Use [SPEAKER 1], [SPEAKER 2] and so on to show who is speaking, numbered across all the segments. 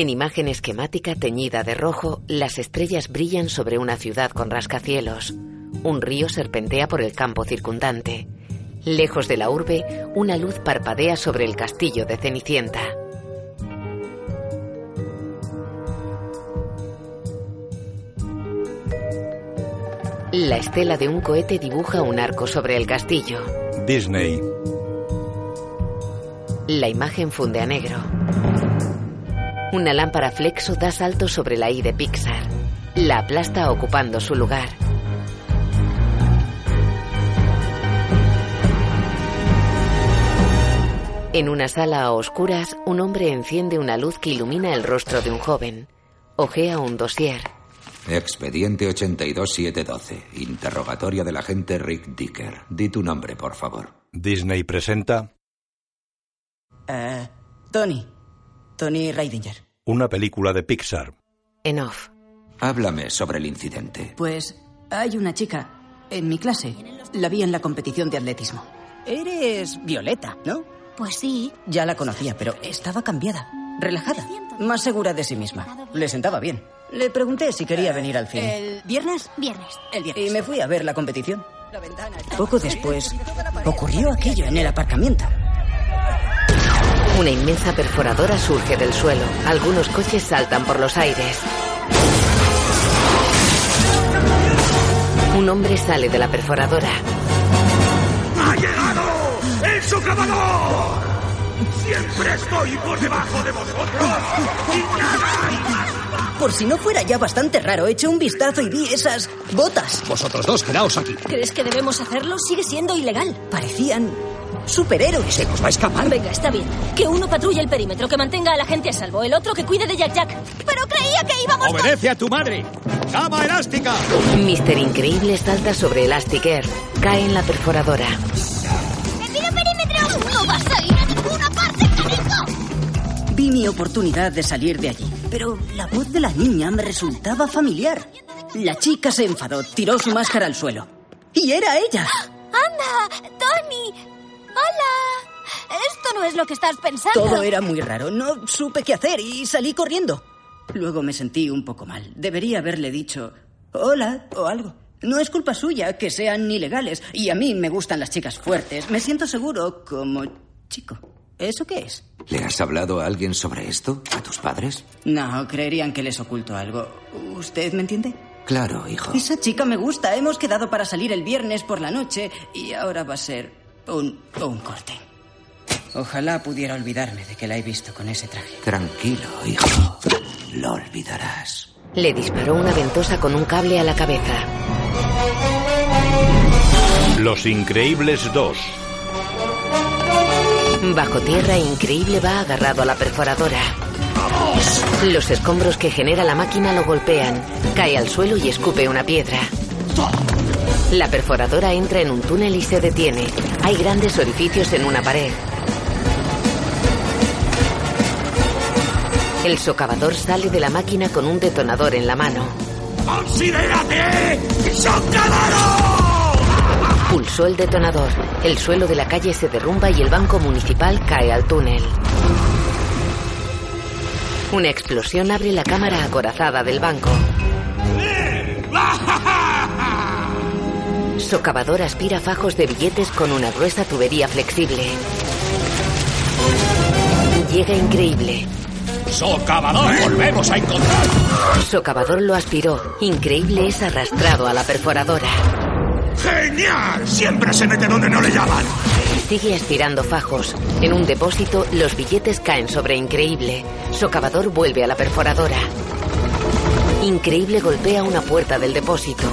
[SPEAKER 1] En imagen esquemática teñida de rojo, las estrellas brillan sobre una ciudad con rascacielos. Un río serpentea por el campo circundante. Lejos de la urbe, una luz parpadea sobre el castillo de Cenicienta. La estela de un cohete dibuja un arco sobre el castillo.
[SPEAKER 2] Disney.
[SPEAKER 1] La imagen funde a negro. Una lámpara flexo da salto sobre la I de Pixar. La aplasta ocupando su lugar. En una sala a oscuras, un hombre enciende una luz que ilumina el rostro de un joven. Ojea un dossier.
[SPEAKER 3] Expediente 82712. Interrogatorio del agente Rick Dicker. Di tu nombre, por favor.
[SPEAKER 2] Disney presenta
[SPEAKER 4] Eh, Tony. Tony Reidinger.
[SPEAKER 2] una película de Pixar.
[SPEAKER 1] En off.
[SPEAKER 3] Háblame sobre el incidente.
[SPEAKER 4] Pues hay una chica en mi clase. La vi en la competición de atletismo. Eres Violeta, ¿no?
[SPEAKER 5] Pues sí,
[SPEAKER 4] Ya la conocía, pero estaba cambiada, relajada, más segura de sí misma. Le sentaba bien. Le pregunté si quería venir al cine.
[SPEAKER 6] ¿El viernes?
[SPEAKER 5] viernes.
[SPEAKER 6] El
[SPEAKER 4] Y
[SPEAKER 6] viernes.
[SPEAKER 4] me fui a ver la competición. Poco después, ocurrió aquello en el aparcamiento.
[SPEAKER 1] Una inmensa perforadora surge del suelo. Algunos coches saltan por los aires. Un hombre sale de la perforadora.
[SPEAKER 7] ¡Ha llegado el socavador! ¡Siempre estoy por debajo de vosotros! ¡Y nada hay más!
[SPEAKER 4] Por si no fuera ya bastante raro, eché un vistazo y vi esas botas.
[SPEAKER 8] Vosotros dos, quedaos aquí.
[SPEAKER 5] ¿Crees que debemos hacerlo? Sigue siendo ilegal.
[SPEAKER 4] Parecían superhéroes.
[SPEAKER 8] Se nos va a escapar.
[SPEAKER 5] Venga, está bien. Que uno patrulle el perímetro, que mantenga a la gente a salvo, el otro que cuide de Jack Jack. Pero creía que íbamos
[SPEAKER 8] Obedece a tu madre. Cama elástica.
[SPEAKER 1] Mister Increíble salta sobre Elastic Air. Cae en la perforadora.
[SPEAKER 5] ¡Mira perímetro! ¡No vas a ir a ninguna parte, canico!
[SPEAKER 4] Vi mi oportunidad de salir de allí. Pero la voz de la niña me resultaba familiar. La chica se enfadó, tiró su máscara al suelo. Y era ella.
[SPEAKER 5] ¡Anda! ¡Tony! ¡Hola! Esto no es lo que estás pensando.
[SPEAKER 4] Todo era muy raro, no supe qué hacer y salí corriendo. Luego me sentí un poco mal. Debería haberle dicho hola o algo. No es culpa suya que sean ilegales y a mí me gustan las chicas fuertes. Me siento seguro como chico. ¿Eso qué es?
[SPEAKER 3] ¿Le has hablado a alguien sobre esto? ¿A tus padres?
[SPEAKER 4] No, creerían que les oculto algo. ¿Usted me entiende?
[SPEAKER 3] Claro, hijo.
[SPEAKER 4] Esa chica me gusta. Hemos quedado para salir el viernes por la noche y ahora va a ser un, un corte. Ojalá pudiera olvidarme de que la he visto con ese traje.
[SPEAKER 3] Tranquilo, hijo. Lo olvidarás.
[SPEAKER 1] Le disparó una ventosa con un cable a la cabeza.
[SPEAKER 2] Los Increíbles 2.
[SPEAKER 1] Bajo tierra, Increíble va agarrado a la perforadora. Los escombros que genera la máquina lo golpean. Cae al suelo y escupe una piedra. La perforadora entra en un túnel y se detiene. Hay grandes orificios en una pared. El socavador sale de la máquina con un detonador en la mano.
[SPEAKER 7] ¡Considérate socavador!
[SPEAKER 1] Pulsó el detonador. El suelo de la calle se derrumba y el banco municipal cae al túnel. Una explosión abre la cámara acorazada del banco. Socavador aspira fajos de billetes con una gruesa tubería flexible. Llega increíble.
[SPEAKER 8] Socavador, volvemos a encontrar.
[SPEAKER 1] Socavador lo aspiró. Increíble es arrastrado a la perforadora.
[SPEAKER 7] ¡Genial! Siempre se mete donde no le llaman.
[SPEAKER 1] Sigue aspirando fajos. En un depósito, los billetes caen sobre Increíble. Socavador vuelve a la perforadora. Increíble golpea una puerta del depósito.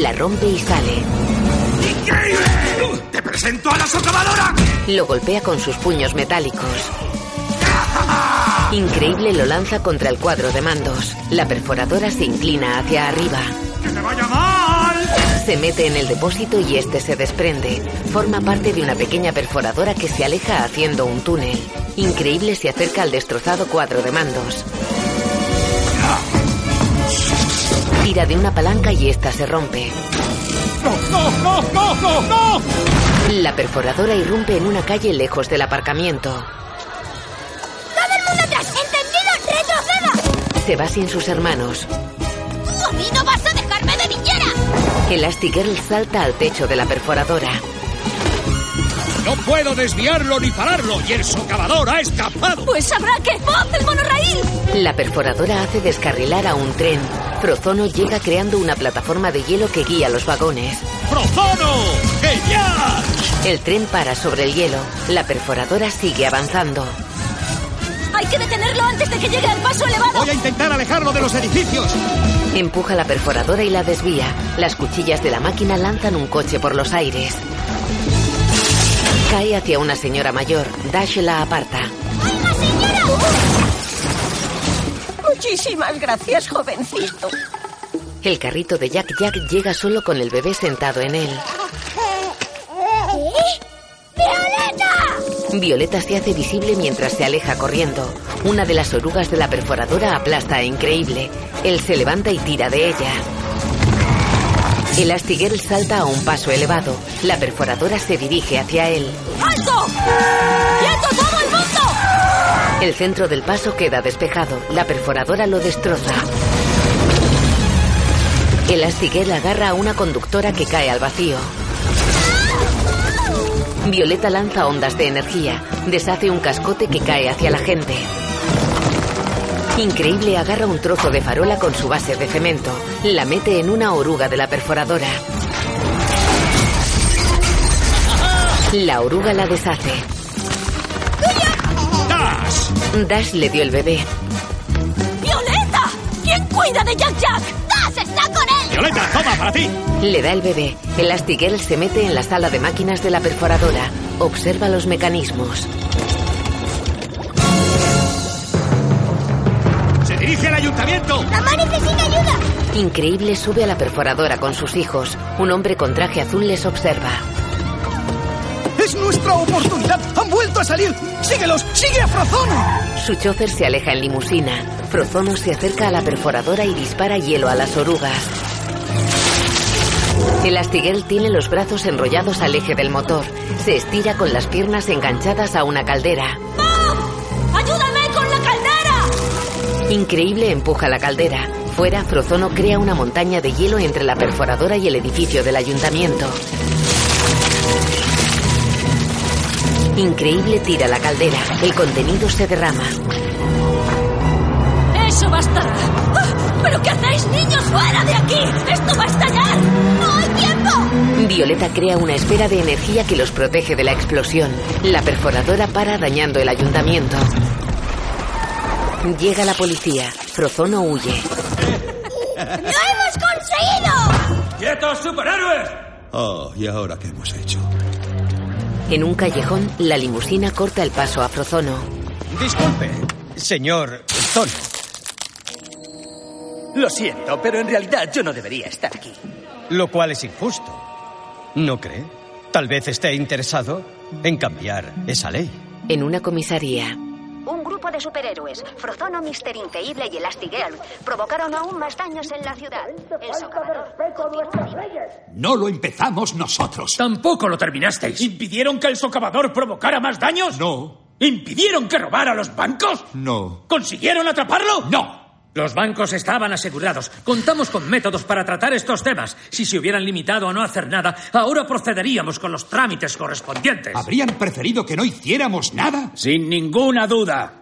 [SPEAKER 1] La rompe y sale.
[SPEAKER 7] ¡Increíble! ¡Te presento a la socavadora!
[SPEAKER 1] Lo golpea con sus puños metálicos. Increíble lo lanza contra el cuadro de mandos. La perforadora se inclina hacia arriba.
[SPEAKER 7] ¡Que te vaya mal!
[SPEAKER 1] Se mete en el depósito y este se desprende. Forma parte de una pequeña perforadora que se aleja haciendo un túnel. Increíble se acerca al destrozado cuadro de mandos. Tira de una palanca y esta se rompe. La perforadora irrumpe en una calle lejos del aparcamiento. Se va sin sus hermanos.
[SPEAKER 9] ¡Tú a mí no vas a dejarme de niñera!
[SPEAKER 1] Elastigirl salta al techo de la perforadora.
[SPEAKER 10] No puedo desviarlo ni pararlo y el socavador ha escapado.
[SPEAKER 9] Pues habrá que... ¡Bob, el monorraíl!
[SPEAKER 1] La perforadora hace descarrilar a un tren. Frozono llega creando una plataforma de hielo que guía los vagones.
[SPEAKER 10] ¡Prozono! ¡Genial!
[SPEAKER 1] El tren para sobre el hielo. La perforadora sigue avanzando.
[SPEAKER 9] ¡Hay que detenerlo antes de que llegue al paso elevado!
[SPEAKER 10] Voy a intentar alejarlo de los edificios.
[SPEAKER 1] Empuja la perforadora y la desvía. Las cuchillas de la máquina lanzan un coche por los aires. Cae hacia una señora mayor. Dash la aparta.
[SPEAKER 9] ¡Oiga, señora!
[SPEAKER 11] Muchísimas gracias, jovencito.
[SPEAKER 1] El carrito de Jack Jack llega solo con el bebé sentado en él.
[SPEAKER 9] ¿Eh? ¡Violeta!
[SPEAKER 1] Violeta se hace visible mientras se aleja corriendo. Una de las orugas de la perforadora aplasta a Increíble. Él se levanta y tira de ella. Elastigirl salta a un paso elevado. La perforadora se dirige hacia él.
[SPEAKER 9] ¡Alto! ¡Quieto todo el mundo!
[SPEAKER 1] El centro del paso queda despejado. La perforadora lo destroza. Elastigirl agarra a una conductora que cae al vacío. Violeta lanza ondas de energía. Deshace un cascote que cae hacia la gente. Increíble agarra un trozo de farola con su base de cemento. La mete en una oruga de la perforadora. La oruga la deshace.
[SPEAKER 10] ¡Dash!
[SPEAKER 1] Dash le dio el bebé.
[SPEAKER 9] ¡Violeta! ¿Quién cuida de Jack Jack? ¡Das está con él!
[SPEAKER 10] Violeta, toma para ti.
[SPEAKER 1] Le da el bebé. Elastigirl se mete en la sala de máquinas de la perforadora. Observa los mecanismos.
[SPEAKER 10] Se dirige al ayuntamiento.
[SPEAKER 9] ¡Mamá necesita ayuda!
[SPEAKER 1] Increíble sube a la perforadora con sus hijos. Un hombre con traje azul les observa.
[SPEAKER 12] ¡Es nuestra oportunidad! ¡Han vuelto a salir! ¡Síguelos! ¡Sigue a Frozono!
[SPEAKER 1] Su chofer se aleja en limusina. Frozono se acerca a la perforadora y dispara hielo a las orugas. Elastigirl tiene los brazos enrollados al eje del motor. Se estira con las piernas enganchadas a una caldera.
[SPEAKER 9] ¡Bob! ¡Ayúdame con la caldera!
[SPEAKER 1] Increíble empuja la caldera. Fuera, Frozono crea una montaña de hielo entre la perforadora y el edificio del ayuntamiento. Increíble tira la caldera. El contenido se derrama.
[SPEAKER 9] ¡Eso bastará! ¡Ah! ¿Pero qué hacéis, niños? ¡Fuera de aquí! ¡Esto va a estallar! ¡No hay tiempo!
[SPEAKER 1] Violeta crea una esfera de energía que los protege de la explosión. La perforadora para dañando el ayuntamiento. Llega la policía. Frozono huye.
[SPEAKER 9] ¡Lo hemos conseguido!
[SPEAKER 13] ¡Quietos, superhéroes!
[SPEAKER 10] Oh, ¿y ahora qué hemos hecho?
[SPEAKER 1] En un callejón, la limusina corta el paso a Frozono.
[SPEAKER 10] Disculpe, señor Tono.
[SPEAKER 11] Lo siento, pero en realidad yo no debería estar aquí.
[SPEAKER 14] Lo cual es injusto. ¿No cree? Tal vez esté interesado en cambiar esa ley.
[SPEAKER 1] En una comisaría.
[SPEAKER 5] Un grupo de superhéroes, Frozono, Mister Increíble y Elastigirl, provocaron aún más daños en la ciudad. El socavador continúa libre.
[SPEAKER 10] No lo empezamos nosotros.
[SPEAKER 13] Tampoco lo terminasteis. ¿Impidieron que el socavador provocara más daños?
[SPEAKER 10] No.
[SPEAKER 13] ¿Impidieron que robara los bancos?
[SPEAKER 10] No.
[SPEAKER 13] ¿Consiguieron atraparlo? No. Los bancos estaban asegurados. Contamos con métodos para tratar estos temas. Si se hubieran limitado a no hacer nada, ahora procederíamos con los trámites correspondientes.
[SPEAKER 10] ¿Habrían preferido que no hiciéramos nada?
[SPEAKER 13] Sin ninguna duda.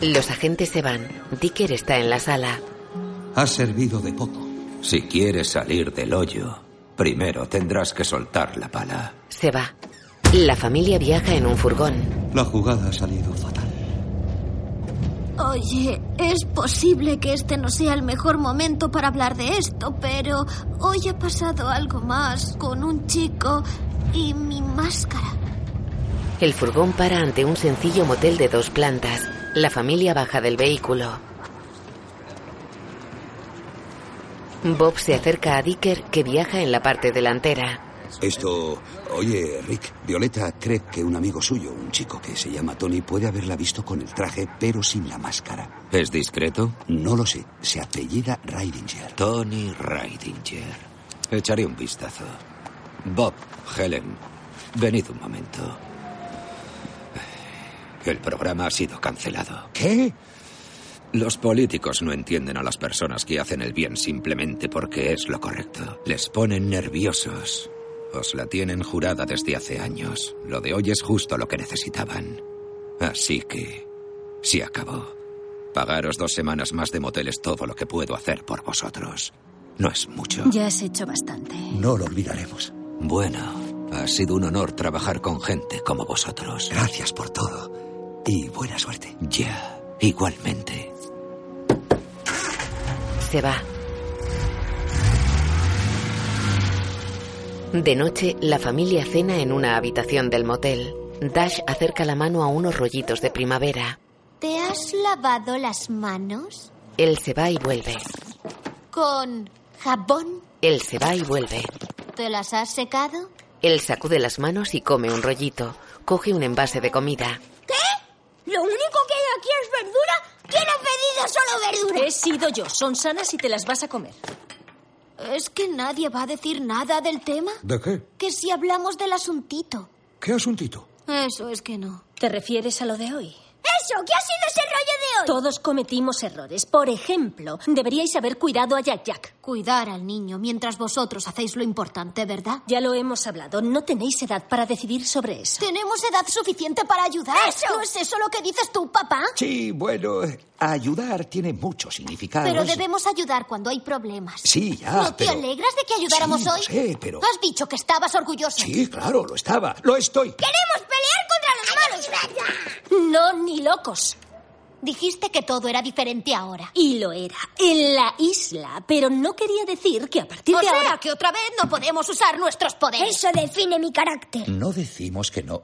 [SPEAKER 1] Los agentes se van. Dicker está en la sala.
[SPEAKER 15] Ha servido de poco. Si quieres salir del hoyo, primero tendrás que soltar la pala.
[SPEAKER 1] Se va. La familia viaja en un furgón.
[SPEAKER 12] La jugada ha salido fatal.
[SPEAKER 9] Oye, es posible que este no sea el mejor momento para hablar de esto, pero hoy ha pasado algo más con un chico y mi máscara.
[SPEAKER 1] El furgón para ante un sencillo motel de dos plantas. La familia baja del vehículo. Bob se acerca a Dicker, que viaja en la parte delantera.
[SPEAKER 15] Esto... Oye, Rick, Violeta cree que un amigo suyo, un chico que se llama Tony, puede haberla visto con el traje, pero sin la máscara. ¿Es discreto? No lo sé. Se apellida Ridinger. Tony Ridinger. Echaré un vistazo. Bob, Helen, venid un momento. El programa ha sido cancelado.
[SPEAKER 10] ¿Qué?
[SPEAKER 16] Los políticos no entienden a las personas que hacen el bien simplemente porque es lo correcto. Les ponen nerviosos. Os la tienen jurada desde hace años. Lo de hoy es justo lo que necesitaban. Así que... Sí acabó. Pagaros dos semanas más de moteles todo lo que puedo hacer por vosotros. No es mucho.
[SPEAKER 17] Ya has hecho bastante.
[SPEAKER 16] No lo olvidaremos. Bueno, ha sido un honor trabajar con gente como vosotros. Gracias por todo. Y buena suerte. Ya, igualmente.
[SPEAKER 1] Se va. De noche, la familia cena en una habitación del motel. Dash acerca la mano a unos rollitos de primavera.
[SPEAKER 5] ¿Te has lavado las manos
[SPEAKER 1] Él se va y vuelve.
[SPEAKER 5] con jabón?
[SPEAKER 1] Él se va y vuelve.
[SPEAKER 5] ¿Te las has secado?
[SPEAKER 1] Él sacude las manos y come un rollito. Coge un envase de comida.
[SPEAKER 11] Lo único que hay aquí es verdura. ¿Quién ha pedido solo verdura? He sido yo. Son sanas y te las vas a comer.
[SPEAKER 5] ¿Es que nadie va a decir nada del tema?
[SPEAKER 18] ¿De qué?
[SPEAKER 5] Que si hablamos del asuntito.
[SPEAKER 18] ¿Qué asuntito?
[SPEAKER 5] Eso es que no.
[SPEAKER 11] ¿Te refieres a lo de hoy? ¡Eso! ¿Qué ha sido ese rollo de hoy? Todos cometimos errores. Por ejemplo, deberíais haber cuidado a Jack Jack.
[SPEAKER 5] Cuidar al niño mientras vosotros hacéis lo importante, ¿verdad?
[SPEAKER 11] Ya lo hemos Pues, hablado. No tenéis edad para decidir sobre eso.
[SPEAKER 5] ¿Tenemos edad suficiente para ayudar? ¿No es eso lo que dices tú, papá?
[SPEAKER 15] Sí, bueno, eh, ayudar tiene mucho significado.
[SPEAKER 5] Pero
[SPEAKER 15] Es-
[SPEAKER 5] debemos ayudar cuando hay problemas.
[SPEAKER 15] Sí, ya,
[SPEAKER 5] ¿No te
[SPEAKER 15] pero-
[SPEAKER 5] alegras de que ayudáramos
[SPEAKER 15] Sí, lo
[SPEAKER 5] hoy?
[SPEAKER 15] sé, pero-
[SPEAKER 5] Has dicho que estabas orgulloso.
[SPEAKER 15] Sí, claro, lo estaba. Lo estoy.
[SPEAKER 5] ¡Queremos pelear contra los malos! No, ni locos. Dijiste que todo era diferente ahora.
[SPEAKER 11] Y lo era. En la isla. Pero no quería decir que a partir
[SPEAKER 5] O
[SPEAKER 11] de
[SPEAKER 5] sea,
[SPEAKER 11] ahora...
[SPEAKER 5] que otra vez no podemos usar nuestros poderes.
[SPEAKER 11] Eso define mi carácter.
[SPEAKER 15] No decimos que no.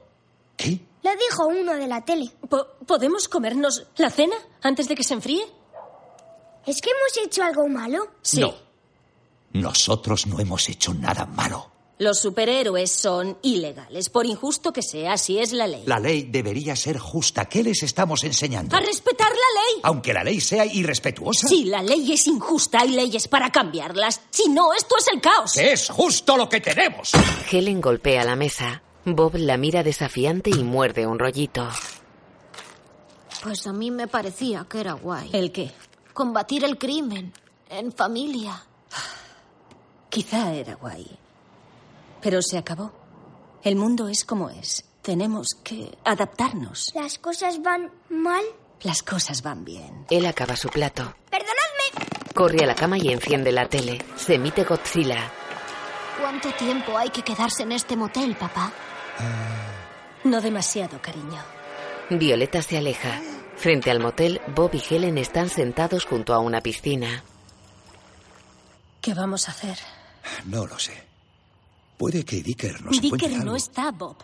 [SPEAKER 15] ¿Qué?
[SPEAKER 11] Lo dijo uno de la tele. ¿Podemos comernos la cena antes de que se enfríe?
[SPEAKER 19] ¿Es que hemos hecho algo malo?
[SPEAKER 15] No. Nosotros no hemos hecho nada malo.
[SPEAKER 11] Los superhéroes son ilegales, por injusto que sea, así es la ley.
[SPEAKER 15] La ley debería ser justa. ¿Qué les estamos enseñando?
[SPEAKER 11] ¡A respetar la ley!
[SPEAKER 15] Aunque la ley sea irrespetuosa.
[SPEAKER 11] Si la ley es injusta, hay leyes para cambiarlas. Si no, esto es el caos.
[SPEAKER 15] Es justo lo que tenemos.
[SPEAKER 1] Helen golpea la mesa. Bob la mira desafiante y muerde un rollito.
[SPEAKER 5] Pues a mí me parecía que era guay.
[SPEAKER 11] ¿El qué?
[SPEAKER 5] Combatir el crimen. En familia.
[SPEAKER 11] Quizá era guay. Pero se acabó. El mundo es como es. Tenemos que adaptarnos.
[SPEAKER 19] ¿Las cosas van mal?
[SPEAKER 11] Las cosas van bien.
[SPEAKER 1] Él acaba su plato. ¡Perdonadme! Corre a la cama y enciende la tele. Se emite Godzilla.
[SPEAKER 5] ¿Cuánto tiempo hay que quedarse en este motel, papá?
[SPEAKER 11] No demasiado, cariño.
[SPEAKER 1] Violeta se aleja. Frente al motel, Bob y Helen están sentados junto a una piscina.
[SPEAKER 11] ¿Qué vamos a hacer?
[SPEAKER 15] No lo sé. Puede que Dicker nos encuentre
[SPEAKER 11] Dicker
[SPEAKER 15] algo.
[SPEAKER 11] no está, Bob.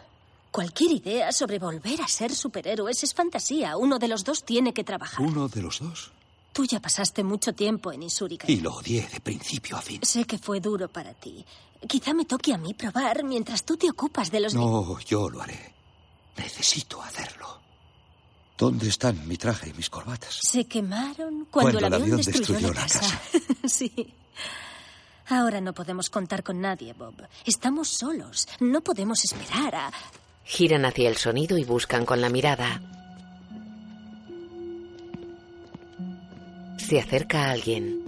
[SPEAKER 11] Cualquier idea sobre volver a ser superhéroes es fantasía. Uno de los dos tiene que trabajar.
[SPEAKER 15] Uno de los dos.
[SPEAKER 11] Tú ya pasaste mucho tiempo en Insurica.
[SPEAKER 15] Y lo odié de principio a fin.
[SPEAKER 11] Sé que fue duro para ti. Quizá me toque a mí probar mientras tú te ocupas de los niños.
[SPEAKER 15] No, yo lo haré. Necesito hacerlo. ¿Dónde están mi traje y mis corbatas?
[SPEAKER 11] Se quemaron cuando,
[SPEAKER 15] Cuando
[SPEAKER 11] el
[SPEAKER 15] el
[SPEAKER 11] avión,
[SPEAKER 15] avión
[SPEAKER 11] destruyó,
[SPEAKER 15] destruyó
[SPEAKER 11] la
[SPEAKER 15] la
[SPEAKER 11] casa. sí. Ahora no podemos contar con nadie, Bob. Estamos solos. No podemos esperar a...
[SPEAKER 1] Giran hacia el sonido y buscan con la mirada. Se acerca alguien.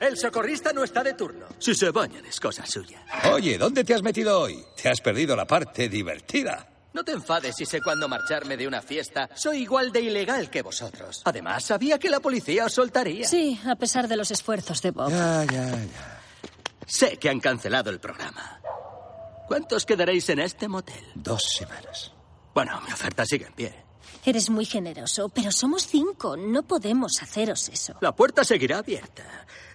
[SPEAKER 20] El socorrista no está de turno.
[SPEAKER 13] Si se bañan es cosa suya.
[SPEAKER 21] Oye, ¿dónde te has metido hoy? Te has perdido la parte divertida.
[SPEAKER 13] No te enfades si sé cuándo marcharme de una fiesta. Soy igual de ilegal que vosotros. Además, sabía que la policía os soltaría.
[SPEAKER 11] Sí, a pesar de los esfuerzos de Bob.
[SPEAKER 13] Sé que han cancelado el programa. ¿Cuántos quedaréis en este motel?
[SPEAKER 15] Dos semanas.
[SPEAKER 13] Bueno, mi oferta sigue en pie.
[SPEAKER 11] Eres muy generoso, pero somos cinco. No podemos haceros eso.
[SPEAKER 13] La puerta seguirá abierta.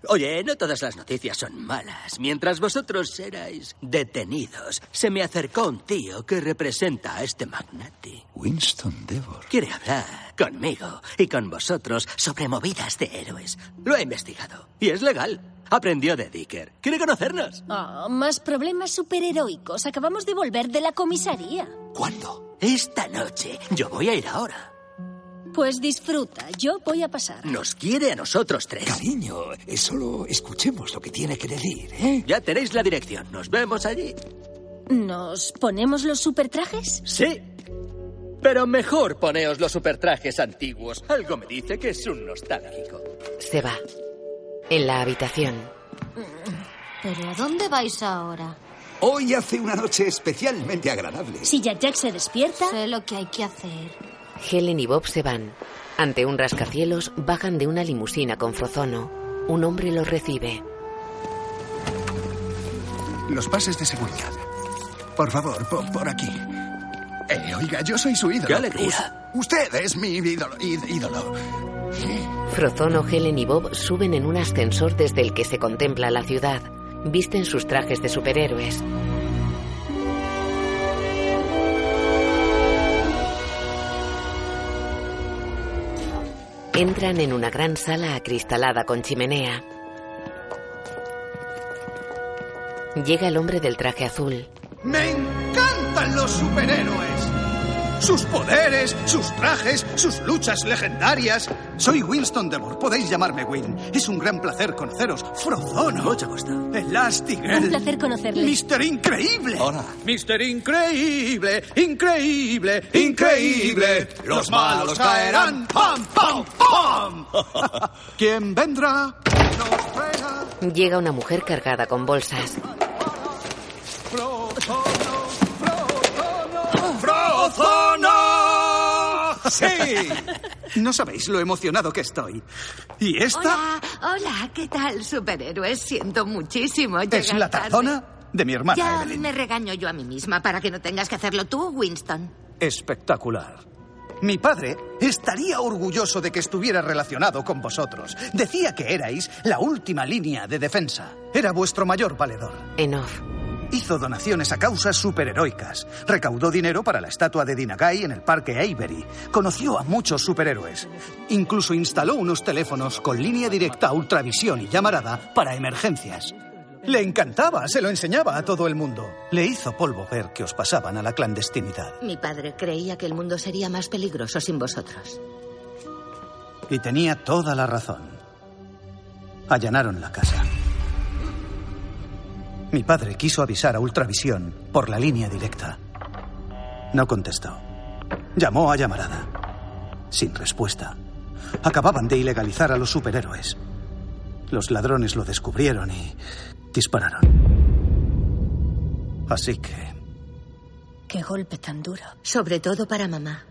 [SPEAKER 13] Oye, no todas las noticias son malas. Mientras vosotros erais detenidos, se me acercó un tío que representa a este magnate.
[SPEAKER 15] Winston Devor.
[SPEAKER 13] Quiere hablar conmigo y con vosotros sobre movidas de héroes. Lo he investigado y es legal. Aprendió de Dicker. Quiere conocernos.
[SPEAKER 11] Ah, más problemas superheroicos. Acabamos de volver de la comisaría.
[SPEAKER 13] ¿Cuándo? Esta noche. Yo voy a ir ahora.
[SPEAKER 11] Pues disfruta. Yo voy a pasar.
[SPEAKER 13] Nos quiere a nosotros tres.
[SPEAKER 15] Cariño, eh, solo escuchemos lo que tiene que decir. ¿eh?
[SPEAKER 13] Ya tenéis la dirección. Nos vemos allí.
[SPEAKER 11] ¿Nos ponemos los supertrajes?
[SPEAKER 13] Sí. Pero mejor poneos los supertrajes antiguos. Algo me dice que es un nostálgico.
[SPEAKER 1] Se va. En la habitación,
[SPEAKER 5] ¿Pero a dónde vais ahora?
[SPEAKER 15] Hoy hace una noche especialmente agradable.
[SPEAKER 5] Si Jack Jack se despierta. Sé lo que hay que hacer.
[SPEAKER 1] Helen y Bob se van. Ante un rascacielos, bajan de una limusina con frozono. Un hombre los recibe.
[SPEAKER 22] Los pases de seguridad. Por favor, po- por aquí. Eh, oiga, yo soy su ídolo.
[SPEAKER 1] ¡Qué alegría!
[SPEAKER 22] Us- Usted es mi ídolo. íd- ídolo.
[SPEAKER 1] Frozono, Helen y Bob suben en un ascensor desde el que se contempla la ciudad. Visten sus trajes de superhéroes. Entran en una gran sala acristalada con chimenea. Llega el hombre del traje azul.
[SPEAKER 12] Me encantan los superhéroes. Sus poderes, sus trajes, sus luchas legendarias. Soy Winston Devor, podéis llamarme Win. Es un gran placer conoceros. Frozono. Mucho gusto. Elastigirl.
[SPEAKER 11] Un placer conocerle.
[SPEAKER 12] Mister Increíble. Hola.
[SPEAKER 9] Mister Increíble, increíble, increíble.
[SPEAKER 12] Los malos caerán. ¡Pam, pam, pam! ¿Quién vendrá?
[SPEAKER 1] Llega una mujer cargada con bolsas.
[SPEAKER 12] ¡Frozono! ¡Sí! No sabéis lo emocionado que estoy. ¿Y esta?
[SPEAKER 23] Hola, hola, ¿qué tal, superhéroes? Siento muchísimo.
[SPEAKER 12] Es
[SPEAKER 23] llegar
[SPEAKER 12] la
[SPEAKER 23] tarde.
[SPEAKER 12] tarzona de mi hermana
[SPEAKER 23] Ya
[SPEAKER 12] Evelyn.
[SPEAKER 23] me regaño yo a mí misma para que no tengas que hacerlo tú, Winston.
[SPEAKER 12] Espectacular. Mi padre estaría orgulloso de que estuviera relacionado con vosotros. Decía que erais la última línea de defensa. Era vuestro mayor valedor.
[SPEAKER 1] Enough.
[SPEAKER 12] Hizo donaciones a causas superheroicas. Recaudó dinero para la estatua de Dinagai en el parque Avery. Conoció a muchos superhéroes. Incluso instaló unos teléfonos con línea directa, ultravisión y llamarada para emergencias. Le encantaba, se lo enseñaba a todo el mundo. Le hizo polvo ver que os pasaban a la clandestinidad.
[SPEAKER 23] Mi padre creía que el mundo sería más peligroso sin vosotros.
[SPEAKER 12] Y tenía toda la razón. Allanaron la casa. Mi padre quiso avisar a Ultravisión por la línea directa. No contestó. Llamó a llamarada. Sin respuesta. Acababan de ilegalizar a los superhéroes. Los ladrones lo descubrieron y dispararon. Así que
[SPEAKER 23] Qué golpe tan duro. Sobre todo para mamá.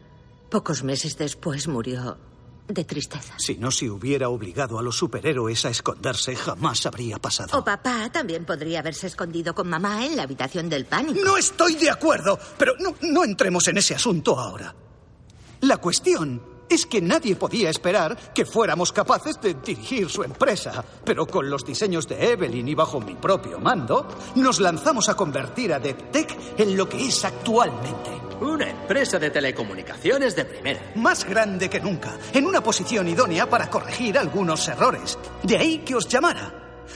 [SPEAKER 23] Pocos meses después murió de tristeza.
[SPEAKER 12] si no se hubiera obligado a los superhéroes a esconderse, jamás habría pasado.
[SPEAKER 23] O papá también podría haberse escondido con mamá en la habitación del pánico.
[SPEAKER 12] No estoy de acuerdo, pero no, no entremos en ese asunto ahora. La cuestión es que nadie podía esperar que fuéramos capaces de dirigir su empresa, pero con los diseños de Evelyn y bajo mi propio mando, nos lanzamos a convertir a DevTech en lo que es actualmente.
[SPEAKER 13] Una empresa de telecomunicaciones de primera.
[SPEAKER 12] Más grande que nunca, en una posición idónea para corregir algunos errores. De ahí que os llamara.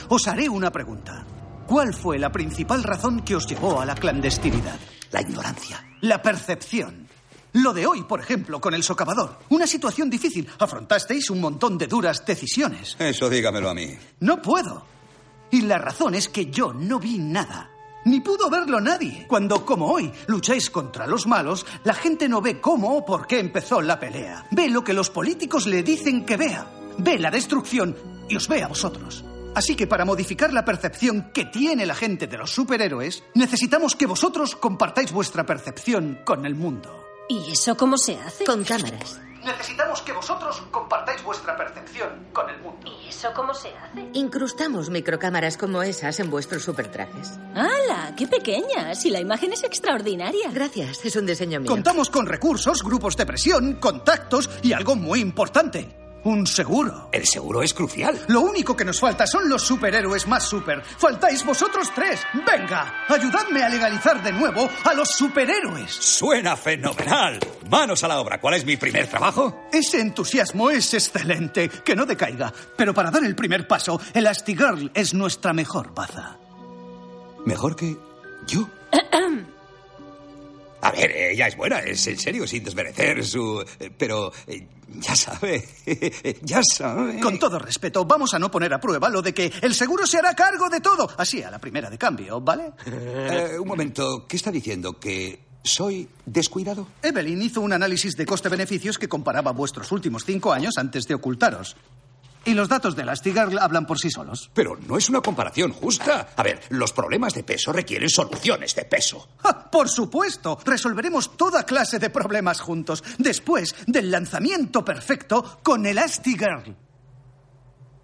[SPEAKER 12] Os haré una pregunta. ¿Cuál fue la principal razón que os llevó a la clandestinidad? La ignorancia. La percepción. Lo de hoy, por ejemplo, con el socavador. Una situación difícil. Afrontasteis un montón de duras decisiones.
[SPEAKER 15] Eso dígamelo a mí.
[SPEAKER 12] No puedo. Y la razón es que yo no vi nada. Ni pudo verlo nadie. Cuando, como hoy, lucháis contra los malos, la gente no ve cómo o por qué empezó la pelea. Ve lo que los políticos le dicen que vea. Ve la destrucción y os ve a vosotros. Así que para modificar la percepción que tiene la gente de los superhéroes, necesitamos que vosotros compartáis vuestra percepción con el mundo.
[SPEAKER 11] ¿Y eso cómo se hace?
[SPEAKER 23] Con cámaras.
[SPEAKER 12] Necesitamos que vosotros compartáis vuestra percepción con el mundo.
[SPEAKER 11] ¿Y eso cómo se hace?
[SPEAKER 23] Incrustamos microcámaras como esas en vuestros supertrajes.
[SPEAKER 11] ¡Hala! ¡Qué pequeña! Si la imagen es extraordinaria.
[SPEAKER 23] Gracias, es un diseño mío.
[SPEAKER 12] Contamos con recursos, grupos de presión, contactos y algo muy importante. Un seguro.
[SPEAKER 15] El seguro es crucial.
[SPEAKER 12] Lo único que nos falta son los superhéroes más super. Faltáis vosotros tres. Venga, ayudadme a legalizar de nuevo a los superhéroes.
[SPEAKER 15] Suena fenomenal. Manos a la obra. ¿Cuál es mi primer trabajo?
[SPEAKER 12] Ese entusiasmo es excelente. Que no decaiga. Pero para dar el primer paso, Elastigirl es nuestra mejor baza.
[SPEAKER 15] Mejor que yo. A ver, ella es buena, es en serio, sin desmerecer su... eh, Pero eh, ya sabe, ya sabe.
[SPEAKER 12] Con todo respeto, vamos a no poner a prueba lo de que el seguro se hará cargo de todo. Así, a la primera de cambio, ¿vale?
[SPEAKER 15] Eh, un momento, ¿qué está diciendo? ¿Que
[SPEAKER 12] ¿Soy descuidado? Evelyn hizo un análisis de coste-beneficios que comparaba vuestros últimos cinco años antes de ocultaros. Y los datos de Elastigirl hablan por sí solos.
[SPEAKER 15] Pero no es una comparación justa. A ver, los problemas de peso requieren soluciones de peso.
[SPEAKER 12] ¡Ja! ¡Ah! Por supuesto, resolveremos toda clase de problemas juntos después del lanzamiento perfecto con Elastigirl.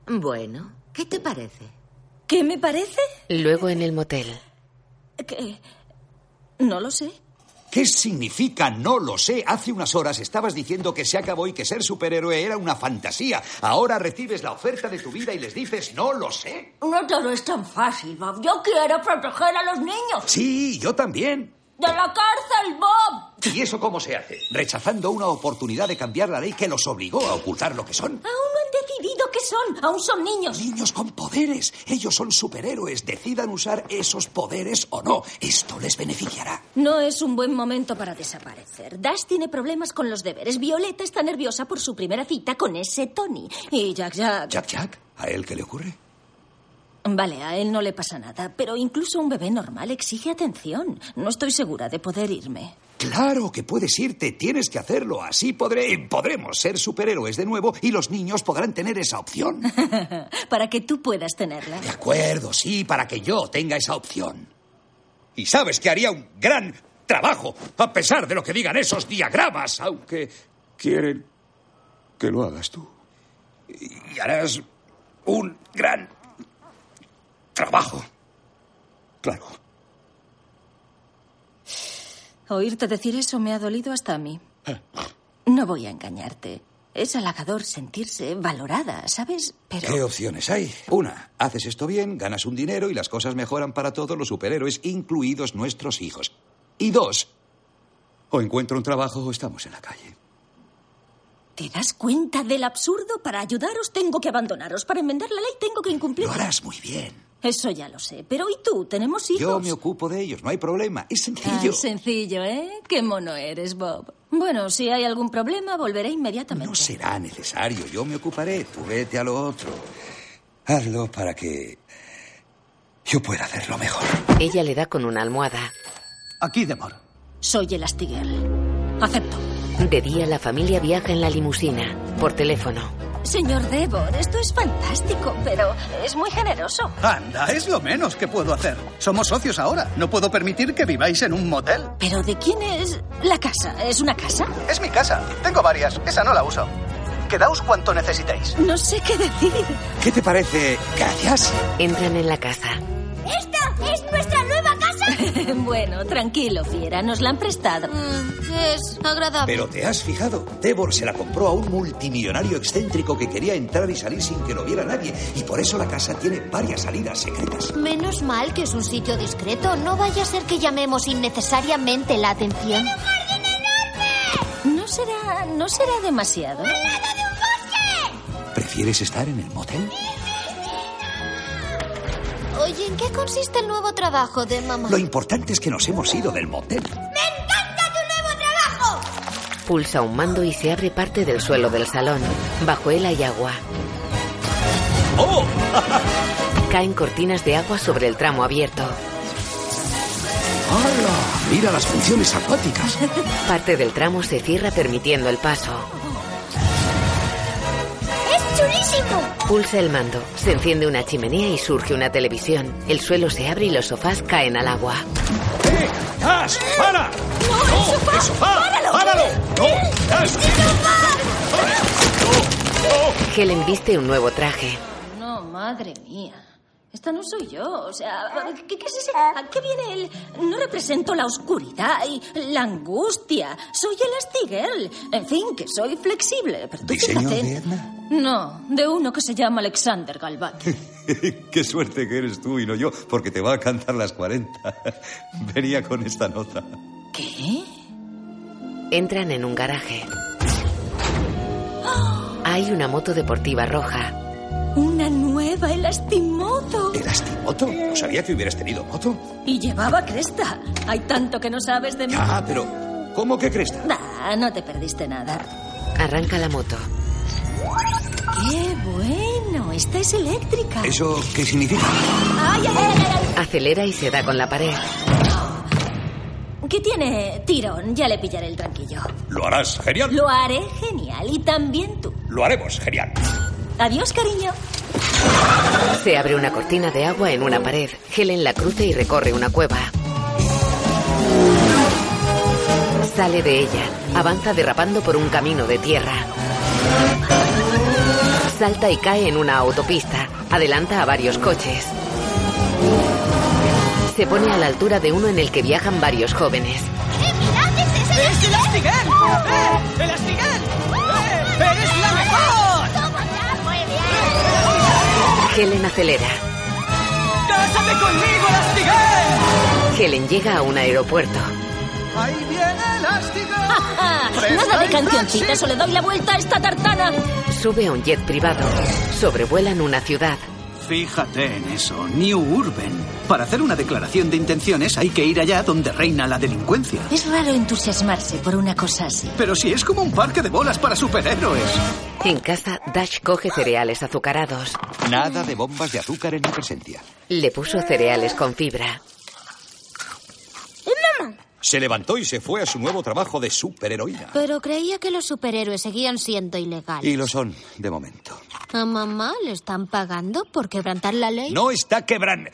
[SPEAKER 23] Bueno, ¿qué te parece?
[SPEAKER 11] ¿Qué me parece?
[SPEAKER 1] Luego en el motel.
[SPEAKER 11] Que... No lo sé.
[SPEAKER 15] ¿Qué significa? No lo sé. Hace unas horas estabas diciendo que se acabó y que ser superhéroe era una fantasía. Ahora recibes la oferta de tu vida y les dices, no lo sé.
[SPEAKER 24] No todo es tan fácil, Bob. Yo quiero proteger a los niños.
[SPEAKER 15] Sí, yo también.
[SPEAKER 24] ¡De la cárcel, Bob!
[SPEAKER 15] ¿Y eso cómo se hace? Rechazando una oportunidad de cambiar la ley que los obligó a ocultar lo que son.
[SPEAKER 24] Aún no han decidido qué son. Aún son niños.
[SPEAKER 15] Niños con poderes. Ellos son superhéroes. Decidan usar esos poderes o no. Esto les beneficiará.
[SPEAKER 11] No es un buen momento para desaparecer. Dash tiene problemas con los deberes. Violeta está nerviosa por su primera cita con ese Tony. Y Jack Jack.
[SPEAKER 15] Jack Jack, ¿a él qué le ocurre?
[SPEAKER 11] Vale, a él no le pasa nada, pero incluso un bebé normal exige atención. No estoy segura de poder irme.
[SPEAKER 15] Claro que puedes irte, tienes que hacerlo. Así podré, eh, podremos ser superhéroes de nuevo y los niños podrán tener esa opción.
[SPEAKER 11] para que tú puedas tenerla.
[SPEAKER 15] De acuerdo, sí, para que yo tenga esa opción. Y sabes que haría un gran trabajo, a pesar de lo que digan esos diagramas, aunque quieren
[SPEAKER 25] que lo hagas tú.
[SPEAKER 15] Y harás un gran trabajo. Claro.
[SPEAKER 11] Oírte decir eso me ha dolido hasta a mí. No voy a engañarte. Es halagador sentirse valorada, ¿sabes? Pero...
[SPEAKER 15] ¿Qué opciones hay? Una, haces esto bien, ganas un dinero y las cosas mejoran para todos los superhéroes, incluidos nuestros hijos. Y dos, o encuentro un trabajo o estamos en la calle.
[SPEAKER 11] ¿Te das cuenta del absurdo? Para ayudaros tengo que abandonaros. Para enmendar la ley tengo que incumplir.
[SPEAKER 15] Lo harás muy bien.
[SPEAKER 11] Eso ya lo sé. Pero ¿y tú? ¿Tenemos hijos?
[SPEAKER 15] Yo me ocupo de ellos, no hay problema. Es sencillo.
[SPEAKER 11] Ay, sencillo, ¿eh? Qué mono eres, Bob. Bueno, si hay algún problema, volveré inmediatamente.
[SPEAKER 15] No será necesario. Yo me ocuparé. Tú vete a lo otro. Hazlo para que yo pueda hacerlo mejor.
[SPEAKER 1] Ella le da con una almohada.
[SPEAKER 12] Aquí, Demor.
[SPEAKER 11] Soy el Astigel. Acepto.
[SPEAKER 1] De día, la familia viaja en la limusina, por teléfono.
[SPEAKER 11] Señor Devor, esto es fantástico, pero es muy generoso.
[SPEAKER 12] Anda, es lo menos que puedo hacer. Somos socios ahora. No puedo permitir que viváis en un motel.
[SPEAKER 11] ¿Pero de quién es la casa? ¿Es una casa?
[SPEAKER 12] Es mi casa. Tengo varias. Esa no la uso. Quedaos cuanto necesitéis.
[SPEAKER 11] No sé qué decir.
[SPEAKER 15] ¿Qué te parece? Gracias.
[SPEAKER 1] Entran en la casa.
[SPEAKER 26] ¡Esta es nuestra nueva casa!
[SPEAKER 11] bueno, tranquilo, fiera. Nos la han prestado.
[SPEAKER 5] Mm, es agradable.
[SPEAKER 15] Pero te has fijado, Devor se la compró a un multimillonario excéntrico que quería entrar y salir sin que lo viera nadie. Y por eso la casa tiene varias salidas secretas.
[SPEAKER 5] Menos mal que es un sitio discreto. No vaya a ser que llamemos innecesariamente la atención.
[SPEAKER 26] ¡Tiene un jardín enorme!
[SPEAKER 11] No será, no será demasiado.
[SPEAKER 26] ¡Al lado de un bosque!
[SPEAKER 15] ¿Prefieres estar en el motel?
[SPEAKER 5] Oye, ¿en qué consiste el nuevo trabajo de mamá?
[SPEAKER 15] Lo importante es que nos hemos ido del motel.
[SPEAKER 26] ¡Me encanta tu nuevo trabajo!
[SPEAKER 1] Pulsa un mando y se abre parte del suelo del salón. Bajo él hay agua.
[SPEAKER 15] ¡Oh!
[SPEAKER 1] Caen cortinas de agua sobre el tramo abierto.
[SPEAKER 15] ¡Hala! Mira las funciones acuáticas.
[SPEAKER 1] Parte del tramo se cierra permitiendo el paso.
[SPEAKER 26] ¡Es chulísimo!
[SPEAKER 1] Pulsa el mando, se enciende una chimenea y surge una televisión. El suelo se abre y los sofás caen al agua.
[SPEAKER 15] ¡Eh! ¡Dash! ¡Para!
[SPEAKER 11] ¡No, el sofá!
[SPEAKER 15] el sofá!
[SPEAKER 11] ¡Páralo!
[SPEAKER 15] ¡Páralo! ¡No! ¡Dash! ¡Oh!
[SPEAKER 1] Helen viste un nuevo traje.
[SPEAKER 11] No, madre mía. Esta no soy yo. O sea, ¿qué, qué es ese? ¿A qué viene el...? No represento la oscuridad y la angustia. Soy el Astigirl. En fin, que soy flexible. Pero tú
[SPEAKER 15] ¿Diseño
[SPEAKER 11] fíjate-
[SPEAKER 15] de Edna?
[SPEAKER 11] No, de uno que se llama Alexander Galvat.
[SPEAKER 25] Qué suerte que eres tú y no yo, porque te va a cantar las 40. Venía con esta nota.
[SPEAKER 11] ¿Qué?
[SPEAKER 1] Entran en un garaje. Hay una moto deportiva roja.
[SPEAKER 11] Una nueva elastimoto.
[SPEAKER 15] ¿Elastimoto? No sabía que hubieras tenido moto.
[SPEAKER 11] Y llevaba cresta. Hay tanto que no sabes de mí.
[SPEAKER 15] Ah, pero ¿cómo que cresta?
[SPEAKER 11] Bah, no te perdiste nada.
[SPEAKER 1] Arranca la moto.
[SPEAKER 11] ¡Qué bueno! Esta es eléctrica.
[SPEAKER 15] ¿Eso qué significa?
[SPEAKER 11] ¡Ay, ay, ay, ay,
[SPEAKER 1] Acelera y se da con la pared.
[SPEAKER 11] ay! Que tiene tirón, ya le pillaré el tranquillo.
[SPEAKER 8] Lo harás, genial.
[SPEAKER 11] Lo haré genial y también tú.
[SPEAKER 8] Lo haremos, genial.
[SPEAKER 11] Adiós, cariño.
[SPEAKER 1] Se abre una cortina de agua en una pared. Helen la cruza y recorre una cueva. Sale de ella. Avanza derrapando por un camino de tierra. Salta y cae en una autopista. Adelanta a varios coches. Se pone a la altura de uno en el que viajan varios jóvenes.
[SPEAKER 27] ¡Es el Astigan!
[SPEAKER 13] ¡Eh! ¡El Astigan! ¡Eh! ¡Eres la mejor!
[SPEAKER 1] Helen acelera.
[SPEAKER 13] ¡Cásate conmigo, Astigan!
[SPEAKER 1] Helen llega a un aeropuerto.
[SPEAKER 13] ¡Ahí viene el Astigan!
[SPEAKER 11] Nada de cancioncitas o le doy la vuelta a esta tartana.
[SPEAKER 1] Sube a un jet privado. Sobrevuelan una ciudad.
[SPEAKER 12] Fíjate en eso, New Urban. Para hacer una declaración de intenciones hay que ir allá donde reina la delincuencia.
[SPEAKER 11] Es raro entusiasmarse por una cosa así.
[SPEAKER 12] Pero si es como un parque de bolas para superhéroes.
[SPEAKER 1] En casa, Dash coge cereales azucarados.
[SPEAKER 3] Nada de bombas de azúcar en mi presencia.
[SPEAKER 1] Le puso cereales con fibra.
[SPEAKER 15] Se levantó y se fue a su nuevo trabajo de superheroína.
[SPEAKER 5] Pero creía que los superhéroes seguían siendo ilegales.
[SPEAKER 15] Y lo son, de momento.
[SPEAKER 5] ¿A mamá le están pagando por quebrantar la ley?
[SPEAKER 15] No está quebran.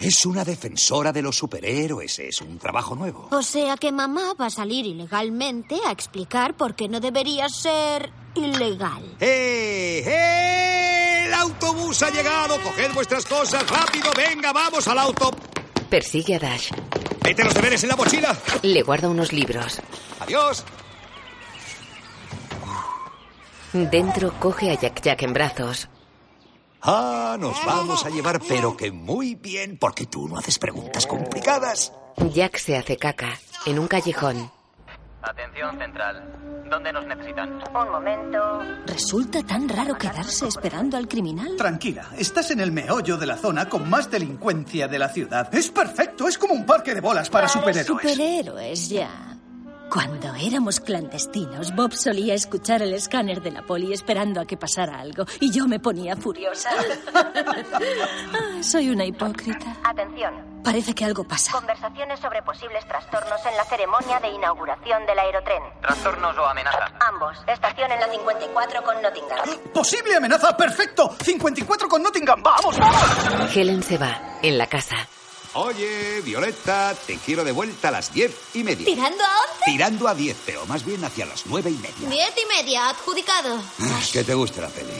[SPEAKER 15] Es una defensora de los superhéroes. Es un trabajo nuevo.
[SPEAKER 5] O sea que mamá va a salir ilegalmente a explicar por qué no debería ser ilegal.
[SPEAKER 15] ¡Eh! ¡Eh! ¡El autobús ha llegado! ¡Coged vuestras cosas! ¡Rápido! ¡Venga, vamos al auto!
[SPEAKER 1] Persigue a Dash.
[SPEAKER 15] ¡Mete los deberes en la mochila!
[SPEAKER 1] Le guarda unos libros.
[SPEAKER 15] ¡Adiós!
[SPEAKER 1] Dentro coge a Jack Jack en brazos.
[SPEAKER 15] Ah, nos vamos a llevar, pero que muy bien, porque tú no haces preguntas complicadas.
[SPEAKER 1] Jack se hace caca en un callejón.
[SPEAKER 28] Atención central. ¿Dónde nos necesitan?
[SPEAKER 29] Un momento.
[SPEAKER 11] Resulta tan raro quedarse esperando al criminal.
[SPEAKER 12] Tranquila, estás en el meollo de la zona con más delincuencia de la ciudad. Es perfecto, es como un parque de bolas para superhéroes.
[SPEAKER 11] Superhéroes, ya. Cuando éramos clandestinos, Bob solía escuchar el escáner de la poli esperando a que pasara algo y yo me ponía furiosa. Ah, soy una hipócrita.
[SPEAKER 29] Atención.
[SPEAKER 11] Parece que algo pasa.
[SPEAKER 29] Conversaciones sobre posibles trastornos en la ceremonia de inauguración del aerotren.
[SPEAKER 28] ¿Trastornos o amenazas?
[SPEAKER 29] Ambos. Estación en la 54 con Nottingham.
[SPEAKER 11] Ah,
[SPEAKER 12] Posible amenaza, perfecto. 54 con Nottingham, vamos, vamos.
[SPEAKER 1] Helen se va en la casa.
[SPEAKER 15] Oye, Violeta, te quiero de vuelta a las diez y media.
[SPEAKER 5] ¿Tirando a once?
[SPEAKER 15] Tirando a diez, pero más bien hacia las nueve y media.
[SPEAKER 5] Diez y media, adjudicado.
[SPEAKER 15] Ah, ¿Qué te gusta la peli?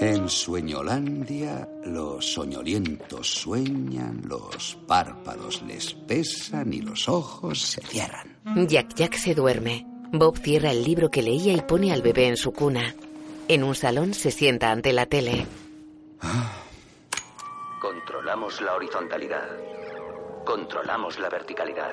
[SPEAKER 15] En Sueñolandia, los soñolientos sueñan, los párpados les pesan y los ojos se cierran.
[SPEAKER 1] Jack Jack se duerme. Bob cierra el libro que leía y pone al bebé en su cuna. En un salón se sienta ante la tele.
[SPEAKER 28] Controlamos la horizontalidad. Controlamos la verticalidad.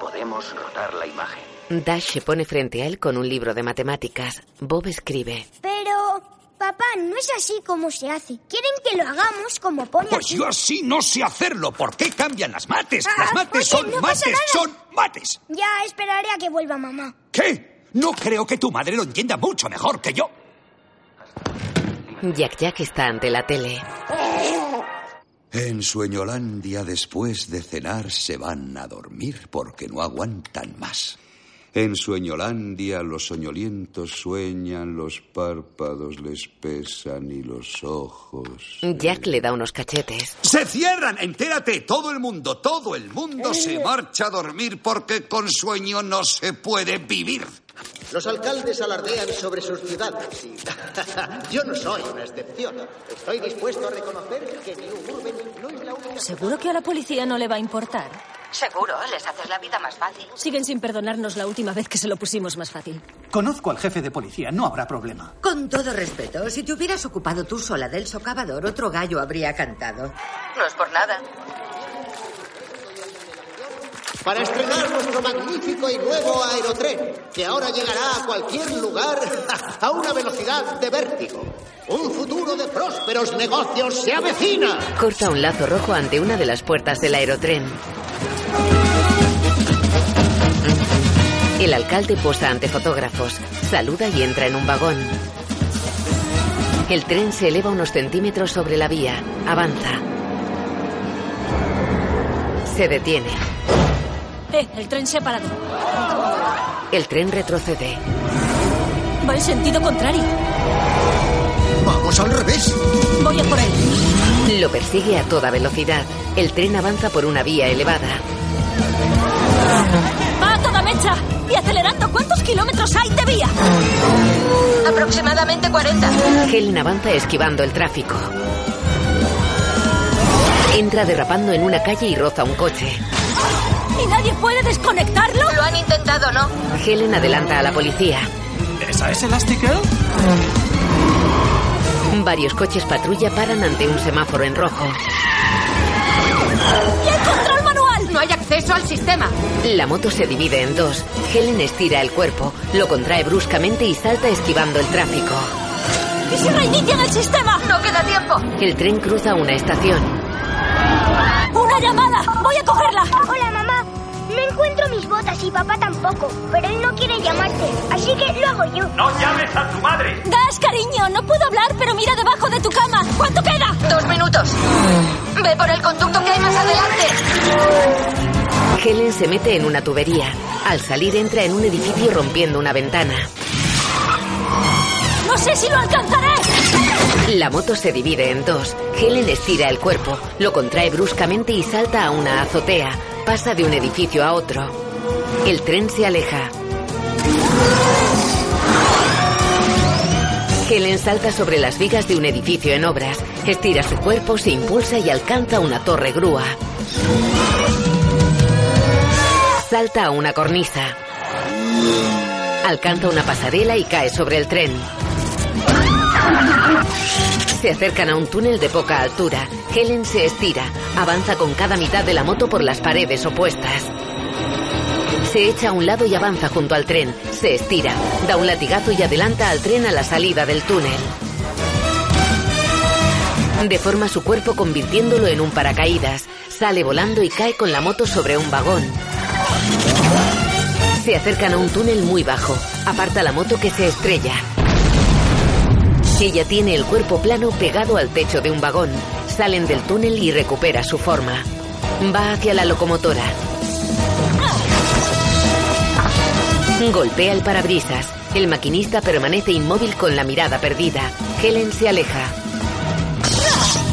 [SPEAKER 28] Podemos rotar la imagen.
[SPEAKER 1] Dash se pone frente a él con un libro de matemáticas. Bob escribe.
[SPEAKER 27] Pero, papá, no es así como se hace. Quieren que lo hagamos como pone
[SPEAKER 15] Pues
[SPEAKER 27] aquí.
[SPEAKER 15] yo así no sé hacerlo. ¿Por qué cambian las mates?
[SPEAKER 27] Ah,
[SPEAKER 15] Las mates
[SPEAKER 27] oye,
[SPEAKER 15] son
[SPEAKER 27] no pasa
[SPEAKER 15] mates,
[SPEAKER 27] nada.
[SPEAKER 15] son mates.
[SPEAKER 27] Ya esperaré a que vuelva mamá.
[SPEAKER 15] ¿Qué? No creo que tu madre lo entienda mucho mejor que yo.
[SPEAKER 1] Jack Jack está ante la tele.
[SPEAKER 3] En Sueñolandia, después de cenar, se van a dormir porque no aguantan más. En Sueñolandia, los soñolientos sueñan, los párpados les pesan y los ojos.
[SPEAKER 1] Jack le da unos cachetes.
[SPEAKER 15] Se cierran, entérate, todo el mundo, todo el mundo se marcha a dormir porque con sueño no se puede vivir.
[SPEAKER 30] Los alcaldes alardean sobre sus ciudades y yo no soy una excepción. Estoy dispuesto a reconocer que New Urban no es la única...
[SPEAKER 11] Seguro que a la policía no le va a importar.
[SPEAKER 31] Seguro, les haces la vida más fácil.
[SPEAKER 11] Siguen sin perdonarnos la última vez que se lo pusimos más fácil.
[SPEAKER 12] Conozco al jefe de policía, no habrá problema.
[SPEAKER 32] Con todo respeto, si te hubieras ocupado tú sola del socavador, otro gallo habría cantado.
[SPEAKER 31] No es por nada.
[SPEAKER 30] Para estrenar nuestro magnífico y nuevo aerotren, que ahora llegará a cualquier lugar a una velocidad de vértigo. Un futuro de prósperos negocios se avecina.
[SPEAKER 1] Corta un lazo rojo ante una de las puertas del aerotren. El alcalde posa ante fotógrafos, saluda y entra en un vagón. El tren se eleva unos centímetros sobre la vía, avanza. Se detiene.
[SPEAKER 11] Eh, el tren se ha parado.
[SPEAKER 1] El tren retrocede.
[SPEAKER 11] Va en sentido contrario.
[SPEAKER 23] Vamos al revés.
[SPEAKER 11] Voy a por él.
[SPEAKER 1] Lo persigue a toda velocidad. El tren avanza por una vía elevada.
[SPEAKER 11] Va a toda mecha. Y acelerando, ¿cuántos kilómetros hay de vía?
[SPEAKER 31] Aproximadamente 40.
[SPEAKER 1] Helen avanza esquivando el tráfico. Entra derrapando en una calle y roza un coche.
[SPEAKER 11] ¿Y nadie puede desconectarlo?
[SPEAKER 31] Lo han intentado, ¿no?
[SPEAKER 1] Helen adelanta a la policía.
[SPEAKER 2] ¿Esa es Elastigirl?
[SPEAKER 1] Varios coches patrulla paran ante un semáforo en rojo.
[SPEAKER 11] ¡Y el control manual!
[SPEAKER 31] No hay acceso al sistema.
[SPEAKER 1] La moto se divide en dos. Helen estira el cuerpo, lo contrae bruscamente y salta esquivando el tráfico.
[SPEAKER 11] ¡Y se reinician el sistema!
[SPEAKER 31] ¡No queda tiempo!
[SPEAKER 1] El tren cruza una estación.
[SPEAKER 11] ¡Una llamada! ¡Voy a cogerla!
[SPEAKER 27] Hola, mamá. No encuentro mis botas y papá tampoco, pero él no quiere llamarte, así que lo hago yo.
[SPEAKER 4] ¡No llames a tu madre!
[SPEAKER 11] Gas, cariño, no puedo hablar, pero mira debajo de tu cama. ¿Cuánto queda?
[SPEAKER 31] Dos minutos. Ve por el conducto que hay más adelante.
[SPEAKER 1] Helen se mete en una tubería. Al salir entra en un edificio rompiendo una ventana.
[SPEAKER 11] ¡No sé si lo alcanzaré!
[SPEAKER 1] La moto se divide en dos. Helen estira el cuerpo, lo contrae bruscamente y salta a una azotea. Pasa de un edificio a otro. El tren se aleja. Helen salta sobre las vigas de un edificio en obras. Estira su cuerpo, se impulsa y alcanza una torre grúa salta a una cornisa. Alcanza una pasarela y cae sobre el tren. Se acercan a un túnel de poca altura. Helen se estira, avanza con cada mitad de la moto por las paredes opuestas. Se echa a un lado y avanza junto al tren. Se estira, da un latigazo y adelanta al tren a la salida del túnel. Deforma su cuerpo convirtiéndolo en un paracaídas. Sale volando y cae con la moto sobre un vagón. Se acercan a un túnel muy bajo. Aparta la moto que se estrella. Ella tiene el cuerpo plano pegado al techo de un vagón. Salen del túnel y recupera su forma. Va hacia la locomotora. Golpea el parabrisas. El maquinista permanece inmóvil con la mirada perdida. Helen se aleja.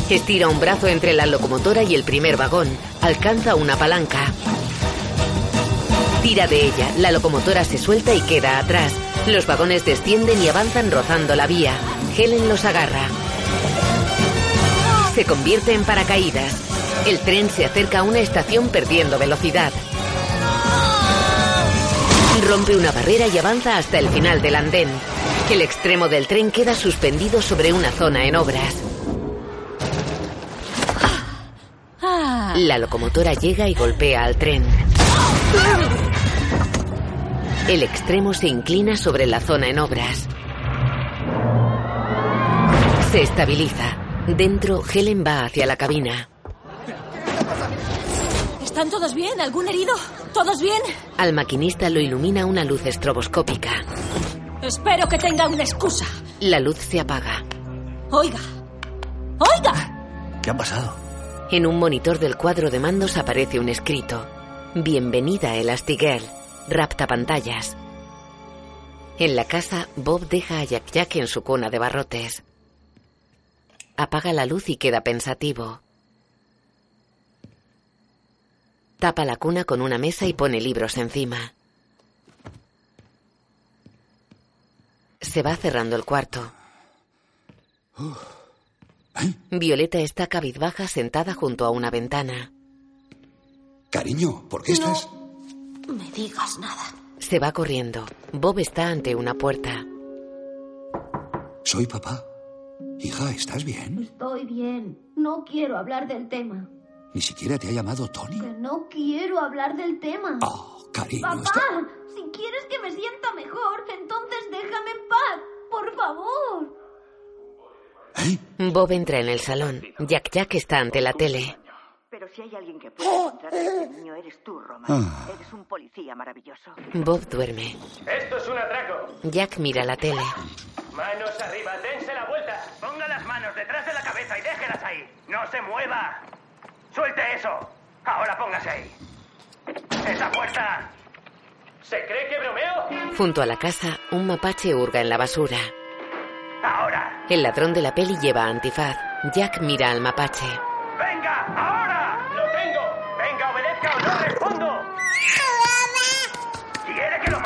[SPEAKER 1] Estira un brazo entre la locomotora y el primer vagón. Alcanza una palanca tira de ella. La locomotora se suelta y queda atrás. Los vagones descienden y avanzan rozando la vía. Helen los agarra. Se convierte en paracaídas. El tren se acerca a una estación perdiendo velocidad. Rompe una barrera y avanza hasta el final del andén. El extremo del tren queda suspendido sobre una zona en obras.
[SPEAKER 9] Ah.
[SPEAKER 1] La locomotora llega y golpea al tren. El extremo se inclina sobre la zona en obras. Se estabiliza. Dentro, Helen va hacia la cabina.
[SPEAKER 11] ¿Están todos bien? ¿Algún herido? ¿Todos bien?
[SPEAKER 1] Al maquinista lo ilumina una luz estroboscópica.
[SPEAKER 11] Espero que tenga una excusa.
[SPEAKER 1] La luz se apaga.
[SPEAKER 11] Oiga. Oiga.
[SPEAKER 2] ¿Qué ha pasado?
[SPEAKER 1] En un monitor del cuadro de mandos aparece un escrito. Bienvenida Elastigirl. Rapta pantallas. En la casa, Bob deja a Jack Jack en su cuna de barrotes. Apaga la luz y queda pensativo. Tapa la cuna con una mesa y pone libros encima. Se va cerrando el cuarto. Violeta está cabizbaja sentada junto a una ventana.
[SPEAKER 15] Cariño, ¿por qué estás?
[SPEAKER 11] No me digas nada.
[SPEAKER 1] Se va corriendo. Bob está ante una puerta.
[SPEAKER 15] Soy papá. Hija, ¿estás bien?
[SPEAKER 5] Estoy bien. No quiero hablar del tema.
[SPEAKER 15] Ni siquiera te ha llamado Tony.
[SPEAKER 5] Que no quiero hablar del tema.
[SPEAKER 15] Oh, cariño.
[SPEAKER 5] Papá,
[SPEAKER 15] está-
[SPEAKER 5] si quieres que me sienta mejor, entonces déjame en paz. Por favor.
[SPEAKER 15] ¿Eh?
[SPEAKER 1] Bob entra en el salón. Jack Jack está ante la tele.
[SPEAKER 31] Pero si hay alguien que puede
[SPEAKER 4] ¡Oh!
[SPEAKER 31] encontrar a este niño, eres tú, Roman.
[SPEAKER 1] Ah.
[SPEAKER 31] Eres un policía maravilloso.
[SPEAKER 1] Bob duerme.
[SPEAKER 31] Esto es un atraco.
[SPEAKER 1] Jack mira la tele.
[SPEAKER 28] Manos arriba, dense la vuelta. Ponga las manos detrás de la cabeza y déjelas ahí. No se mueva. Suelte eso. Ahora póngase ahí. esa puerta! ¿Se cree que bromeo?
[SPEAKER 1] Junto a la casa, un mapache hurga en la basura.
[SPEAKER 28] ¡Ahora!
[SPEAKER 1] El ladrón de la peli lleva antifaz. Jack mira al mapache.
[SPEAKER 28] ¡Venga, ahora! ¡Lo tengo! ¡Venga, obedezca o no respondo! ¿Quiere que lo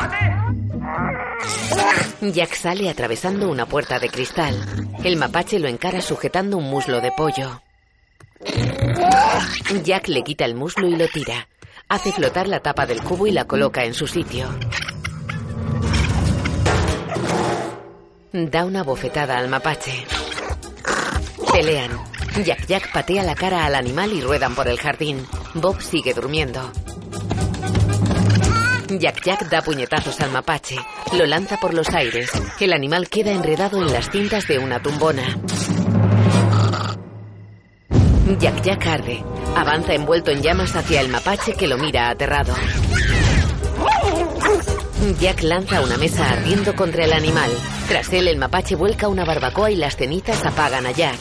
[SPEAKER 28] mate?
[SPEAKER 1] Jack sale atravesando una puerta de cristal. El mapache lo encara sujetando un muslo de pollo. Jack le quita el muslo y lo tira. Hace flotar la tapa del cubo y la coloca en su sitio. Da una bofetada al mapache. Pelean. Jack Jack patea la cara al animal y ruedan por el jardín. Bob sigue durmiendo. Jack Jack da puñetazos al mapache. Lo lanza por los aires. El animal queda enredado en las cintas de una tumbona. Jack Jack arde. Avanza envuelto en llamas hacia el mapache que lo mira aterrado. Jack lanza una mesa ardiendo contra el animal. Tras él, el mapache vuelca una barbacoa y las cenizas apagan a Jack.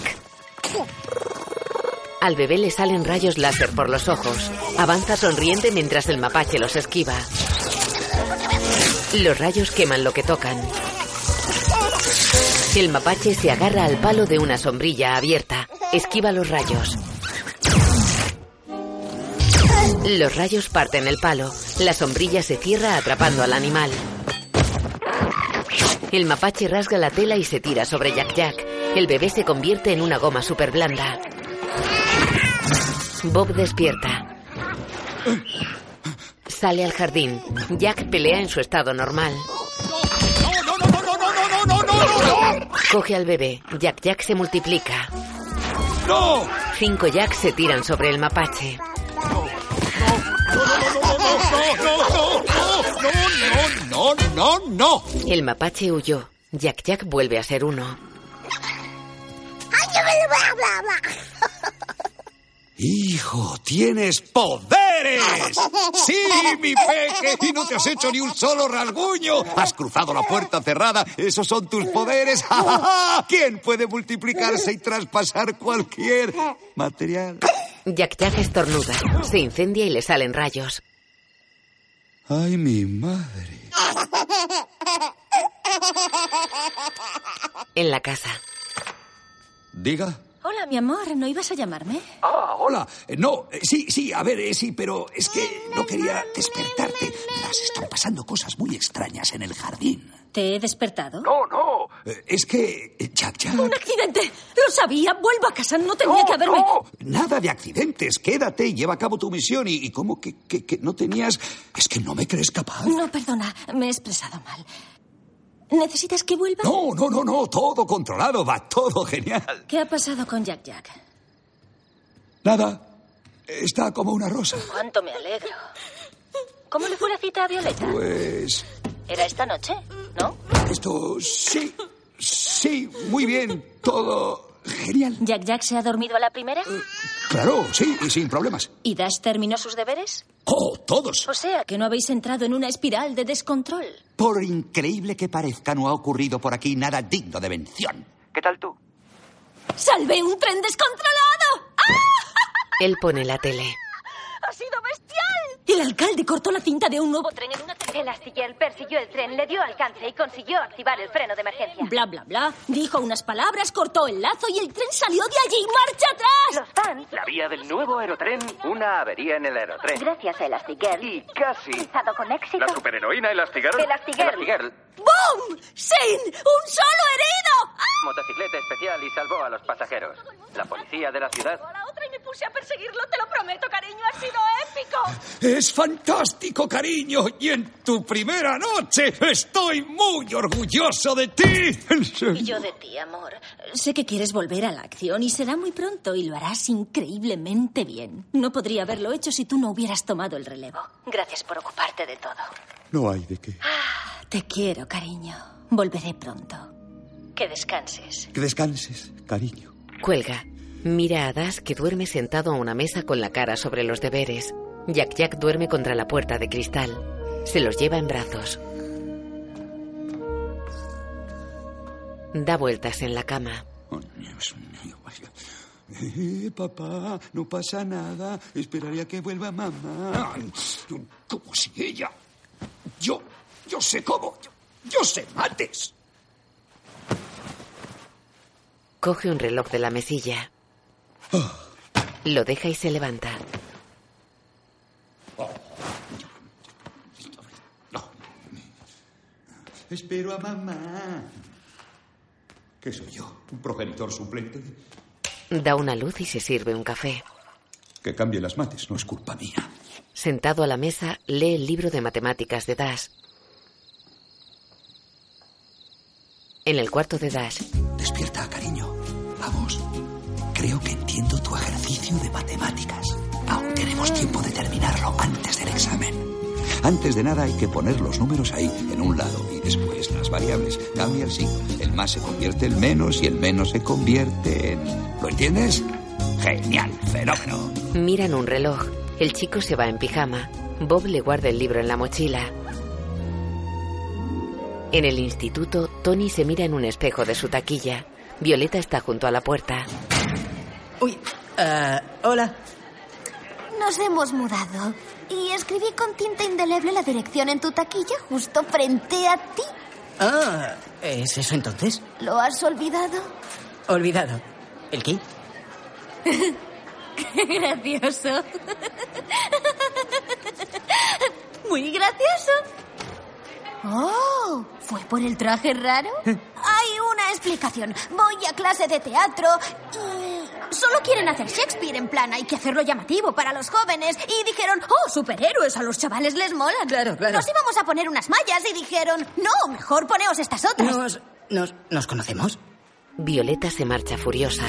[SPEAKER 1] Al bebé le salen rayos láser por los ojos. Avanza sonriente mientras el mapache los esquiva. Los rayos queman lo que tocan. El mapache se agarra al palo de una sombrilla abierta. Esquiva los rayos. Los rayos parten el palo. La sombrilla se cierra atrapando al animal. El mapache rasga la tela y se tira sobre Jack Jack. El bebé se convierte en una goma super blanda. Bob despierta. Sale al jardín. Jack pelea en su estado normal. Coge al bebé. Jack Jack se multiplica.
[SPEAKER 8] ¡No!
[SPEAKER 1] Cinco Jack se tiran sobre el mapache.
[SPEAKER 8] ¡No, no, no!
[SPEAKER 1] El mapache huyó. Jack Jack vuelve a ser uno.
[SPEAKER 15] ¡Hijo, tienes poderes! ¡Sí, mi peque! ¡Y no te has hecho ni un solo rasguño! ¡Has cruzado la puerta cerrada! ¡Esos son tus poderes! ¡Ja, ja, ja! quién puede multiplicarse y traspasar cualquier material?
[SPEAKER 1] Jack Jack estornuda, se incendia y le salen rayos.
[SPEAKER 15] ¡Ay, mi madre!
[SPEAKER 1] En la casa.
[SPEAKER 15] Diga.
[SPEAKER 11] Hola, mi amor, ¿no ibas a llamarme?
[SPEAKER 15] Ah, hola. No, eh, sí, sí, a ver, sí, pero es que no quería despertarte. Las están pasando cosas muy extrañas en el jardín.
[SPEAKER 11] ¿Te he despertado?
[SPEAKER 15] No, no. Es que. Jack, Jack.
[SPEAKER 11] ¡Un accidente! ¡Lo sabía! ¡Vuelvo a casa! ¡No tenía
[SPEAKER 15] no,
[SPEAKER 11] que haberme.
[SPEAKER 15] No, nada de accidentes. Quédate y lleva a cabo tu misión. ¿Y, y cómo que, que, que no tenías.? Es que no me crees capaz.
[SPEAKER 11] No, perdona, me he expresado mal. ¿Necesitas que vuelva?
[SPEAKER 15] No, no, no, no. Todo controlado. Va todo genial.
[SPEAKER 11] ¿Qué ha pasado con Jack Jack?
[SPEAKER 15] Nada. Está como una rosa.
[SPEAKER 11] Cuánto me alegro. ¿Cómo le fue la cita a Violeta?
[SPEAKER 15] Pues.
[SPEAKER 11] Era esta noche, ¿no?
[SPEAKER 15] Esto sí. Sí, muy bien. Todo genial.
[SPEAKER 11] ¿Jack Jack se ha dormido a la primera? Eh,
[SPEAKER 15] claro, sí, y sin problemas.
[SPEAKER 11] ¿Y Das terminó sus deberes?
[SPEAKER 15] Oh, todos.
[SPEAKER 11] O sea, que no habéis entrado en una espiral de descontrol.
[SPEAKER 15] Por increíble que parezca, no ha ocurrido por aquí nada digno de mención.
[SPEAKER 4] ¿Qué tal tú?
[SPEAKER 11] ¡Salvé un tren descontrolado! ¡Ah!
[SPEAKER 1] Él pone la tele.
[SPEAKER 32] ¡Ha sido bestial!
[SPEAKER 11] El alcalde cortó la cinta de un nuevo tren en una...
[SPEAKER 7] El astillero persiguió el tren, le dio alcance y consiguió activar el freno de emergencia.
[SPEAKER 11] Bla, bla, bla. Dijo unas palabras, cortó el lazo y el tren salió de allí. ¡Marcha
[SPEAKER 7] Los
[SPEAKER 11] atrás!
[SPEAKER 7] fans...
[SPEAKER 28] La vía del nuevo aerotren, una avería en el aerotren.
[SPEAKER 7] Gracias a Elastigirl.
[SPEAKER 28] Y casi...
[SPEAKER 7] Realizado con éxito.
[SPEAKER 28] La superheroína Elastigirl.
[SPEAKER 7] Elastigirl.
[SPEAKER 28] Elastigirl.
[SPEAKER 11] ¡Bum! ¡Sin un solo herido! ¡Ah!
[SPEAKER 28] Motocicleta especial y salvó a los pasajeros. La policía de la ciudad...
[SPEAKER 32] A la otra y me puse a perseguirlo, te lo prometo, cariño. Ha sido épico.
[SPEAKER 8] Es fantástico, cariño. Y en tu primera noche. Estoy muy orgulloso de ti.
[SPEAKER 11] Y yo de ti, amor. Sé que quieres volver a la acción y será muy pronto y lo harás increíblemente bien. No podría haberlo hecho si tú no hubieras tomado el relevo. Gracias por ocuparte de todo.
[SPEAKER 15] No hay de qué.
[SPEAKER 11] Ah, te quiero, cariño. Volveré pronto. Que descanses.
[SPEAKER 15] Que descanses, cariño.
[SPEAKER 1] Cuelga. Mira a Das que duerme sentado a una mesa con la cara sobre los deberes. Jack Jack duerme contra la puerta de cristal. Se los lleva en brazos. Da vueltas en la cama.
[SPEAKER 15] Oh, Dios mío, vaya.
[SPEAKER 3] Eh, papá, no pasa nada. Esperaré a que vuelva mamá.
[SPEAKER 8] Como si ella. Yo. Yo sé cómo. Yo, yo sé mates.
[SPEAKER 1] Coge un reloj de la mesilla. Lo deja y se levanta.
[SPEAKER 3] Espero a mamá.
[SPEAKER 8] ¿Qué soy yo? ¿Un progenitor suplente?
[SPEAKER 1] Da una luz y se sirve un café.
[SPEAKER 8] Que cambie las mates, no es culpa mía.
[SPEAKER 1] Sentado a la mesa, lee el libro de matemáticas de Dash. En el cuarto de Dash.
[SPEAKER 3] Despierta, cariño. Vamos. Creo que entiendo tu ejercicio de matemáticas. Aún tenemos tiempo de terminarlo antes del examen. Antes de nada hay que poner los números ahí, en un lado, y después las variables. Cambia el signo. El más se convierte en menos y el menos se convierte en... ¿Lo entiendes? Genial, fenómeno.
[SPEAKER 1] Miran un reloj. El chico se va en pijama. Bob le guarda el libro en la mochila. En el instituto, Tony se mira en un espejo de su taquilla. Violeta está junto a la puerta.
[SPEAKER 4] Uy, uh, hola.
[SPEAKER 5] Nos hemos mudado y escribí con tinta indeleble la dirección en tu taquilla justo frente a ti.
[SPEAKER 4] Ah, ¿es eso entonces?
[SPEAKER 5] ¿Lo has olvidado?
[SPEAKER 4] Olvidado. ¿El qué?
[SPEAKER 11] qué gracioso. Muy gracioso.
[SPEAKER 5] Oh, ¿fue por el traje raro?
[SPEAKER 4] ¿Eh?
[SPEAKER 5] Hay una explicación. Voy a clase de teatro y solo quieren hacer Shakespeare en plan, hay que hacerlo llamativo para los jóvenes. Y dijeron, oh, superhéroes, a los chavales les molan.
[SPEAKER 4] Claro, claro.
[SPEAKER 5] Nos íbamos a poner unas mallas y dijeron, no, mejor poneos estas otras.
[SPEAKER 4] Nos, nos, nos conocemos.
[SPEAKER 1] Violeta se marcha furiosa.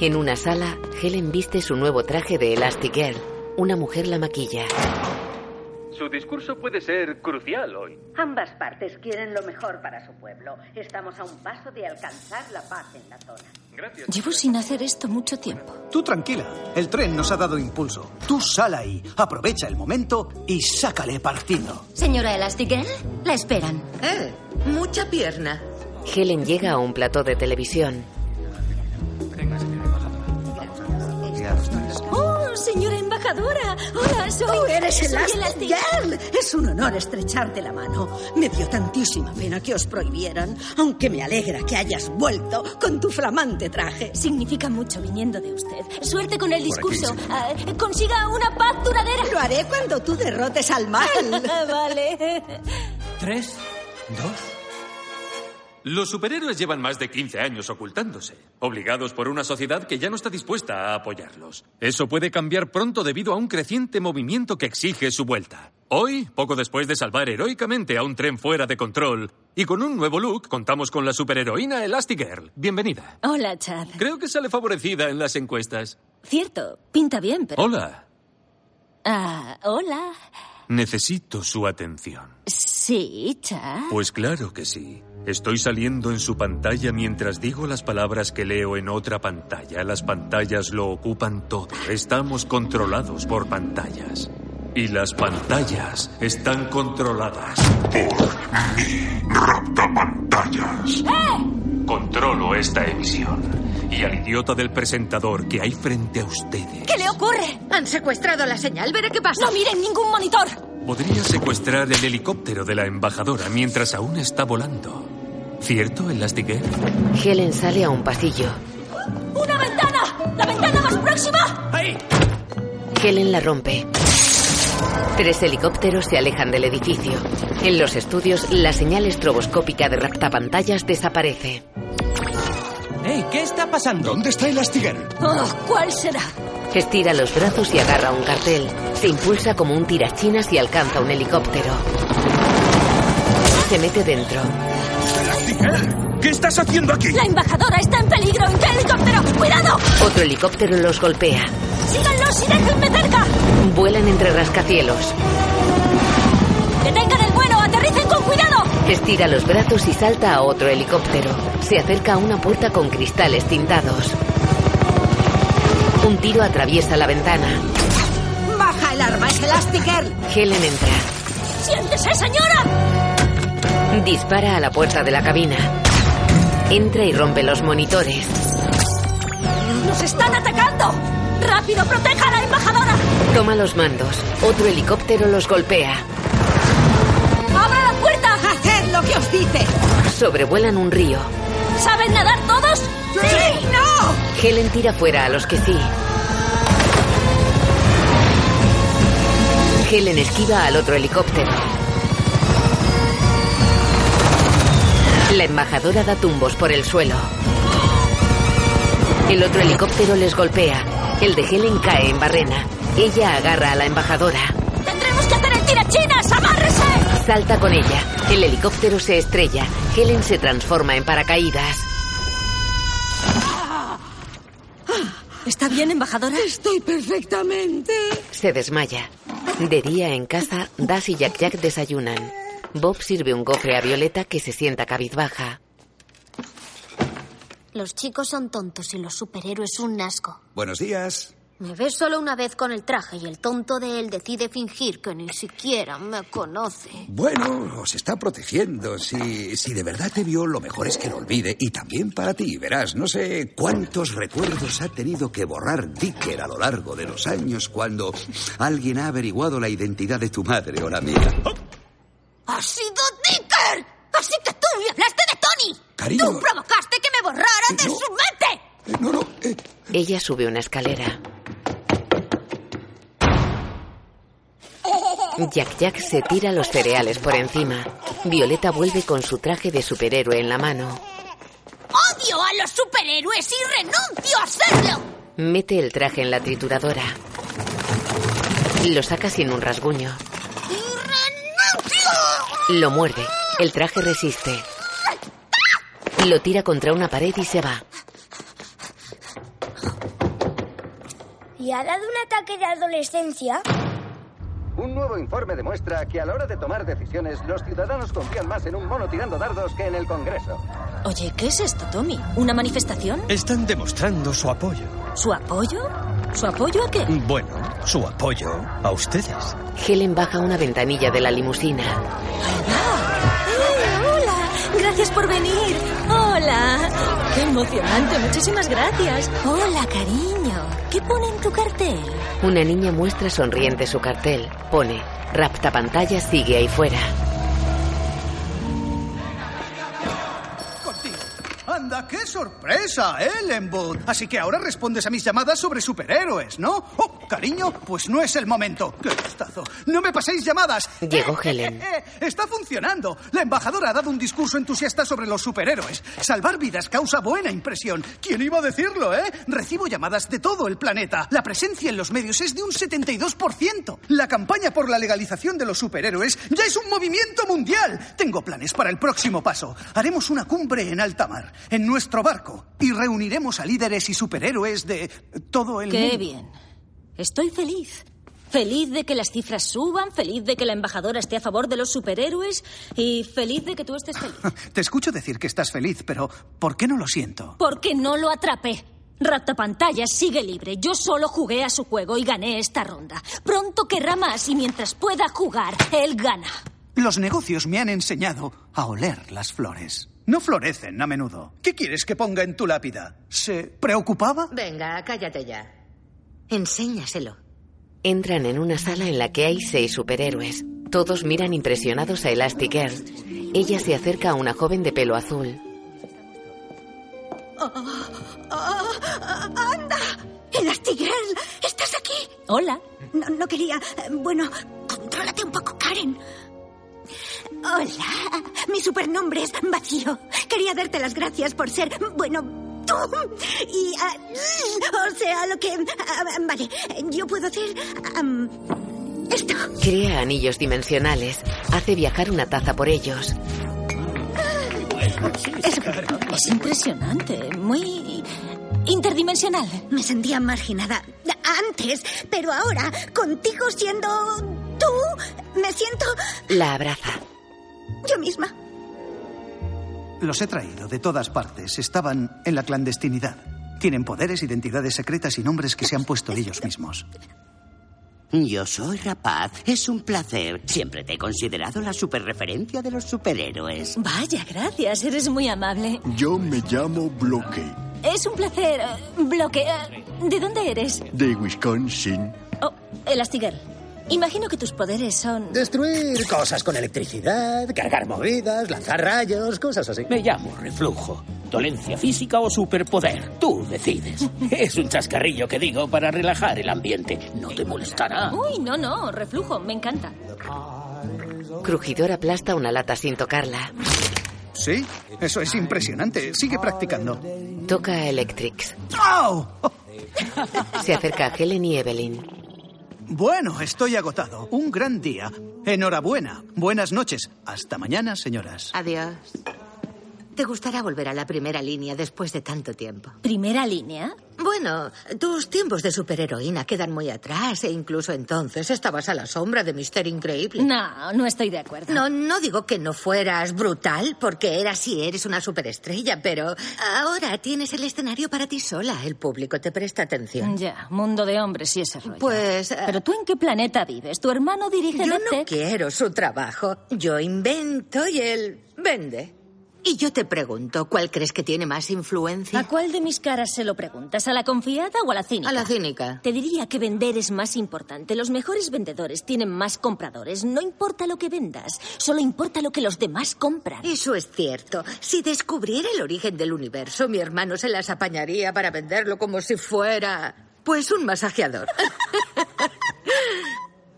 [SPEAKER 1] En una sala, Helen viste su nuevo traje de Elastigirl. Una mujer la maquilla.
[SPEAKER 6] Su discurso puede ser crucial hoy.
[SPEAKER 33] Ambas partes quieren lo mejor para su pueblo. Estamos a un paso de alcanzar la paz en la zona.
[SPEAKER 11] Gracias. Llevo sin hacer esto mucho tiempo.
[SPEAKER 12] Tú tranquila. El tren nos ha dado impulso. Tú sal ahí, aprovecha el momento y sácale partido.
[SPEAKER 11] Señora Elastigirl, la esperan.
[SPEAKER 4] Eh, mucha pierna.
[SPEAKER 1] Helen llega a un plató de televisión.
[SPEAKER 11] ¡Oh, señora embajadora! ¡Hola, soy...
[SPEAKER 4] ¡Tú eres Elastigirl! Es un honor estrecharte la mano. Me dio tantísima pena que os prohibieran, aunque me alegra que hayas vuelto con tu flamante traje.
[SPEAKER 11] Significa mucho viniendo de usted. Suerte con el discurso. Aquí, ah, consiga una paz duradera. Ah,
[SPEAKER 4] Lo haré cuando tú derrotes al mal.
[SPEAKER 11] vale.
[SPEAKER 6] Tres, dos... Los superhéroes llevan más de 15 años ocultándose, obligados por una sociedad que ya no está dispuesta a apoyarlos. Eso puede cambiar pronto debido a un creciente movimiento que exige su vuelta. Hoy, poco después de salvar heroicamente a un tren fuera de control, y con un nuevo look, contamos con la superheroína Elastigirl. Bienvenida.
[SPEAKER 11] Hola, Chad.
[SPEAKER 6] Creo que sale favorecida en las encuestas.
[SPEAKER 11] Cierto, pinta bien, pero...
[SPEAKER 6] Hola.
[SPEAKER 11] Ah, hola.
[SPEAKER 6] Necesito su atención.
[SPEAKER 11] Sí, Chad.
[SPEAKER 6] Pues claro que sí. Estoy saliendo en su pantalla mientras digo las palabras que leo en otra pantalla. Las pantallas lo ocupan todo. Estamos controlados por pantallas. Y las pantallas están controladas
[SPEAKER 34] por mí, raptapantallas.
[SPEAKER 6] ¡Eh! Controlo esta emisión y al idiota del presentador que hay frente a ustedes.
[SPEAKER 11] ¿Qué le ocurre?
[SPEAKER 4] Han secuestrado la señal. Veré qué pasa.
[SPEAKER 11] No miren ningún monitor.
[SPEAKER 6] Podría secuestrar el helicóptero de la embajadora mientras aún está volando. ¿Cierto, Elastigirl?
[SPEAKER 1] Helen sale a un pasillo.
[SPEAKER 11] ¡Una ventana! ¡La ventana más próxima!
[SPEAKER 6] ¡Ahí!
[SPEAKER 1] Helen la rompe. Tres helicópteros se alejan del edificio. En los estudios, la señal estroboscópica de raptapantallas desaparece.
[SPEAKER 9] ¡Hey! ¿Qué está pasando?
[SPEAKER 15] ¿Dónde está Elastigirl?
[SPEAKER 11] Oh, ¿Cuál será?
[SPEAKER 1] Estira los brazos y agarra un cartel. Se impulsa como un tirachinas y alcanza un helicóptero. Se mete dentro.
[SPEAKER 15] ¡Elastigirl! ¿Qué estás haciendo aquí?
[SPEAKER 11] La embajadora está en peligro. ¿En qué helicóptero? ¡Cuidado!
[SPEAKER 1] Otro helicóptero los golpea.
[SPEAKER 11] ¡Síganlos y déjenme cerca!
[SPEAKER 1] Vuelan entre rascacielos.
[SPEAKER 11] ¡Detengan el vuelo! ¡Aterricen con cuidado!
[SPEAKER 1] Estira los brazos y salta a otro helicóptero. Se acerca a una puerta con cristales tintados. Un tiro atraviesa la ventana.
[SPEAKER 4] ¡Baja el arma! ¡Es Elastigirl!
[SPEAKER 1] Helen entra.
[SPEAKER 11] ¡Siéntese, señora!
[SPEAKER 1] Dispara a la puerta de la cabina. Entra y rompe los monitores.
[SPEAKER 5] ¡Nos están atacando! ¡Rápido, proteja a la embajadora!
[SPEAKER 1] Toma los mandos. Otro helicóptero los golpea.
[SPEAKER 5] ¡Abra la puerta!
[SPEAKER 4] ¡Haced lo que os dice!
[SPEAKER 1] Sobrevuelan un río.
[SPEAKER 5] ¿Saben nadar todos?
[SPEAKER 4] ¡Sí! ¡No!
[SPEAKER 1] Helen tira fuera a los que sí. Helen esquiva al otro helicóptero. La embajadora da tumbos por el suelo. El otro helicóptero les golpea. El de Helen cae en barrena. Ella agarra a la embajadora.
[SPEAKER 5] ¡Tendremos que hacer el tirachinas! ¡Amárrese!
[SPEAKER 1] Salta con ella. El helicóptero se estrella. Helen se transforma en paracaídas.
[SPEAKER 11] ¿Está bien, embajadora?
[SPEAKER 4] Estoy perfectamente.
[SPEAKER 1] Se desmaya. De día en casa, Das y Jack Jack desayunan. Bob sirve un gofre a Violeta que se sienta cabizbaja.
[SPEAKER 5] Los chicos son tontos y los superhéroes un asco.
[SPEAKER 15] Buenos días.
[SPEAKER 5] Me ves solo una vez con el traje y el tonto de él decide fingir que ni siquiera me conoce.
[SPEAKER 15] Bueno, os está protegiendo. Si, si de verdad te vio, lo mejor es que lo olvide. Y también para ti, verás, no sé cuántos recuerdos ha tenido que borrar Dicker a lo largo de los años cuando alguien ha averiguado la identidad de tu madre o la mía.
[SPEAKER 5] ¡Ha sido Dicker! Así que tú le hablaste de Tony.
[SPEAKER 15] Cariño.
[SPEAKER 5] Tú provocaste que me borrara de
[SPEAKER 15] No.
[SPEAKER 5] su mente.
[SPEAKER 15] Eh, No, no. eh,
[SPEAKER 1] Ella sube una escalera. Jack Jack se tira los cereales por encima. Violeta vuelve con su traje de superhéroe en la mano.
[SPEAKER 5] Odio a los superhéroes y renuncio a serlo.
[SPEAKER 1] Mete el traje en la trituradora. Lo saca sin un rasguño. Lo muerde. El traje resiste. Lo tira contra una pared y se va.
[SPEAKER 27] ¿Y ha dado un ataque de adolescencia?
[SPEAKER 29] Un nuevo informe demuestra que a la hora de tomar decisiones, los ciudadanos confían más en un mono tirando dardos que en el Congreso.
[SPEAKER 11] Oye, ¿qué es esto, Tommy? ¿Una manifestación?
[SPEAKER 2] Están demostrando su apoyo.
[SPEAKER 11] ¿Su apoyo? ¿Su apoyo a qué?
[SPEAKER 2] Bueno, su apoyo a ustedes.
[SPEAKER 1] Helen baja una ventanilla de la limusina.
[SPEAKER 11] ¡Eh, hola! Gracias por venir. Hola. Qué emocionante. Muchísimas gracias. Hola, cariño. ¿Qué pone en tu cartel?
[SPEAKER 1] Una niña muestra sonriente su cartel. Pone, Rapta pantalla sigue ahí fuera.
[SPEAKER 12] ¡Anda, qué sorpresa, Ellenwood! Así que ahora respondes a mis llamadas sobre superhéroes, ¿no? ¡Oh, cariño! Pues no es el momento. ¡Qué gustazo! ¡No me paséis llamadas!
[SPEAKER 1] Llegó Helen.
[SPEAKER 12] Eh, ¡Está funcionando! La embajadora ha dado un discurso entusiasta sobre los superhéroes. Salvar vidas causa buena impresión. ¿Quién iba a decirlo, eh? Recibo llamadas de todo el planeta. La presencia en los medios es de un 72%. La campaña por la legalización de los superhéroes ya es un movimiento mundial. Tengo planes para el próximo paso. Haremos una cumbre en alta mar, en nuestro barco, y reuniremos a líderes y superhéroes de eh, todo el mundo.
[SPEAKER 11] Qué bien. Estoy feliz. Feliz de que las cifras suban, feliz de que la embajadora esté a favor de los superhéroes y feliz de que tú estés feliz.
[SPEAKER 12] Te escucho decir que estás feliz, pero ¿por qué no lo siento?
[SPEAKER 11] Porque no lo atrapé. Raptapantallas sigue libre. Yo solo jugué a su juego y gané esta ronda. Pronto querrá más y mientras pueda jugar, él gana.
[SPEAKER 12] Los negocios me han enseñado a oler las flores. No florecen a menudo. ¿Qué quieres que ponga en tu lápida? ¿Se preocupaba?
[SPEAKER 35] Venga, cállate ya. Enséñaselo.
[SPEAKER 1] Entran en una sala en la que hay seis superhéroes. Todos miran impresionados a Elastic Girl. Ella se acerca a una joven de pelo azul.
[SPEAKER 4] ¡Ah! ¡Anda! ¡Elastigirl! ¿Estás aquí?
[SPEAKER 11] Hola.
[SPEAKER 4] No, no quería. eh, Bueno, contrólate un poco, Karen. Hola. Mi supernombre es Vacío. Quería darte las gracias por ser, bueno, tú. Y. ah, mm, o sea, lo que. ah, vale, yo puedo hacer. am, esto.
[SPEAKER 1] Crea anillos dimensionales. Hace viajar una taza por ellos.
[SPEAKER 11] Es, es impresionante, muy interdimensional.
[SPEAKER 4] Me sentía marginada antes, pero ahora, contigo siendo tú, me siento
[SPEAKER 1] La abraza.
[SPEAKER 4] yo misma.
[SPEAKER 12] Los he traído de todas partes. Estaban en la clandestinidad. Tienen poderes, identidades secretas y nombres que se han puesto ellos mismos.
[SPEAKER 36] Yo soy Rapaz. Es un placer. Siempre te he considerado la superreferencia de los superhéroes.
[SPEAKER 11] Vaya, gracias, eres muy amable.
[SPEAKER 13] Yo me llamo Bloque.
[SPEAKER 11] Es un placer. eh, Bloquear. ¿De dónde eres?
[SPEAKER 37] De Wisconsin.
[SPEAKER 11] Oh, Elastigirl. Imagino que tus poderes son...
[SPEAKER 38] Destruir cosas con electricidad, cargar movidas, lanzar rayos, cosas así.
[SPEAKER 13] Me llamo reflujo. Dolencia física o superpoder. Tú decides. Es un chascarrillo que digo para relajar el ambiente. No te
[SPEAKER 23] Ah.
[SPEAKER 13] molestará.
[SPEAKER 11] Uy, no, no, reflujo, me encanta.
[SPEAKER 1] Crujidor aplasta una lata sin tocarla.
[SPEAKER 12] Sí, eso es impresionante. Sigue practicando.
[SPEAKER 1] Toca a Electrix.
[SPEAKER 12] ¡Au!
[SPEAKER 1] Se acerca a Helen y Evelyn.
[SPEAKER 12] Bueno, estoy agotado. Un gran día. Enhorabuena. Buenas noches. Hasta mañana, señoras.
[SPEAKER 23] Adiós. Te gustará volver a la primera línea después de tanto tiempo.
[SPEAKER 11] ¿Primera línea?
[SPEAKER 23] Bueno, tus tiempos de superheroína quedan muy atrás e incluso entonces estabas a la sombra de Mister Increíble.
[SPEAKER 11] No, no estoy de acuerdo.
[SPEAKER 23] No, no digo que no fueras brutal, porque eras sí, eres una superestrella, pero ahora tienes el escenario para ti sola. El público te presta atención.
[SPEAKER 11] Ya, mundo de hombres y ese rollo.
[SPEAKER 23] Pues... ah,
[SPEAKER 11] ¿Pero tú en qué planeta vives? ¿Tu hermano dirige
[SPEAKER 23] yo
[SPEAKER 11] DT?
[SPEAKER 23] no quiero su trabajo. Yo invento y él vende. Y yo te pregunto, ¿cuál crees que tiene más influencia?
[SPEAKER 11] ¿A cuál de mis caras se lo preguntas? ¿A la confiada o a la cínica?
[SPEAKER 23] A la cínica.
[SPEAKER 11] Te diría que vender es más importante. Los mejores vendedores tienen más compradores. No importa lo que vendas, solo importa lo que los demás compran.
[SPEAKER 23] Eso es cierto. Si descubriera el origen del universo, mi hermano se las apañaría para venderlo como si fuera, pues, un masajeador.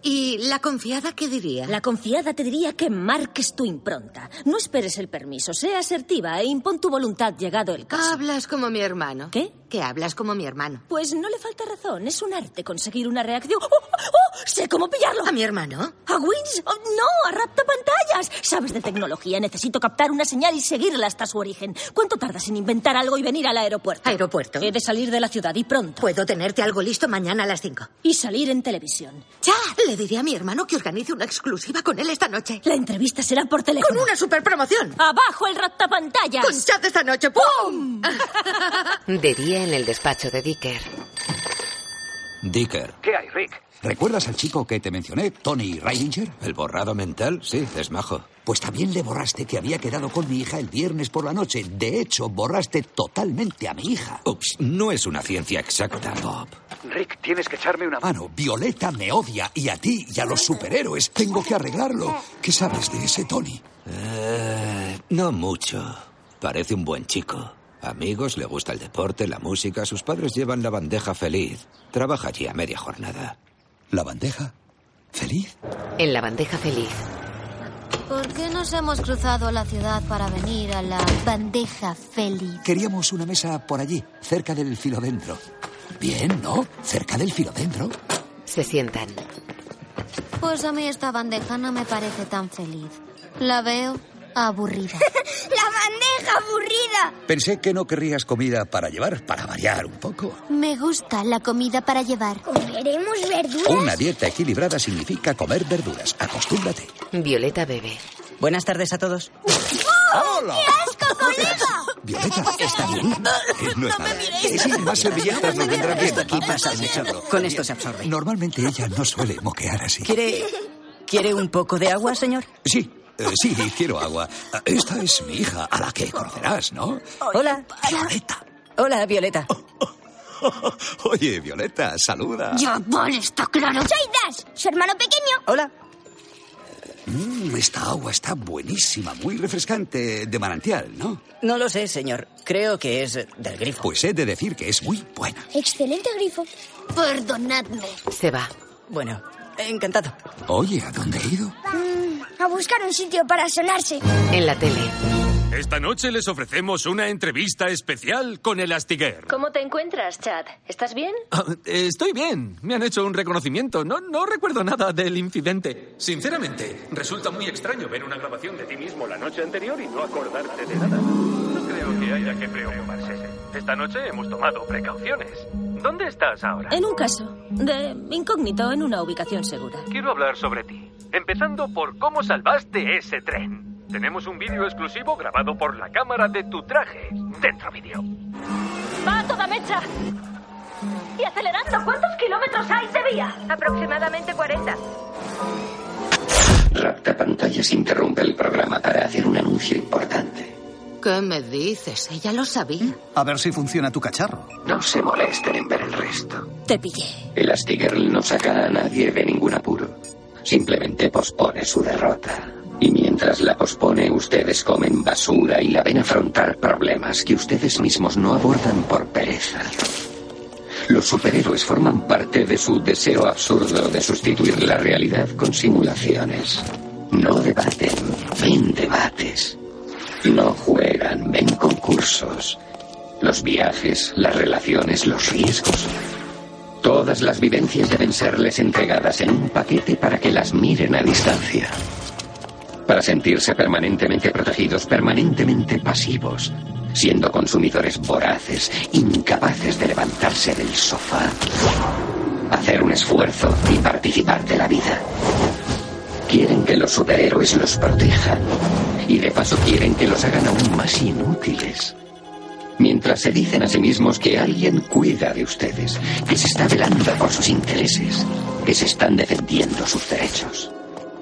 [SPEAKER 23] ¿Y la confiada qué diría?
[SPEAKER 11] La confiada te diría que marques tu impronta. No esperes el permiso, sea asertiva e impon tu voluntad llegado el caso.
[SPEAKER 23] Hablas como mi hermano.
[SPEAKER 11] ¿Qué?
[SPEAKER 23] Que hablas como mi hermano.
[SPEAKER 11] Pues no le falta razón, es un arte conseguir una reacción. ¡Oh, oh! ¡Sé cómo pillarlo!
[SPEAKER 23] ¿A mi hermano?
[SPEAKER 11] ¿A Wins? Oh, ¡No! ¡A raptapantallas! Sabes de tecnología, necesito captar una señal y seguirla hasta su origen. ¿Cuánto tardas en inventar algo y venir al aeropuerto?
[SPEAKER 23] Aeropuerto.
[SPEAKER 11] He de salir de la ciudad y pronto.
[SPEAKER 23] Puedo tenerte algo listo mañana a las 5.
[SPEAKER 11] Y salir en televisión.
[SPEAKER 23] ¡Ya! Le diré a mi hermano que organice una exclusiva con él esta noche.
[SPEAKER 11] La entrevista será por teléfono.
[SPEAKER 23] Con una superpromoción.
[SPEAKER 11] ¡Abajo el raptapantallas!
[SPEAKER 23] Con chat esta noche. ¡Pum!
[SPEAKER 1] De día en el despacho de Dicker.
[SPEAKER 15] Dicker.
[SPEAKER 39] ¿Qué hay, Rick?
[SPEAKER 15] ¿Recuerdas al chico que te mencioné, Tony Reidinger?
[SPEAKER 40] ¿El borrado mental? Sí, es majo.
[SPEAKER 15] Pues también le borraste que había quedado con mi hija el viernes por la noche. De hecho, borraste totalmente a mi hija.
[SPEAKER 40] Ups, no es una ciencia exacta, Bob.
[SPEAKER 39] Rick, tienes que echarme una
[SPEAKER 15] Mano, Violeta me odia y a ti y a los superhéroes. Tengo que arreglarlo. ¿Qué sabes de ese Tony?
[SPEAKER 40] Eh, no mucho. Parece un buen chico. Amigos, le gusta el deporte, la música. Sus padres llevan la bandeja feliz. Trabaja allí a media jornada.
[SPEAKER 15] ¿La bandeja? ¿Feliz?
[SPEAKER 1] En la bandeja feliz.
[SPEAKER 5] ¿Por qué nos hemos cruzado la ciudad para venir a la bandeja feliz?
[SPEAKER 15] Queríamos una mesa por allí, cerca del filodendro. Bien, ¿no? Cerca del filodendro.
[SPEAKER 1] Se sientan.
[SPEAKER 5] Pues a mí esta bandeja no me parece tan feliz. La veo aburrida.
[SPEAKER 27] ¡La bandeja aburrida!
[SPEAKER 15] Pensé que no querrías comida para llevar, para variar un poco.
[SPEAKER 5] Me gusta la comida para llevar.
[SPEAKER 27] ¿Comeremos verduras?
[SPEAKER 15] Una dieta equilibrada significa comer verduras. Acostúmbrate.
[SPEAKER 1] Violeta bebe.
[SPEAKER 4] Buenas tardes a todos.
[SPEAKER 15] ¡Hola!
[SPEAKER 27] ¡Asco, colega!
[SPEAKER 15] Violeta, está bien.
[SPEAKER 40] No es nada.
[SPEAKER 15] Sí, más servilletas no vendrán bien.
[SPEAKER 4] Aquí pasa mucho. Con esto se absorbe.
[SPEAKER 15] Eh, Normalmente ella no suele moquear así.
[SPEAKER 4] ¿Quiere, ¿Quiere un poco de agua, señor?
[SPEAKER 15] Sí, eh, sí, quiero agua. Esta es mi hija, a la que conocerás, ¿no?
[SPEAKER 4] Hola.
[SPEAKER 15] Violeta.
[SPEAKER 4] Hola, Violeta.
[SPEAKER 40] Oye, Violeta, saluda.
[SPEAKER 27] Yo, Bon, está claro. Soy Dash, su hermano pequeño.
[SPEAKER 4] Hola.
[SPEAKER 15] Mm, esta agua está buenísima, muy refrescante, de manantial, ¿no?
[SPEAKER 4] No lo sé, señor. Creo que es eh, del grifo.
[SPEAKER 15] Pues he de decir que es muy buena.
[SPEAKER 27] Excelente grifo.
[SPEAKER 5] Perdonadme.
[SPEAKER 1] Se va.
[SPEAKER 4] Bueno, encantado.
[SPEAKER 15] Oye, ¿a dónde he ido?
[SPEAKER 27] A buscar un sitio para sonarse.
[SPEAKER 1] En la tele.
[SPEAKER 6] Esta noche les ofrecemos una entrevista especial con Elastigirl.
[SPEAKER 41] ¿Cómo te encuentras, Chad? ¿Estás bien?
[SPEAKER 6] Ah, eh, Estoy bien. Me han hecho un reconocimiento. No, no recuerdo nada del incidente. Sinceramente, resulta muy extraño ver una grabación de ti mismo la noche anterior y no acordarte de nada. No creo que haya que preocuparse. Esta noche hemos tomado precauciones. ¿Dónde estás ahora?
[SPEAKER 11] En un caso, de incógnito en una ubicación segura.
[SPEAKER 6] Quiero hablar sobre ti, empezando por cómo salvaste ese tren. Tenemos un vídeo exclusivo grabado por la cámara de tu traje. Dentro vídeo.
[SPEAKER 42] ¡Va a toda mecha! Y acelerando, ¿cuántos kilómetros hay de vía?
[SPEAKER 41] Aproximadamente 40.
[SPEAKER 8] Rapta Pantallas interrumpe el programa para hacer un anuncio importante.
[SPEAKER 35] ¿Qué me dices? Ella lo sabía.
[SPEAKER 12] A ver si funciona tu cacharro.
[SPEAKER 8] No se molesten en ver el resto.
[SPEAKER 11] Te pillé.
[SPEAKER 8] Elastigirl no saca a nadie de ningún apuro. Simplemente pospone su derrota. Y mientras la pospone, ustedes comen basura y la ven afrontar problemas que ustedes mismos no abordan por pereza. Los superhéroes forman parte de su deseo absurdo de sustituir la realidad con simulaciones. No debaten, ven debates. No juegan, ven concursos. Los viajes, las relaciones, los riesgos. Todas las vivencias deben serles entregadas en un paquete para que las miren a distancia. Para sentirse permanentemente protegidos, permanentemente pasivos, siendo consumidores voraces, incapaces de levantarse del sofá, hacer un esfuerzo y participar de la vida. Quieren que los superhéroes los protejan y de paso quieren que los hagan aún más inútiles. Mientras se dicen a sí mismos que alguien cuida de ustedes, que se está velando por sus intereses, que se están defendiendo sus derechos,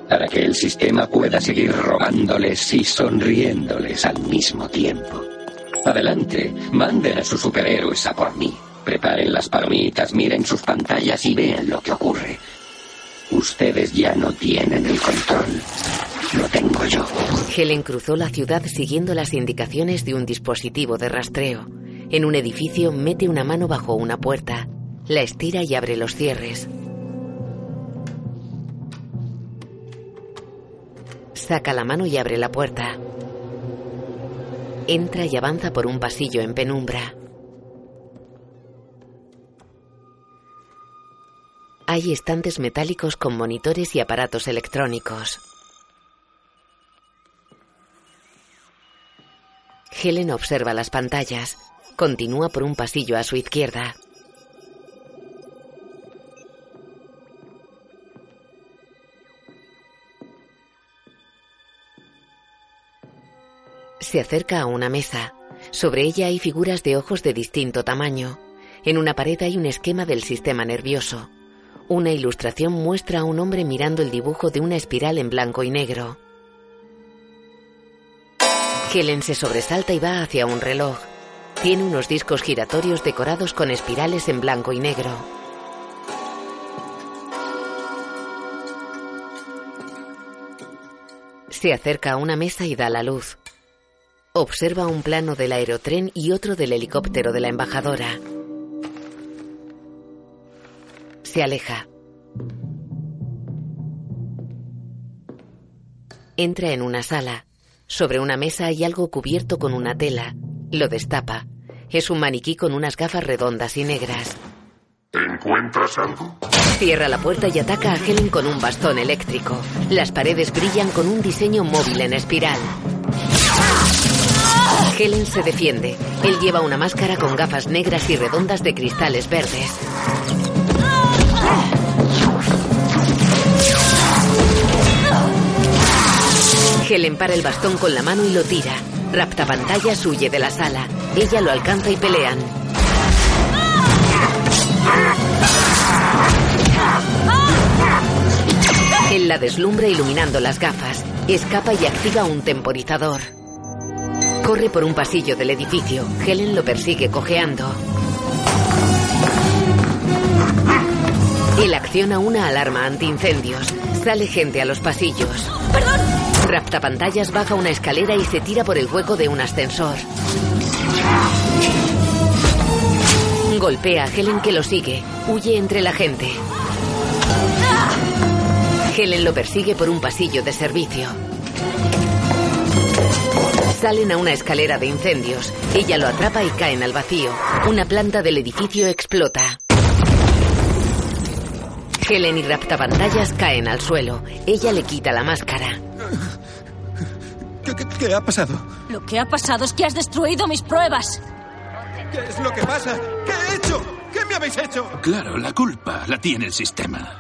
[SPEAKER 8] para que el sistema pueda seguir robándoles y sonriéndoles al mismo tiempo. Adelante, manden a sus superhéroes a por mí. Preparen las palomitas, miren sus pantallas y vean lo que ocurre. Ustedes ya no tienen el control. Lo tengo yo.
[SPEAKER 1] Helen cruzó la ciudad siguiendo las indicaciones de un dispositivo de rastreo. En un edificio mete una mano bajo una puerta, la estira y abre los cierres. Saca la mano y abre la puerta. Entra y avanza por un pasillo en penumbra. Hay estantes metálicos con monitores y aparatos electrónicos. Helen observa las pantallas. Continúa por un pasillo a su izquierda. Se acerca a una mesa. Sobre ella hay figuras de ojos de distinto tamaño. En una pared hay un esquema del sistema nervioso. Una ilustración muestra a un hombre mirando el dibujo de una espiral en blanco y negro. Helen se sobresalta y va hacia un reloj. Tiene unos discos giratorios decorados con espirales en blanco y negro. Se acerca a una mesa y da la luz. Observa un plano del aerotren y otro del helicóptero de la embajadora. Se aleja. Entra en una sala. Sobre una mesa hay algo cubierto con una tela. Lo destapa. Es un maniquí con unas gafas redondas y negras.
[SPEAKER 33] ¿Encuentras algo?
[SPEAKER 1] Cierra la puerta y ataca a Helen con un bastón eléctrico. Las paredes brillan con un diseño móvil en espiral. Helen se defiende. Él lleva una máscara con gafas negras y redondas de cristales verdes. Helen para el bastón con la mano y lo tira. Rapta pantallas, huye de la sala. Ella lo alcanza y pelean. Él la deslumbra iluminando las gafas. Escapa y activa un temporizador. Corre por un pasillo del edificio. Helen lo persigue cojeando. Él acciona una alarma antiincendios. Sale gente a los pasillos.
[SPEAKER 11] ¡Perdón!
[SPEAKER 1] Rapta pantallas, baja una escalera y se tira por el hueco de un ascensor. Golpea a Helen que lo sigue. Huye entre la gente. Helen lo persigue por un pasillo de servicio. Salen a una escalera de incendios. Ella lo atrapa y caen al vacío. Una planta del edificio explota. Helen y raptapantallas caen al suelo. Ella le quita la máscara.
[SPEAKER 2] ¿Qué, qué, qué ha pasado?
[SPEAKER 11] Lo que ha pasado es que has destruido mis pruebas.
[SPEAKER 2] ¿Qué es lo que pasa? ¿Qué he hecho? ¿Qué me habéis hecho?
[SPEAKER 34] Claro, la culpa la tiene el sistema.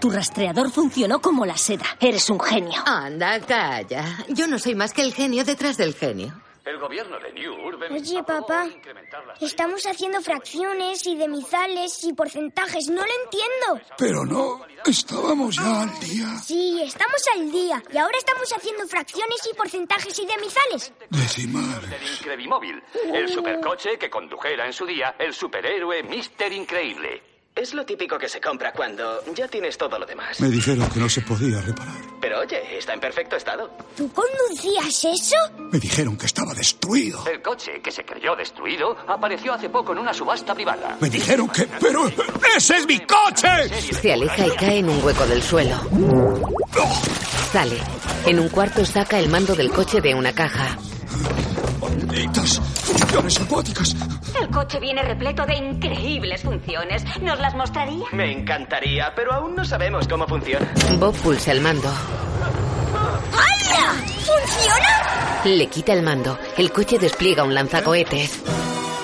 [SPEAKER 11] Tu rastreador funcionó como la seda. Eres un genio.
[SPEAKER 35] Anda, calla. Yo no soy más que el genio detrás del genio.
[SPEAKER 6] El gobierno de New Urban
[SPEAKER 27] Oye,
[SPEAKER 6] aprobó
[SPEAKER 27] papá,
[SPEAKER 6] incrementar las
[SPEAKER 27] estamos haciendo fracciones y demizales y porcentajes. No lo entiendo.
[SPEAKER 15] Pero no, estábamos ya al día.
[SPEAKER 27] Sí, estamos al día. Y ahora estamos haciendo fracciones y porcentajes y demizales.
[SPEAKER 15] Decimales.
[SPEAKER 6] del Increvimóvil, el supercoche que condujera en su día el superhéroe Mister Increíble.
[SPEAKER 4] Es lo típico que se compra cuando ya tienes todo lo demás.
[SPEAKER 15] Me dijeron que no se podía reparar.
[SPEAKER 4] Pero oye, está en perfecto estado.
[SPEAKER 27] ¿Tú conducías eso?
[SPEAKER 15] Me dijeron que estaba destruido.
[SPEAKER 6] El coche que se creyó destruido apareció hace poco en una subasta privada.
[SPEAKER 15] Me dijeron que... Pero... ¡Ese es mi coche!
[SPEAKER 1] Se aleja y cae en un hueco del suelo. Sale. En un cuarto saca el mando del coche de una caja.
[SPEAKER 15] ¡Malditas funciones acuáticas!
[SPEAKER 7] El coche viene repleto de increíbles funciones. ¿Nos las mostraría?
[SPEAKER 4] Me encantaría, pero aún no sabemos cómo funciona.
[SPEAKER 1] Bob pulsa el mando.
[SPEAKER 5] ¡Hala! ¿Funciona?
[SPEAKER 1] Le quita el mando. El coche despliega un lanzacohetes.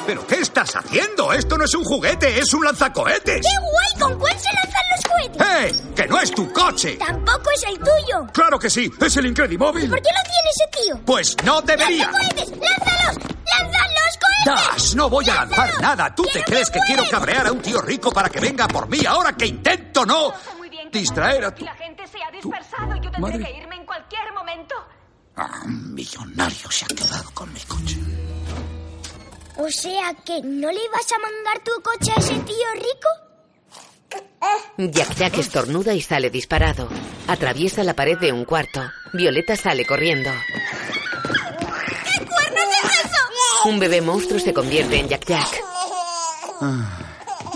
[SPEAKER 15] ¿Pero qué estás haciendo? Esto no es un juguete, es un lanzacohetes.
[SPEAKER 5] ¡Qué guay! ¿Con cuál se lanzan los cohetes?
[SPEAKER 15] ¡Eh! ¡Que no es tu coche!
[SPEAKER 5] Tampoco es el tuyo.
[SPEAKER 15] ¡Claro que sí! ¡Es el Incredimóvil!
[SPEAKER 5] ¿Por qué lo tiene ese tío?
[SPEAKER 15] Pues no debería.
[SPEAKER 5] ¡Lanza cohetes! ¡Lánzalos! ¡Lanzan los cohetes!
[SPEAKER 15] ¡Das! No voy a lanzar nada. ¿Tú te crees que quiero cabrear a un tío rico para que venga por mí ahora que intento no distraer a tu...
[SPEAKER 7] La gente se ha dispersado y yo tendré
[SPEAKER 15] madre.
[SPEAKER 7] que irme en cualquier momento.
[SPEAKER 15] Ah, millonario se ha quedado con mi coche.
[SPEAKER 27] O sea que no le ibas a mangar tu coche a ese tío rico.
[SPEAKER 1] Jack Jack estornuda y sale disparado. Atraviesa la pared de un cuarto. Violeta sale corriendo.
[SPEAKER 5] ¿Qué cuernos es eso?
[SPEAKER 1] Un bebé monstruo se convierte en Jack Jack.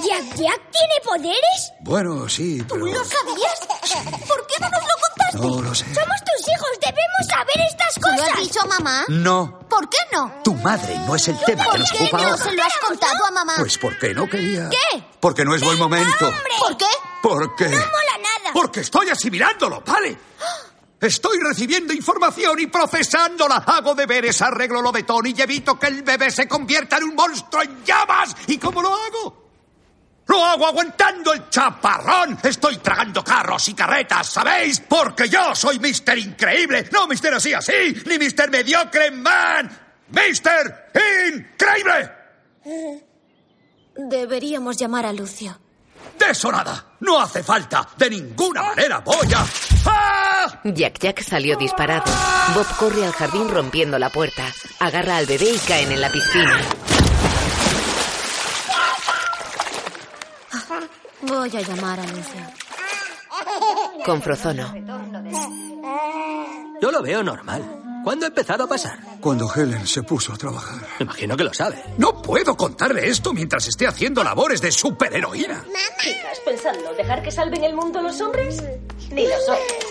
[SPEAKER 5] ¿Jack Jack tiene poderes?
[SPEAKER 15] Bueno, sí,
[SPEAKER 5] ¿Tú
[SPEAKER 15] pero...
[SPEAKER 5] lo sabías? ¿Por qué no nos lo contaste?
[SPEAKER 15] No lo sé.
[SPEAKER 5] Somos tus hijos, debemos saber estas cosas. ¿Lo has dicho a mamá?
[SPEAKER 15] No,
[SPEAKER 5] ¿Por qué no?
[SPEAKER 15] tu madre no es el tema que nos ocupa ahora.
[SPEAKER 5] lo has contado a mamá?
[SPEAKER 15] Pues porque no quería.
[SPEAKER 5] ¿Qué?
[SPEAKER 15] Porque no es buen momento.
[SPEAKER 5] ¿Por qué?
[SPEAKER 15] Porque...
[SPEAKER 5] mola nada.
[SPEAKER 15] Porque estoy asimilándolo, ¿vale? Estoy recibiendo información y procesándola. Hago deberes, arreglo lo de Tony y evito que el bebé se convierta en un monstruo en llamas. ¿Y cómo lo hago? Lo hago aguantando el chaparrón. Estoy tragando carros y carretas, ¿sabéis? Porque yo soy Mister Increíble. No Mister así así, ni Mister Mediocre Man. Mister Increíble.
[SPEAKER 11] Deberíamos llamar a Lucio.
[SPEAKER 15] De eso nada. No hace falta. De ninguna manera voy a... ¡Ah!
[SPEAKER 1] Jack Jack salió disparado. Bob corre al jardín rompiendo la puerta. Agarra al bebé y caen en la piscina.
[SPEAKER 31] Voy a llamar a Lucio.
[SPEAKER 1] Con Frozono.
[SPEAKER 13] Yo lo veo normal. ¿Cuándo ha empezado a pasar?
[SPEAKER 15] Cuando Helen se puso a trabajar.
[SPEAKER 13] Imagino que lo sabe.
[SPEAKER 15] No puedo contarle esto mientras esté haciendo labores de superheroína.
[SPEAKER 7] ¿Estás pensando dejar que salven el mundo los hombres? Ni los hombres.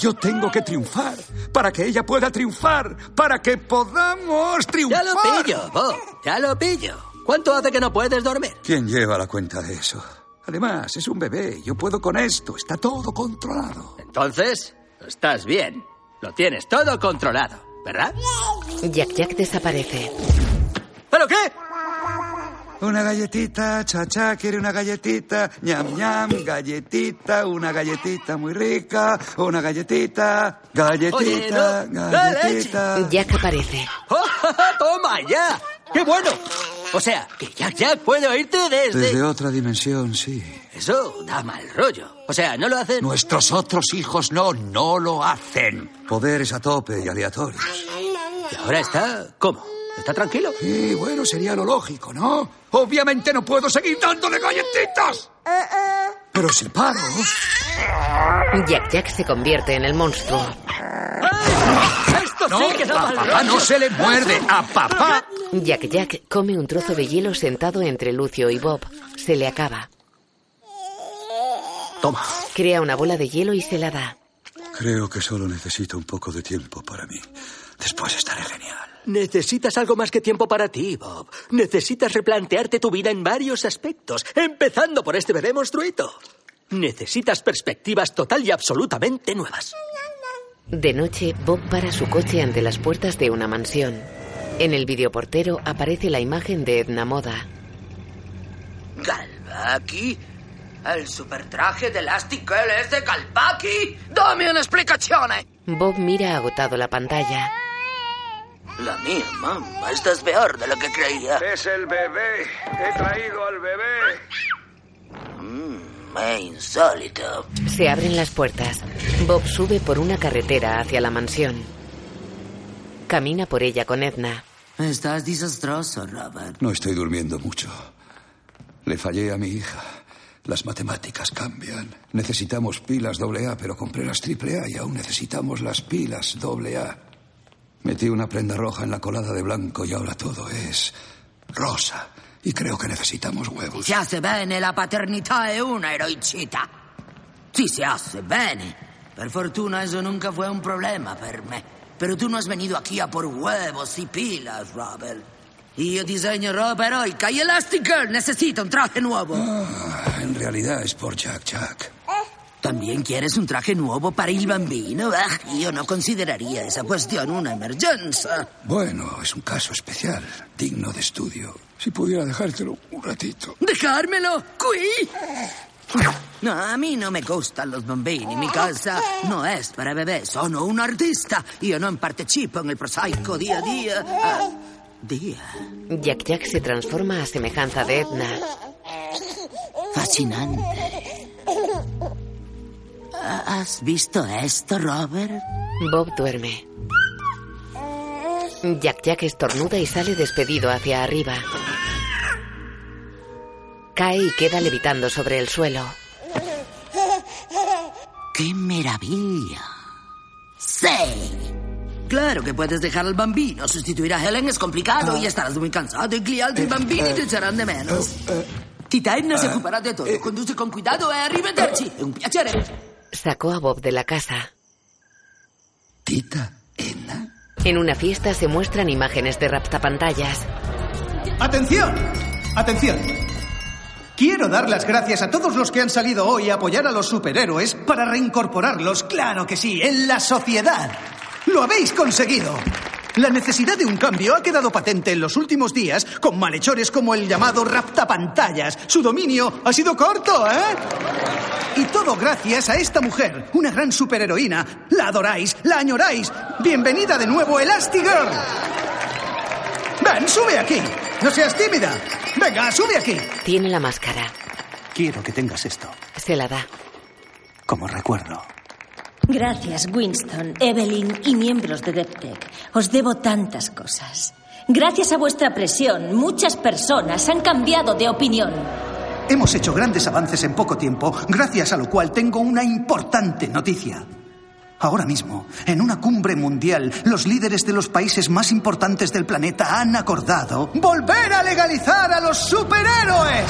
[SPEAKER 15] Yo tengo que triunfar para que ella pueda triunfar, para que podamos
[SPEAKER 13] Ya
[SPEAKER 15] triunfar.
[SPEAKER 13] lo pillo, Bob. Ya lo pillo. ¿Cuánto hace que no puedes dormir?
[SPEAKER 15] ¿Quién lleva la cuenta de eso? Además, es un bebé. Yo puedo con esto. Está todo controlado.
[SPEAKER 13] Entonces, estás bien. Lo tienes todo controlado, ¿verdad?
[SPEAKER 1] Jack Jack desaparece.
[SPEAKER 13] ¿Pero qué?
[SPEAKER 15] Una galletita, chacha, quiere una galletita. Ñam, ñam, galletita, una galletita muy rica. Una galletita,
[SPEAKER 13] Oye,
[SPEAKER 15] galletita,
[SPEAKER 13] no, da
[SPEAKER 15] galletita.
[SPEAKER 1] Jack aparece.
[SPEAKER 13] ¡Oh, ja, ja! toma ya! ¡Qué bueno! O sea, que Jack Jack puede oírte desde...
[SPEAKER 15] Desde otra dimensión, sí.
[SPEAKER 13] Eso da mal rollo. O sea, no lo hacen...
[SPEAKER 15] Nuestros otros hijos no, no lo hacen. Poderes a tope y aleatorios.
[SPEAKER 13] Y ahora está... ¿Cómo? ¿Está tranquilo?
[SPEAKER 15] Sí, bueno, sería lo lógico, ¿no? Obviamente no puedo seguir dándole galletitas. Pero si paro...
[SPEAKER 1] Jack Jack se convierte en el monstruo.
[SPEAKER 13] ¡Esto
[SPEAKER 15] No,
[SPEAKER 13] sí que da
[SPEAKER 15] a
[SPEAKER 13] mal
[SPEAKER 15] papá
[SPEAKER 13] rollo!
[SPEAKER 15] no se le muerde. A papá...
[SPEAKER 1] Jack Jack come un trozo de hielo sentado entre Lucio y Bob. Se le acaba.
[SPEAKER 13] Toma.
[SPEAKER 1] Crea una bola de hielo y se la da.
[SPEAKER 15] Creo que solo necesito un poco de tiempo para mí. Después estaré genial.
[SPEAKER 13] Necesitas algo más que tiempo para ti, Bob. Necesitas replantearte tu vida en varios aspectos, empezando por este bebé monstruito. Necesitas perspectivas total y absolutamente nuevas.
[SPEAKER 1] De noche, Bob para su coche ante las puertas de una mansión. En el videoportero aparece la imagen de Edna Moda.
[SPEAKER 29] ¿Kalpaki? ¿El supertraje de Elastic Girl es de Kalpaki? ¡Dame una explicación! eh.
[SPEAKER 1] Bob mira agotado la pantalla.
[SPEAKER 29] La mía, mamá. Estás peor de lo que creía.
[SPEAKER 43] Es el bebé. He traído al bebé.
[SPEAKER 29] Mm, Me insólito.
[SPEAKER 1] Se abren las puertas. Bob sube por una carretera hacia la mansión. Camina por ella con Edna.
[SPEAKER 29] Estás desastroso, Robert.
[SPEAKER 15] No estoy durmiendo mucho. Le fallé a mi hija. Las matemáticas cambian. Necesitamos pilas doble A, pero compré las triple A y aún necesitamos las pilas doble A. Metí una prenda roja en la colada de blanco y ahora todo es rosa. Y creo que necesitamos huevos.
[SPEAKER 29] Ya se bene, la paternità è una eroicità. Ti si hace bene. Per fortuna eso nunca fue un problema per me. Pero tú no has venido aquí a por huevos y pilas, Robert. Y yo diseño ropa heroica y Elastigirl necesita un traje nuevo.
[SPEAKER 15] En realidad es por Jack Jack.
[SPEAKER 29] ¿También quieres un traje nuevo para el bambino? Ah, yo no consideraría esa cuestión una emergencia.
[SPEAKER 15] Bueno, es un caso especial, digno de estudio. Si pudiera dejártelo un ratito.
[SPEAKER 29] ¡Dejármelo! ¡Qui! No, a mí no me gustan los bambini. Mi casa no es para bebés. Sono un artista. Yo no participo en el prosaico día a día. Ah, día.
[SPEAKER 1] Jack Jack se transforma a semejanza de Edna.
[SPEAKER 29] Fascinante. ¿Has visto esto, Robert?
[SPEAKER 1] Bob duerme. Jack Jack estornuda y sale despedido hacia arriba. Cae y queda levitando sobre el suelo.
[SPEAKER 29] ¡Qué maravilla! ¡Sí! Claro que puedes dejar al bambino. Sustituir a Helen es complicado y estarás muy cansado. Y gli altri bambini te echarán de menos. Titan se ocupará de todo. Conduce con cuidado e arrivederci. È un piacere.
[SPEAKER 1] Sacó a Bob de la casa.
[SPEAKER 15] Tita.
[SPEAKER 1] En una fiesta se muestran imágenes de raptapantallas.
[SPEAKER 12] ¡Atención! ¡Atención! Quiero dar las gracias a todos los que han salido hoy a apoyar a los superhéroes para reincorporarlos, claro que sí, en la sociedad. ¡Lo habéis conseguido! La necesidad de un cambio ha quedado patente en los últimos días con malhechores como el llamado Raptapantallas. Su dominio ha sido corto, ¿eh? Y todo gracias a esta mujer, una gran superheroína. La adoráis, la añoráis. Bienvenida de nuevo, Elastigirl. Ven, sube aquí. No seas tímida. Venga, sube aquí.
[SPEAKER 1] Tiene la máscara.
[SPEAKER 12] Quiero que tengas esto
[SPEAKER 1] Se la da.
[SPEAKER 12] como recuerdo.
[SPEAKER 11] Gracias, Winston, Evelyn y miembros de DevTech. Os debo tantas cosas. Gracias a vuestra presión, muchas personas han cambiado de opinión.
[SPEAKER 12] Hemos hecho grandes avances en poco tiempo, gracias a lo cual tengo una importante noticia. Ahora mismo, en una cumbre mundial, los líderes de los países más importantes del planeta han acordado volver a legalizar a los superhéroes.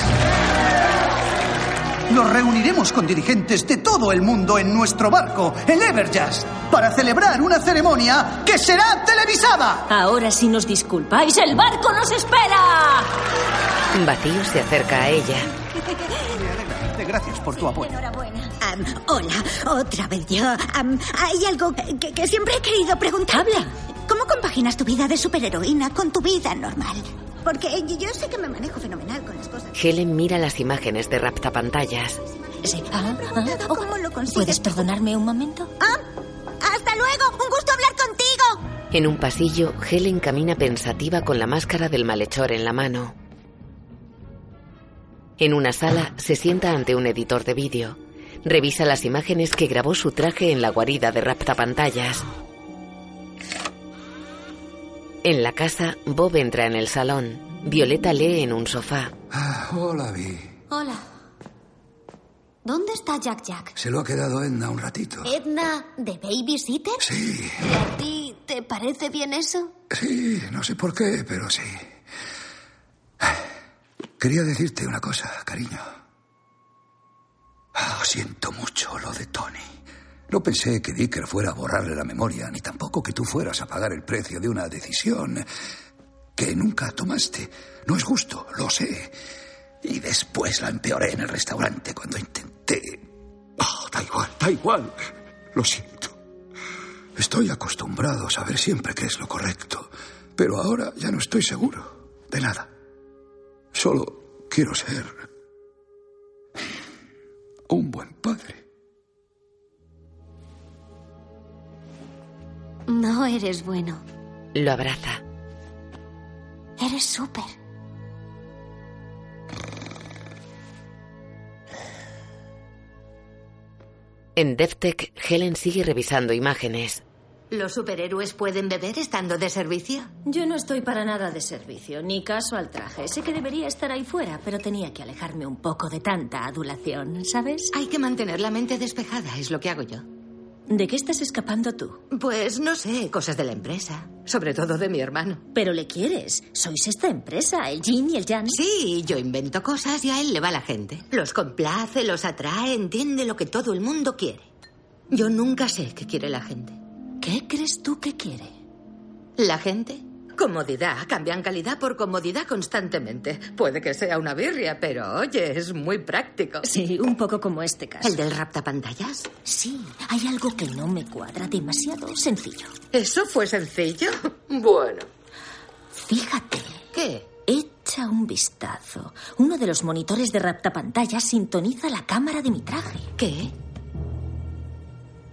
[SPEAKER 12] Nos reuniremos con dirigentes de todo el mundo en nuestro barco, el Everjust, para celebrar una ceremonia que será televisada.
[SPEAKER 11] Ahora si nos disculpáis, el barco nos espera.
[SPEAKER 1] Vacío se acerca a ella.
[SPEAKER 12] Gracias por tu apoyo.
[SPEAKER 35] Am, hola, otra vez yo. Am, hay algo que, que siempre he querido preguntar. Habla. ¿Cómo compaginas tu vida de superheroína con tu vida normal? Porque yo sé que me manejo fenomenal con las cosas.
[SPEAKER 1] Helen mira las imágenes de raptapantallas.
[SPEAKER 11] Sí. Ah, ah, oh, ¿Puedes perdonarme un momento?
[SPEAKER 44] Ah, ¡Hasta luego! ¡Un gusto hablar contigo!
[SPEAKER 1] En un pasillo, Helen camina pensativa con la máscara del malhechor en la mano. En una sala, se sienta ante un editor de vídeo. Revisa las imágenes que grabó su traje en la guarida de raptapantallas. En la casa, Bob entra en el salón. Violeta lee en un sofá.
[SPEAKER 15] Ah, Hola, Vi.
[SPEAKER 5] Hola. ¿Dónde está Jack Jack?
[SPEAKER 15] Se lo ha quedado Edna un ratito.
[SPEAKER 5] ¿Edna de Babysitter?
[SPEAKER 15] Sí,
[SPEAKER 5] ¿Y a ti te parece bien eso?
[SPEAKER 15] sí, no sé por qué, pero sí. Quería decirte una cosa, cariño. Ah, siento mucho lo de Tony. No pensé que Dicker fuera a borrarle la memoria, ni tampoco que tú fueras a pagar el precio de una decisión que nunca tomaste. No es justo, lo sé. Y después la empeoré en el restaurante cuando intenté... Ah, da igual, da igual. Lo siento. Estoy acostumbrado a saber siempre qué es lo correcto, pero ahora ya no estoy seguro de nada. Solo quiero ser un buen padre.
[SPEAKER 5] No eres bueno.
[SPEAKER 1] Lo abraza.
[SPEAKER 5] Eres súper.
[SPEAKER 1] En DevTech, Helen sigue revisando imágenes.
[SPEAKER 23] ¿Los superhéroes pueden beber estando de servicio?
[SPEAKER 11] Yo no estoy para nada de servicio, ni caso al traje. Sé que debería estar ahí fuera, pero tenía que alejarme un poco de tanta adulación, ¿sabes?
[SPEAKER 23] Hay que mantener la mente despejada, es lo que hago yo.
[SPEAKER 11] ¿De qué estás escapando tú?
[SPEAKER 23] Pues no sé, cosas de la empresa. Sobre todo de mi hermano.
[SPEAKER 11] Pero le quieres. Sois esta empresa, el Jin y el Jan.
[SPEAKER 23] Sí, yo invento cosas y a él le va la gente. Los complace, los atrae, entiende lo que todo el mundo quiere. Yo nunca sé qué quiere la gente.
[SPEAKER 11] ¿Qué crees tú que quiere?
[SPEAKER 23] La gente. Comodidad. Cambian calidad por comodidad constantemente. Puede que sea una birria, pero oye, es muy práctico.
[SPEAKER 11] Sí, un poco como este caso.
[SPEAKER 23] ¿El del raptapantallas?
[SPEAKER 11] Sí, hay algo que no me cuadra. Demasiado sencillo.
[SPEAKER 23] ¿Eso fue sencillo? Bueno.
[SPEAKER 11] Fíjate.
[SPEAKER 23] ¿Qué?
[SPEAKER 11] Echa un vistazo. Uno de los monitores de raptapantallas sintoniza la cámara de mi traje.
[SPEAKER 23] ¿Qué?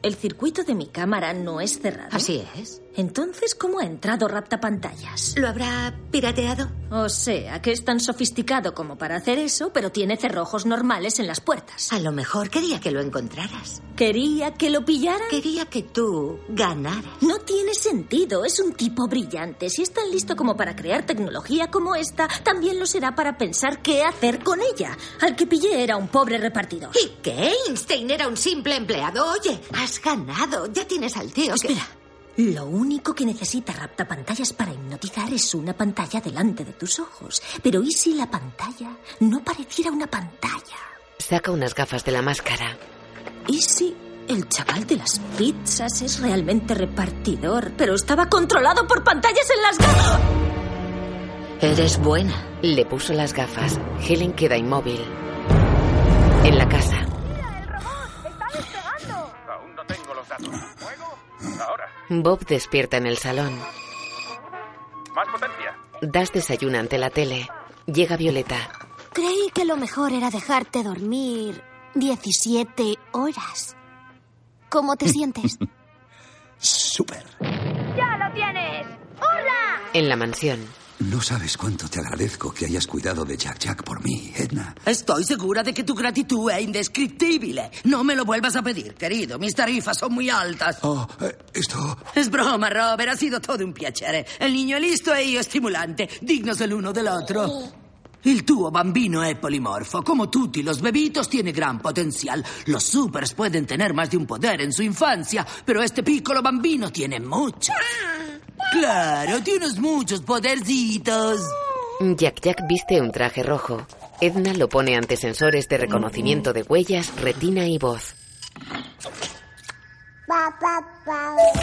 [SPEAKER 11] El circuito de mi cámara no es cerrado.
[SPEAKER 23] Así es.
[SPEAKER 11] Entonces, ¿cómo ha entrado raptapantallas?
[SPEAKER 23] ¿Lo habrá pirateado?
[SPEAKER 11] O sea, que es tan sofisticado como para hacer eso, pero tiene cerrojos normales en las puertas.
[SPEAKER 23] A lo mejor quería que lo encontraras.
[SPEAKER 11] ¿Quería que lo pillaran?
[SPEAKER 23] Quería que tú ganaras.
[SPEAKER 11] No tiene sentido. Es un tipo brillante. Si es tan listo como para crear tecnología como esta, también lo será para pensar qué hacer con ella. Al que pillé era un pobre repartidor.
[SPEAKER 23] ¿Y qué? Einstein era un simple empleado. Oye, has ganado. Ya tienes al tío.
[SPEAKER 11] Espera. Que... Lo único que necesita raptapantallas para hipnotizar es una pantalla delante de tus ojos. Pero ¿y si la pantalla no pareciera una pantalla?
[SPEAKER 1] Saca unas gafas de la máscara.
[SPEAKER 11] ¿Y si el chaval de las pizzas es realmente repartidor, pero estaba controlado por pantallas en las gafas?
[SPEAKER 23] Eres buena.
[SPEAKER 1] Le puso las gafas. Helen queda inmóvil. En la casa.
[SPEAKER 27] ¡Mira, el robot! ¡Está despegando!
[SPEAKER 28] Aún no tengo los datos. ¿Fuego? Ahora.
[SPEAKER 1] Bob despierta en el salón.
[SPEAKER 28] Más potencia.
[SPEAKER 1] Das desayuna ante la tele. Llega Violeta.
[SPEAKER 5] Creí que lo mejor era dejarte dormir 17 horas. ¿Cómo te sientes?
[SPEAKER 15] Súper.
[SPEAKER 27] ¡Ya lo tienes! ¡Hola!
[SPEAKER 1] En la mansión.
[SPEAKER 3] No sabes cuánto te agradezco que hayas cuidado de Jack Jack por mí, Edna.
[SPEAKER 29] Estoy segura de que tu gratitud es indescriptible. No me lo vuelvas a pedir, querido. Mis tarifas son muy altas.
[SPEAKER 3] Oh, eh, esto.
[SPEAKER 29] Es broma, Robert. Ha sido todo un piacere. El niño listo e io stimolante, dignos el uno del
[SPEAKER 3] Oh.
[SPEAKER 29] otro. Il tuo bambino è polimorfo. Como tutti los bebitos, tiene gran potencial. Los supers pueden tener más de un poder en su infancia, pero este piccolo bambino tiene muchos.
[SPEAKER 3] Ah.
[SPEAKER 29] Claro, tienes muchos podercitos.
[SPEAKER 1] Jack Jack viste un traje rojo. Edna lo pone ante sensores de reconocimiento de huellas, retina y voz.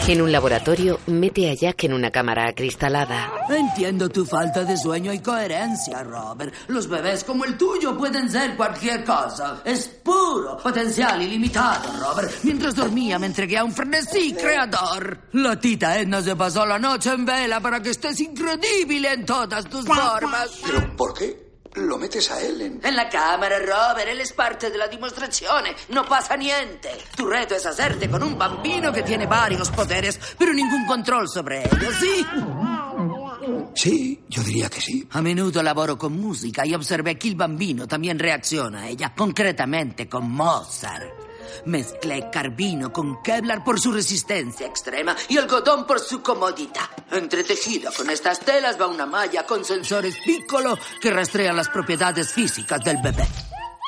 [SPEAKER 1] En un laboratorio, mete a Jack en una cámara acristalada.
[SPEAKER 29] Entiendo tu falta de sueño y coherencia, Robert. Los bebés como el tuyo pueden ser cualquier cosa. Es puro potencial ilimitado, Robert. Mientras dormía, me entregué a un frenesí creador. La tita Edna se pasó la noche en vela para que estés increíble en todas tus formas.
[SPEAKER 15] ¿Pero por qué? ¿Lo metes a él en...?
[SPEAKER 29] En la cámara, Robert. Él es parte de la demostración. No pasa niente. Tu reto es hacerte con un bambino que tiene varios poderes, pero ningún control sobre ellos, ¿sí?
[SPEAKER 15] Sí, yo diría que sí.
[SPEAKER 29] A menudo lavoro con música y observé que el bambino también reacciona a ella, concretamente con Mozart. Mezclé carbino con Kevlar por su resistencia extrema y algodón por su comodidad. Entretejida con estas telas va una malla con sensores piccolo que rastrean las propiedades físicas del bebé.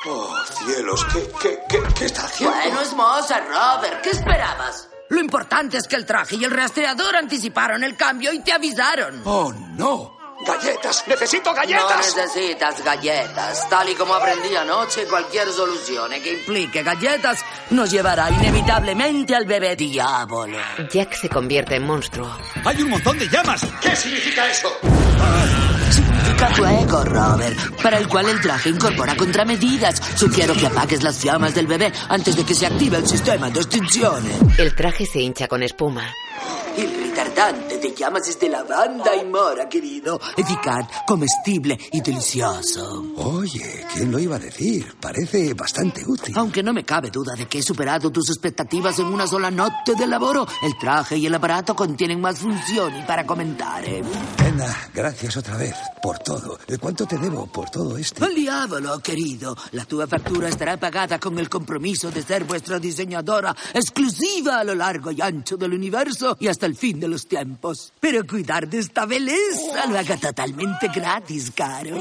[SPEAKER 15] Oh, cielos, ¿qué, qué, qué, qué está haciendo?
[SPEAKER 29] Bueno, es Mozart, Robert. ¿Qué esperabas? Lo importante es que el traje y el rastreador anticiparon el cambio y te avisaron.
[SPEAKER 15] Oh, no. ¡Galletas! ¡Necesito galletas!
[SPEAKER 29] No necesitas galletas. Tal y como aprendí anoche, cualquier solución que implique galletas nos llevará inevitablemente al bebé diablo.
[SPEAKER 1] Jack se convierte en monstruo.
[SPEAKER 15] ¡Hay un montón de llamas! ¿Qué significa eso?
[SPEAKER 29] Significa fuego, Robert, para el cual el traje incorpora contramedidas. Sugiero que apagues las llamas del bebé antes de que se active el sistema de extinción.
[SPEAKER 1] El traje se hincha con espuma.
[SPEAKER 29] El retardante te llamas desde la banda y mora, querido. Eficaz, comestible y delicioso.
[SPEAKER 3] Oye, ¿quién lo iba a decir? Parece bastante útil.
[SPEAKER 29] Aunque no me cabe duda de que he superado tus expectativas en una sola noche de laboro, el traje y el aparato contienen más funciones para comentar. ¿eh?
[SPEAKER 3] Venga, gracias otra vez por todo. Eh, ¿Cuánto te debo por todo esto?
[SPEAKER 29] Al diablo, querido. La tua factura estará pagada con el compromiso de ser vuestra diseñadora exclusiva a lo largo y ancho del universo y hasta el fin de los tiempos. Pero cuidar de esta belleza lo haga totalmente gratis, caro.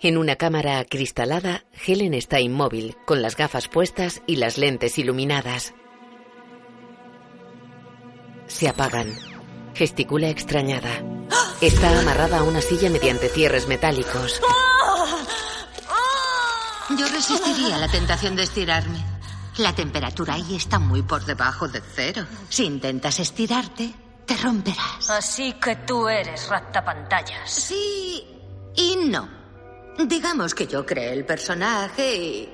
[SPEAKER 1] En una cámara acristalada, Helen está inmóvil, con las gafas puestas y las lentes iluminadas. Se apagan. Gesticula extrañada. Está amarrada a una silla mediante cierres metálicos.
[SPEAKER 23] Yo resistiría la tentación de estirarme. La temperatura ahí está muy por debajo de cero. Si intentas estirarte, te romperás.
[SPEAKER 7] Así que tú eres raptapantallas.
[SPEAKER 23] Sí y no. Digamos que yo creé el personaje y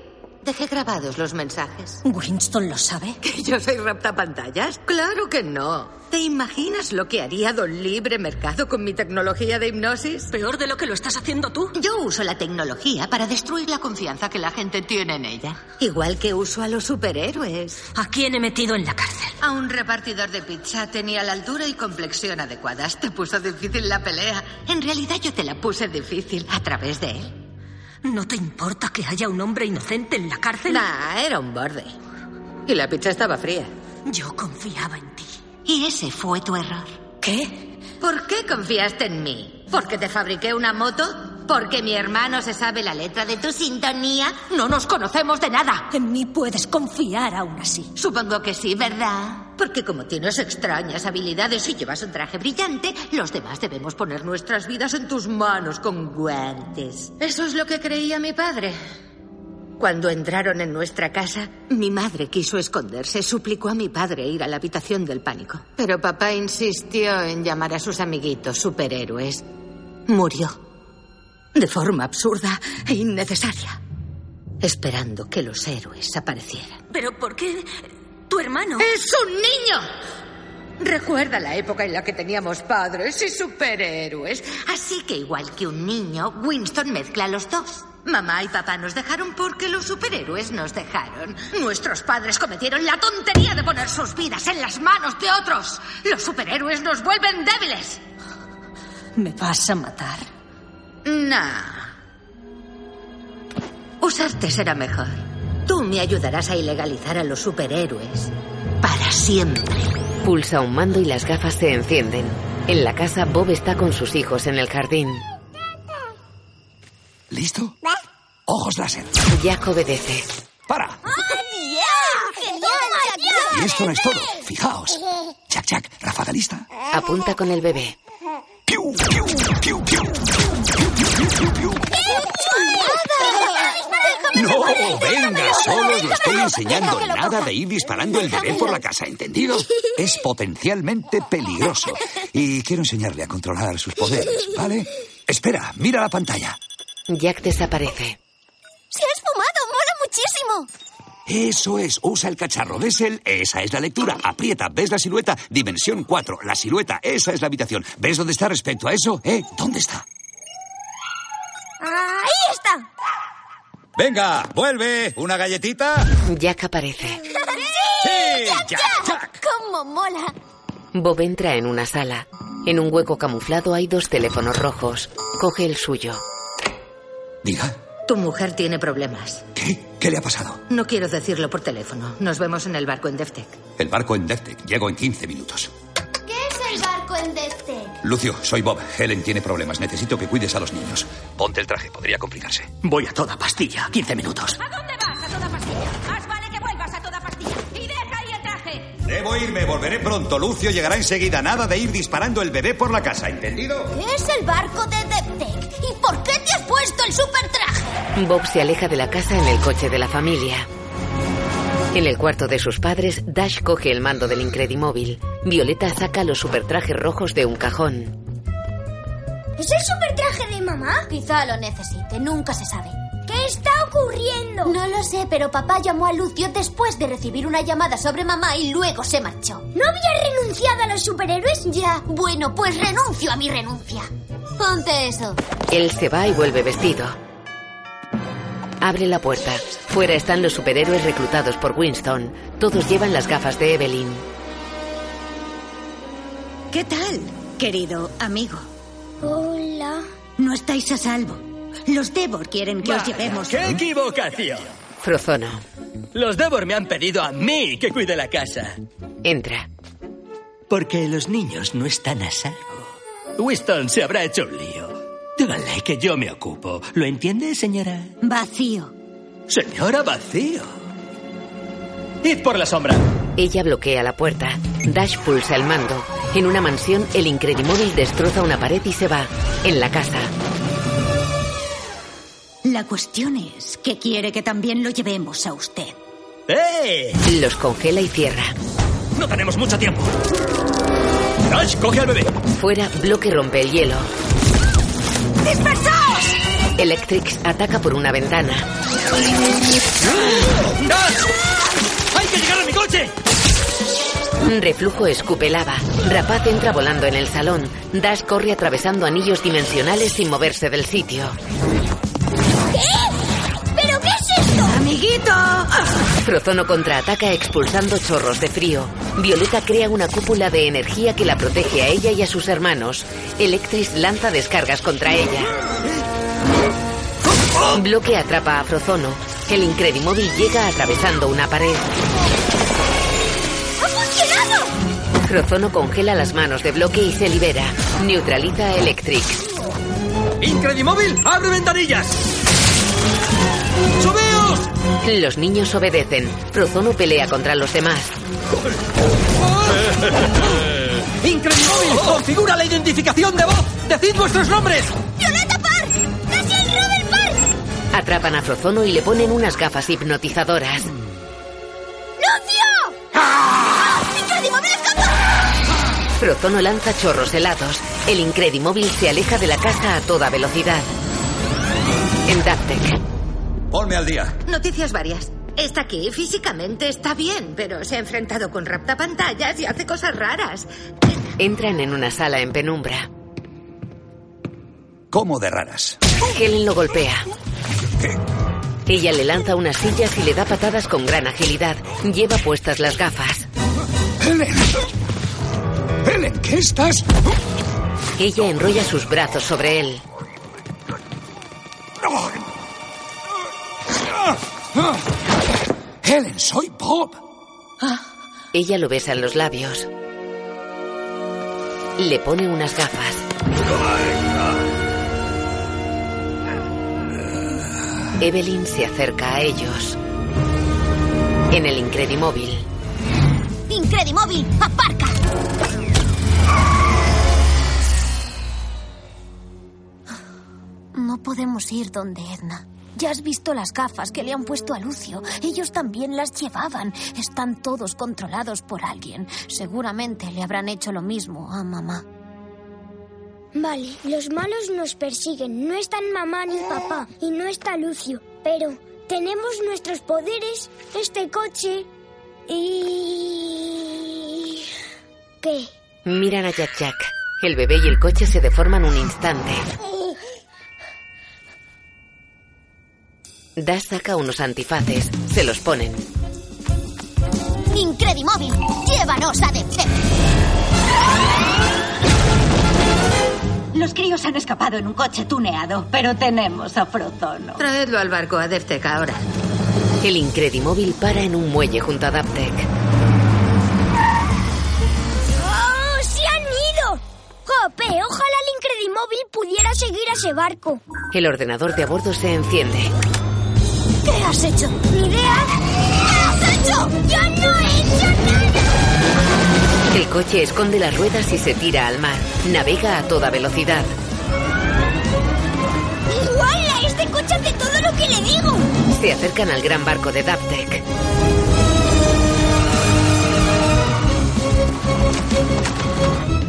[SPEAKER 23] dejé grabados los mensajes.
[SPEAKER 11] ¿Winston lo sabe?
[SPEAKER 23] ¿Que yo soy raptapantallas? Claro que no. ¿Te imaginas lo que haría Don Libre Mercado con mi tecnología de hipnosis?
[SPEAKER 11] Peor de lo que lo estás haciendo tú.
[SPEAKER 23] Yo uso la tecnología para destruir la confianza que la gente tiene en ella. Igual que uso a los superhéroes.
[SPEAKER 11] ¿A quién he metido en la cárcel?
[SPEAKER 23] A un repartidor de pizza tenía la altura y complexión adecuadas. Te puso difícil la pelea. En realidad yo te la puse difícil a través de él.
[SPEAKER 11] ¿No te importa que haya un hombre inocente en la cárcel?
[SPEAKER 23] Nah, era un borde. Y la pizza estaba fría.
[SPEAKER 11] Yo confiaba en ti.
[SPEAKER 23] Y ese fue tu error.
[SPEAKER 11] ¿Qué?
[SPEAKER 23] ¿Por qué confiaste en mí? ¿Porque te fabriqué una moto? ¿Porque mi hermano se sabe la letra de tu sintonía? No nos conocemos de nada.
[SPEAKER 11] En mí puedes confiar aún así.
[SPEAKER 23] Supongo que sí, ¿verdad? Porque como tienes extrañas habilidades y llevas un traje brillante, los demás debemos poner nuestras vidas en tus manos con guantes. Eso es lo que creía mi padre. Cuando entraron en nuestra casa, mi madre quiso esconderse. Suplicó a mi padre ir a la habitación del pánico. Pero papá insistió en llamar a sus amiguitos superhéroes. Murió. De forma absurda e innecesaria. Esperando que los héroes aparecieran.
[SPEAKER 11] ¿Pero por qué tu hermano?
[SPEAKER 23] ¡Es un niño! Recuerda la época en la que teníamos padres y superhéroes. Así que igual que un niño, Winston mezcla los dos. Mamá y papá nos dejaron porque los superhéroes nos dejaron. Nuestros padres cometieron la tontería de poner sus vidas en las manos de otros. Los superhéroes nos vuelven débiles.
[SPEAKER 11] ¿Me vas a matar?
[SPEAKER 23] Nah. Usarte será mejor. Tú me ayudarás a ilegalizar a los superhéroes. Para siempre.
[SPEAKER 1] Pulsa un mando y las gafas se encienden. En la casa, Bob está con sus hijos en el jardín.
[SPEAKER 3] ¿Listo? Ojos láser.
[SPEAKER 1] Jack obedece.
[SPEAKER 3] ¡Para! Y esto no es todo. Fijaos. Chac, chac. Ráfaga lista.
[SPEAKER 1] Apunta con el bebé.
[SPEAKER 3] Piu, piu, piu, piu, piu, piu, piu, piu, piu. No, venga, solo os lo estoy enseñando. Nada de ir disparando el bebé por la casa, ¿entendido? Es potencialmente peligroso. Y quiero enseñarle a controlar sus poderes, ¿vale? Espera, mira la pantalla.
[SPEAKER 1] Jack desaparece.
[SPEAKER 27] ¡Se has fumado! ¡Mola muchísimo!
[SPEAKER 3] Eso es, usa el cacharro, ¿ves el? Esa es la lectura. Aprieta, ¿ves la silueta? Dimensión 4, la silueta, esa es la habitación. ¿Ves dónde está respecto a eso? ¿Eh? ¿Dónde está?
[SPEAKER 27] ¡Ahí está!
[SPEAKER 15] Venga, vuelve. ¿Una galletita?
[SPEAKER 1] Jack aparece.
[SPEAKER 27] ¡Sí!
[SPEAKER 15] Jack, Jack.
[SPEAKER 27] ¡Cómo mola!
[SPEAKER 1] Bob entra en una sala. En un hueco camuflado hay dos teléfonos rojos. Coge el suyo.
[SPEAKER 3] Diga.
[SPEAKER 23] Tu mujer tiene problemas.
[SPEAKER 3] ¿Qué? ¿Qué le ha pasado?
[SPEAKER 23] No quiero decirlo por teléfono. Nos vemos en el barco en Deftec.
[SPEAKER 3] El barco en Deftec. Llego en 15 minutos.
[SPEAKER 27] ¿Qué es el barco en Destec?
[SPEAKER 3] Lucio, soy Bob. Helen tiene problemas. Necesito que cuides a los niños. Ponte el traje, podría complicarse.
[SPEAKER 13] Voy a toda pastilla. 15 minutos.
[SPEAKER 9] ¿A dónde vas a toda pastilla? Más vale que vuelvas a toda pastilla. Y deja ahí el traje.
[SPEAKER 15] Debo irme, volveré pronto. Lucio llegará enseguida. Nada de ir disparando el bebé por la casa, ¿entendido?
[SPEAKER 27] ¿Qué es el barco de Deptec? ¿Y por qué te has puesto el super traje?
[SPEAKER 1] Bob se aleja de la casa en el coche de la familia. En el cuarto de sus padres, Dash coge el mando del Incredimóvil. Violeta saca los supertrajes rojos de un cajón.
[SPEAKER 27] Pues ¿Es el super traje de mamá?
[SPEAKER 5] Quizá lo necesite, nunca se sabe.
[SPEAKER 27] ¿Qué está ocurriendo?
[SPEAKER 5] No lo sé, pero papá llamó a Lucio después de recibir una llamada sobre mamá y luego se marchó.
[SPEAKER 27] ¿No había renunciado a los superhéroes?
[SPEAKER 5] Ya, bueno, pues renuncio a mi renuncia.
[SPEAKER 31] Ponte eso.
[SPEAKER 1] Él se va y vuelve vestido. Abre la puerta. Fuera están los superhéroes reclutados por Winston. Todos llevan las gafas de Evelyn.
[SPEAKER 35] ¿Qué tal, querido amigo?
[SPEAKER 27] Hola.
[SPEAKER 35] No estáis a salvo. Los Devor quieren que os
[SPEAKER 13] Vaya,
[SPEAKER 35] llevemos.
[SPEAKER 13] ¡Qué equivocación!
[SPEAKER 1] Frozono.
[SPEAKER 13] Los Devor me han pedido a mí que cuide la casa.
[SPEAKER 1] Entra.
[SPEAKER 13] Porque los niños no están a salvo. Winston se habrá hecho un lío. Díganle que yo me ocupo. ¿Lo entiende, señora?
[SPEAKER 35] Vacío.
[SPEAKER 13] Señora Vacío. Id por la sombra.
[SPEAKER 1] Ella bloquea la puerta. Dash pulsa el mando. En una mansión, el Incredimóvil destroza una pared y se va. En la casa,
[SPEAKER 35] La cuestión es que quiere que también lo llevemos a usted.
[SPEAKER 13] ¡Eh!
[SPEAKER 1] los congela y cierra.
[SPEAKER 13] No tenemos mucho tiempo. Dash, coge al bebé.
[SPEAKER 1] Fuera, Bloque rompe el hielo.
[SPEAKER 27] ¡Dispersaos!
[SPEAKER 1] Electrix ataca por una ventana.
[SPEAKER 13] ¡Dash! ¡Hay que llegar a mi coche!
[SPEAKER 1] Reflujo escupe lava. Rapaz entra volando en el salón. Dash corre atravesando anillos dimensionales sin moverse del sitio.
[SPEAKER 27] ¿Pero qué es esto?
[SPEAKER 35] ¡Amiguito!
[SPEAKER 1] Frozono contraataca expulsando chorros de frío. Violeta crea una cúpula de energía que la protege a ella y a sus hermanos. Electris lanza descargas contra ella. Bloque atrapa a Frozono. El Incredimóvil llega atravesando una pared.
[SPEAKER 27] ¡Ha funcionado!
[SPEAKER 1] Frozono congela las manos de Bloque y se libera. Neutraliza a Electrix.
[SPEAKER 13] ¡Incredimóvil, abre ventanillas! ¡Subeos!
[SPEAKER 1] Los niños obedecen. Frozono pelea contra los demás.
[SPEAKER 13] ¡Incredimóvil, configura la identificación de voz! ¡Decid vuestros nombres!
[SPEAKER 27] ¡Violeta Parr! ¡Casi roba el Parr!
[SPEAKER 1] Atrapan a Frozono y le ponen unas gafas hipnotizadoras.
[SPEAKER 27] ¡Lucio! ¡Ah! ¡Incredimóvil escapa!
[SPEAKER 1] Frozono lanza chorros helados. El Incredimóvil se aleja de la casa a toda velocidad. En Daptec,
[SPEAKER 2] Ponme al día.
[SPEAKER 23] Noticias varias. Está aquí, físicamente está bien, pero se ha enfrentado con raptapantallas y hace cosas raras.
[SPEAKER 1] entran en una sala en penumbra.
[SPEAKER 3] ¿Cómo de raras?
[SPEAKER 1] Helen lo golpea. Ella le lanza unas sillas y le da patadas con gran agilidad. Lleva puestas las gafas.
[SPEAKER 15] Helen. Helen, ¿qué estás?
[SPEAKER 1] Ella enrolla sus brazos sobre él.
[SPEAKER 15] Helen, soy Bob.
[SPEAKER 1] Ella lo besa en los labios. Le pone unas gafas. Evelyn se acerca a ellos. En el Incredimóvil,
[SPEAKER 5] Incredimóvil, aparca. No podemos ir donde Edna. Ya has visto las gafas que le han puesto a Lucio. Ellos también las llevaban. Están todos controlados por alguien. Seguramente le habrán hecho lo mismo a mamá.
[SPEAKER 27] Vale, los malos nos persiguen. No están mamá ni papá y no está Lucio. Pero tenemos nuestros poderes, este coche y... ¿Qué?
[SPEAKER 1] miran a Jack-Jack. El bebé y el coche se deforman un instante. Dash saca unos antifaces. Se los ponen.
[SPEAKER 5] Incredimóvil, llévanos a Deptec.
[SPEAKER 8] Los críos han escapado en un coche tuneado, pero tenemos a Frozono.
[SPEAKER 23] Traedlo al barco a Deftec ahora.
[SPEAKER 1] El Incredimóvil para en un muelle junto a Daptec.
[SPEAKER 27] ¡Oh, se han ido! Jope, ojalá el Incredimóvil pudiera seguir a ese barco.
[SPEAKER 1] El ordenador de a bordo se enciende.
[SPEAKER 5] ¿Qué has hecho?
[SPEAKER 27] ¿Ni idea? ¿Qué has hecho? ¡Yo no he hecho nada!
[SPEAKER 1] El coche esconde las ruedas y se tira al mar. Navega a toda velocidad.
[SPEAKER 27] ¡Iguala! Este coche hace todo lo que le digo.
[SPEAKER 1] Se acercan al gran barco de Daptec.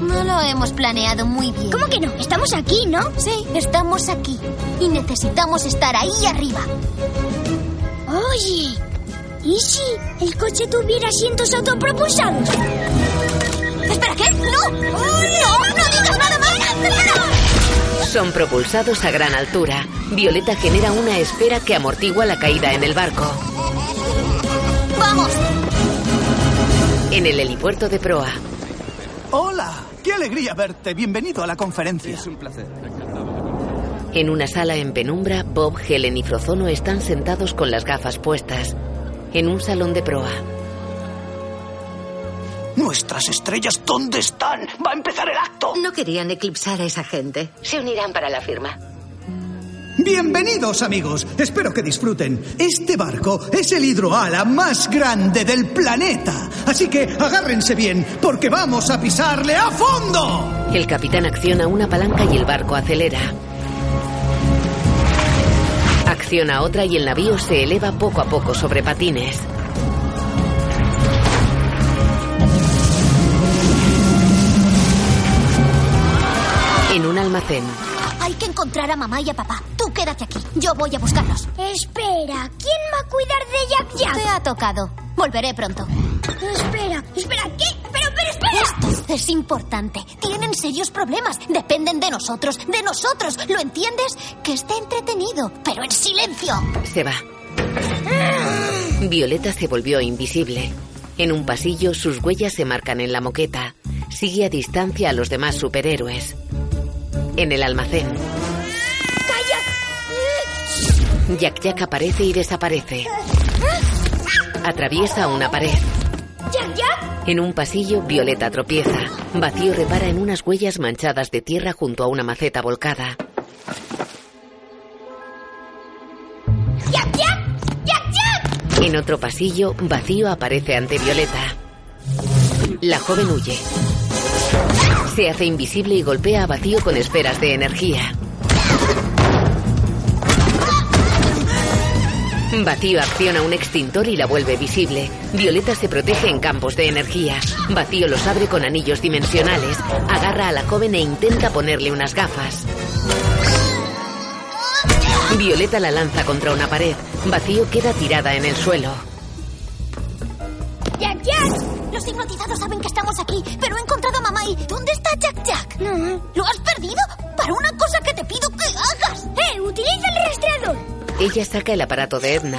[SPEAKER 31] No lo lo hemos planeado muy bien. ¿Cómo que no? Estamos aquí, ¿no? Sí, estamos aquí. Y necesitamos estar ahí arriba.
[SPEAKER 27] Oye, ¿y si el coche tuviera asientos autopropulsados?
[SPEAKER 5] ¿Espera qué? ¡No! ¡No! ¡No digas nada más!
[SPEAKER 1] Son propulsados a gran altura. Violeta genera una esfera que amortigua la caída en el barco.
[SPEAKER 5] ¡Vamos!
[SPEAKER 1] En el helipuerto de proa,
[SPEAKER 12] Hola, qué alegría verte. Bienvenido a la conferencia. Es un placer.
[SPEAKER 1] en una sala en penumbra, Bob, Helen y Frozono están sentados con las gafas puestas. En un salón de proa,
[SPEAKER 12] Nuestras estrellas, ¿dónde están? Va a empezar el acto.
[SPEAKER 23] No querían eclipsar a esa gente. Se unirán para la firma.
[SPEAKER 12] Bienvenidos amigos, espero que disfruten. Este barco es el hidroala más grande del planeta, así que agárrense bien porque vamos a pisarle a fondo.
[SPEAKER 1] el capitán acciona una palanca y el barco acelera. Acciona otra y el navío se eleva poco a poco sobre patines. En un almacén,
[SPEAKER 5] Hay que encontrar a mamá y a papá. Tú quédate aquí. Yo voy a buscarlos.
[SPEAKER 27] Espera, ¿quién va a cuidar de Jack Jack?
[SPEAKER 5] Te ha tocado. Volveré pronto.
[SPEAKER 27] Espera, espera, ¿qué? Pero, pero, espera.
[SPEAKER 5] Esto es importante. Tienen serios problemas. Dependen de nosotros. De nosotros. ¿Lo entiendes? Que esté entretenido, pero en silencio.
[SPEAKER 1] se va. Violeta se volvió invisible. En un pasillo, sus huellas se marcan en la moqueta. Sigue a distancia a los demás superhéroes. En el almacén, Jack Jack aparece y desaparece. Atraviesa una pared.
[SPEAKER 27] Jack Jack.
[SPEAKER 1] En un pasillo, Violeta tropieza. Vacío repara en unas huellas manchadas de tierra junto a una maceta volcada.
[SPEAKER 27] Jack Jack. Jack Jack.
[SPEAKER 1] En otro pasillo, Vacío aparece ante Violeta. La joven huye. Se hace invisible y golpea a Vacío con esferas de energía. Vacío acciona un extintor y la vuelve visible. Violeta se protege en campos de energía. Vacío los abre con anillos dimensionales. Agarra a la joven e intenta ponerle unas gafas. Violeta la lanza contra una pared. Vacío queda tirada en el suelo.
[SPEAKER 27] Jack Jack.
[SPEAKER 5] Los hipnotizados saben que estamos aquí, pero he encontrado a mamá y... ¿Dónde está Jack Jack? ¿Lo has perdido? Para una cosa que te pido que hagas.
[SPEAKER 27] ¡Eh! ¡Utiliza el rastreador!
[SPEAKER 1] Ella saca el aparato de Edna.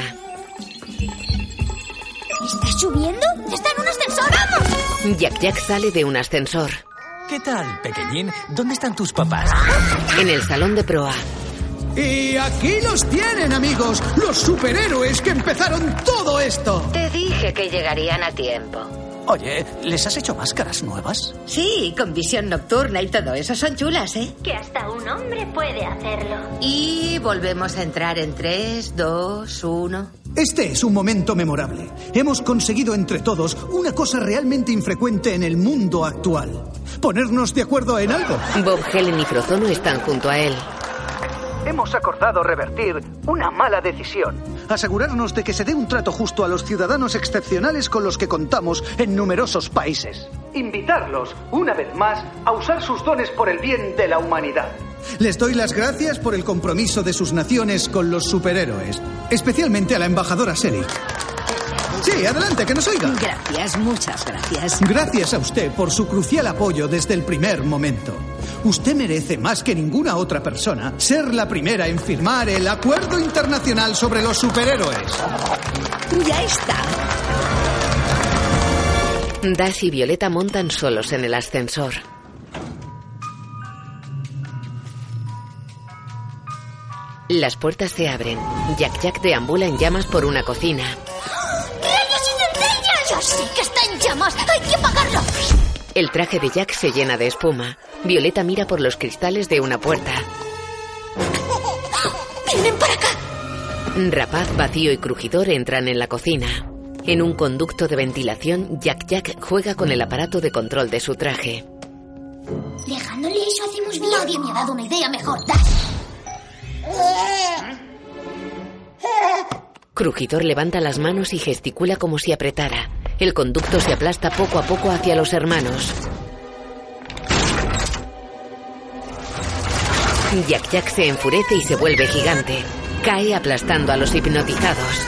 [SPEAKER 27] ¿Está subiendo?
[SPEAKER 5] ¡Está en un ascensor! ¡Vamos!
[SPEAKER 1] Jack Jack sale de un ascensor.
[SPEAKER 33] ¿Qué tal, pequeñín? ¿Dónde están tus papás?
[SPEAKER 1] En el salón de proa,
[SPEAKER 12] Y aquí los tienen amigos, los superhéroes que empezaron todo esto.
[SPEAKER 7] Te dije que llegarían a tiempo.
[SPEAKER 12] ¿Eh?
[SPEAKER 33] Oye, ¿les has hecho máscaras nuevas?
[SPEAKER 23] Sí, con visión nocturna y todo eso. Son chulas, ¿eh?
[SPEAKER 7] Que hasta un hombre puede hacerlo.
[SPEAKER 23] Y volvemos a entrar en 3, 2, 1.
[SPEAKER 12] Este es un momento memorable. Hemos conseguido entre todos una cosa realmente infrecuente en el mundo actual. Ponernos de acuerdo en algo.
[SPEAKER 1] Bob, Helen y Frozono están junto a él.
[SPEAKER 12] Hemos acordado revertir una mala decisión. Asegurarnos de que se dé un trato justo a los ciudadanos excepcionales con los que contamos en numerosos países. Invitarlos, una vez más, a usar sus dones por el bien de la humanidad. Les doy las gracias por el compromiso de sus naciones con los superhéroes, especialmente a la embajadora Selig. Sí, adelante, que nos oiga.
[SPEAKER 23] Gracias, muchas gracias.
[SPEAKER 12] Gracias a usted por su crucial apoyo desde el primer momento. Usted merece más que ninguna otra persona ser la primera en firmar el Acuerdo Internacional sobre los Superhéroes.
[SPEAKER 23] Ya está.
[SPEAKER 1] Dash y Violeta montan solos en el ascensor. Las puertas se abren. Jack Jack deambula en llamas por una cocina.
[SPEAKER 5] ¡Rayos y centellas! ¡Yo sé que está en llamas! ¡Hay que apagarlo!
[SPEAKER 1] El traje de Jack se llena de espuma. Violeta mira por los cristales de una puerta.
[SPEAKER 5] ¡Vienen para acá!
[SPEAKER 1] Rapaz, vacío y crujidor entran en la cocina. En un conducto de ventilación, Jack Jack juega con el aparato de control de su traje.
[SPEAKER 27] Dejándole eso hacemos bien.
[SPEAKER 5] Nadie me ha dado una idea mejor, Dash.
[SPEAKER 1] Crujidor levanta las manos y gesticula como si apretara. El conducto se aplasta poco a poco hacia los hermanos. Jack Jack se enfurece y se vuelve gigante. Cae aplastando a los hipnotizados.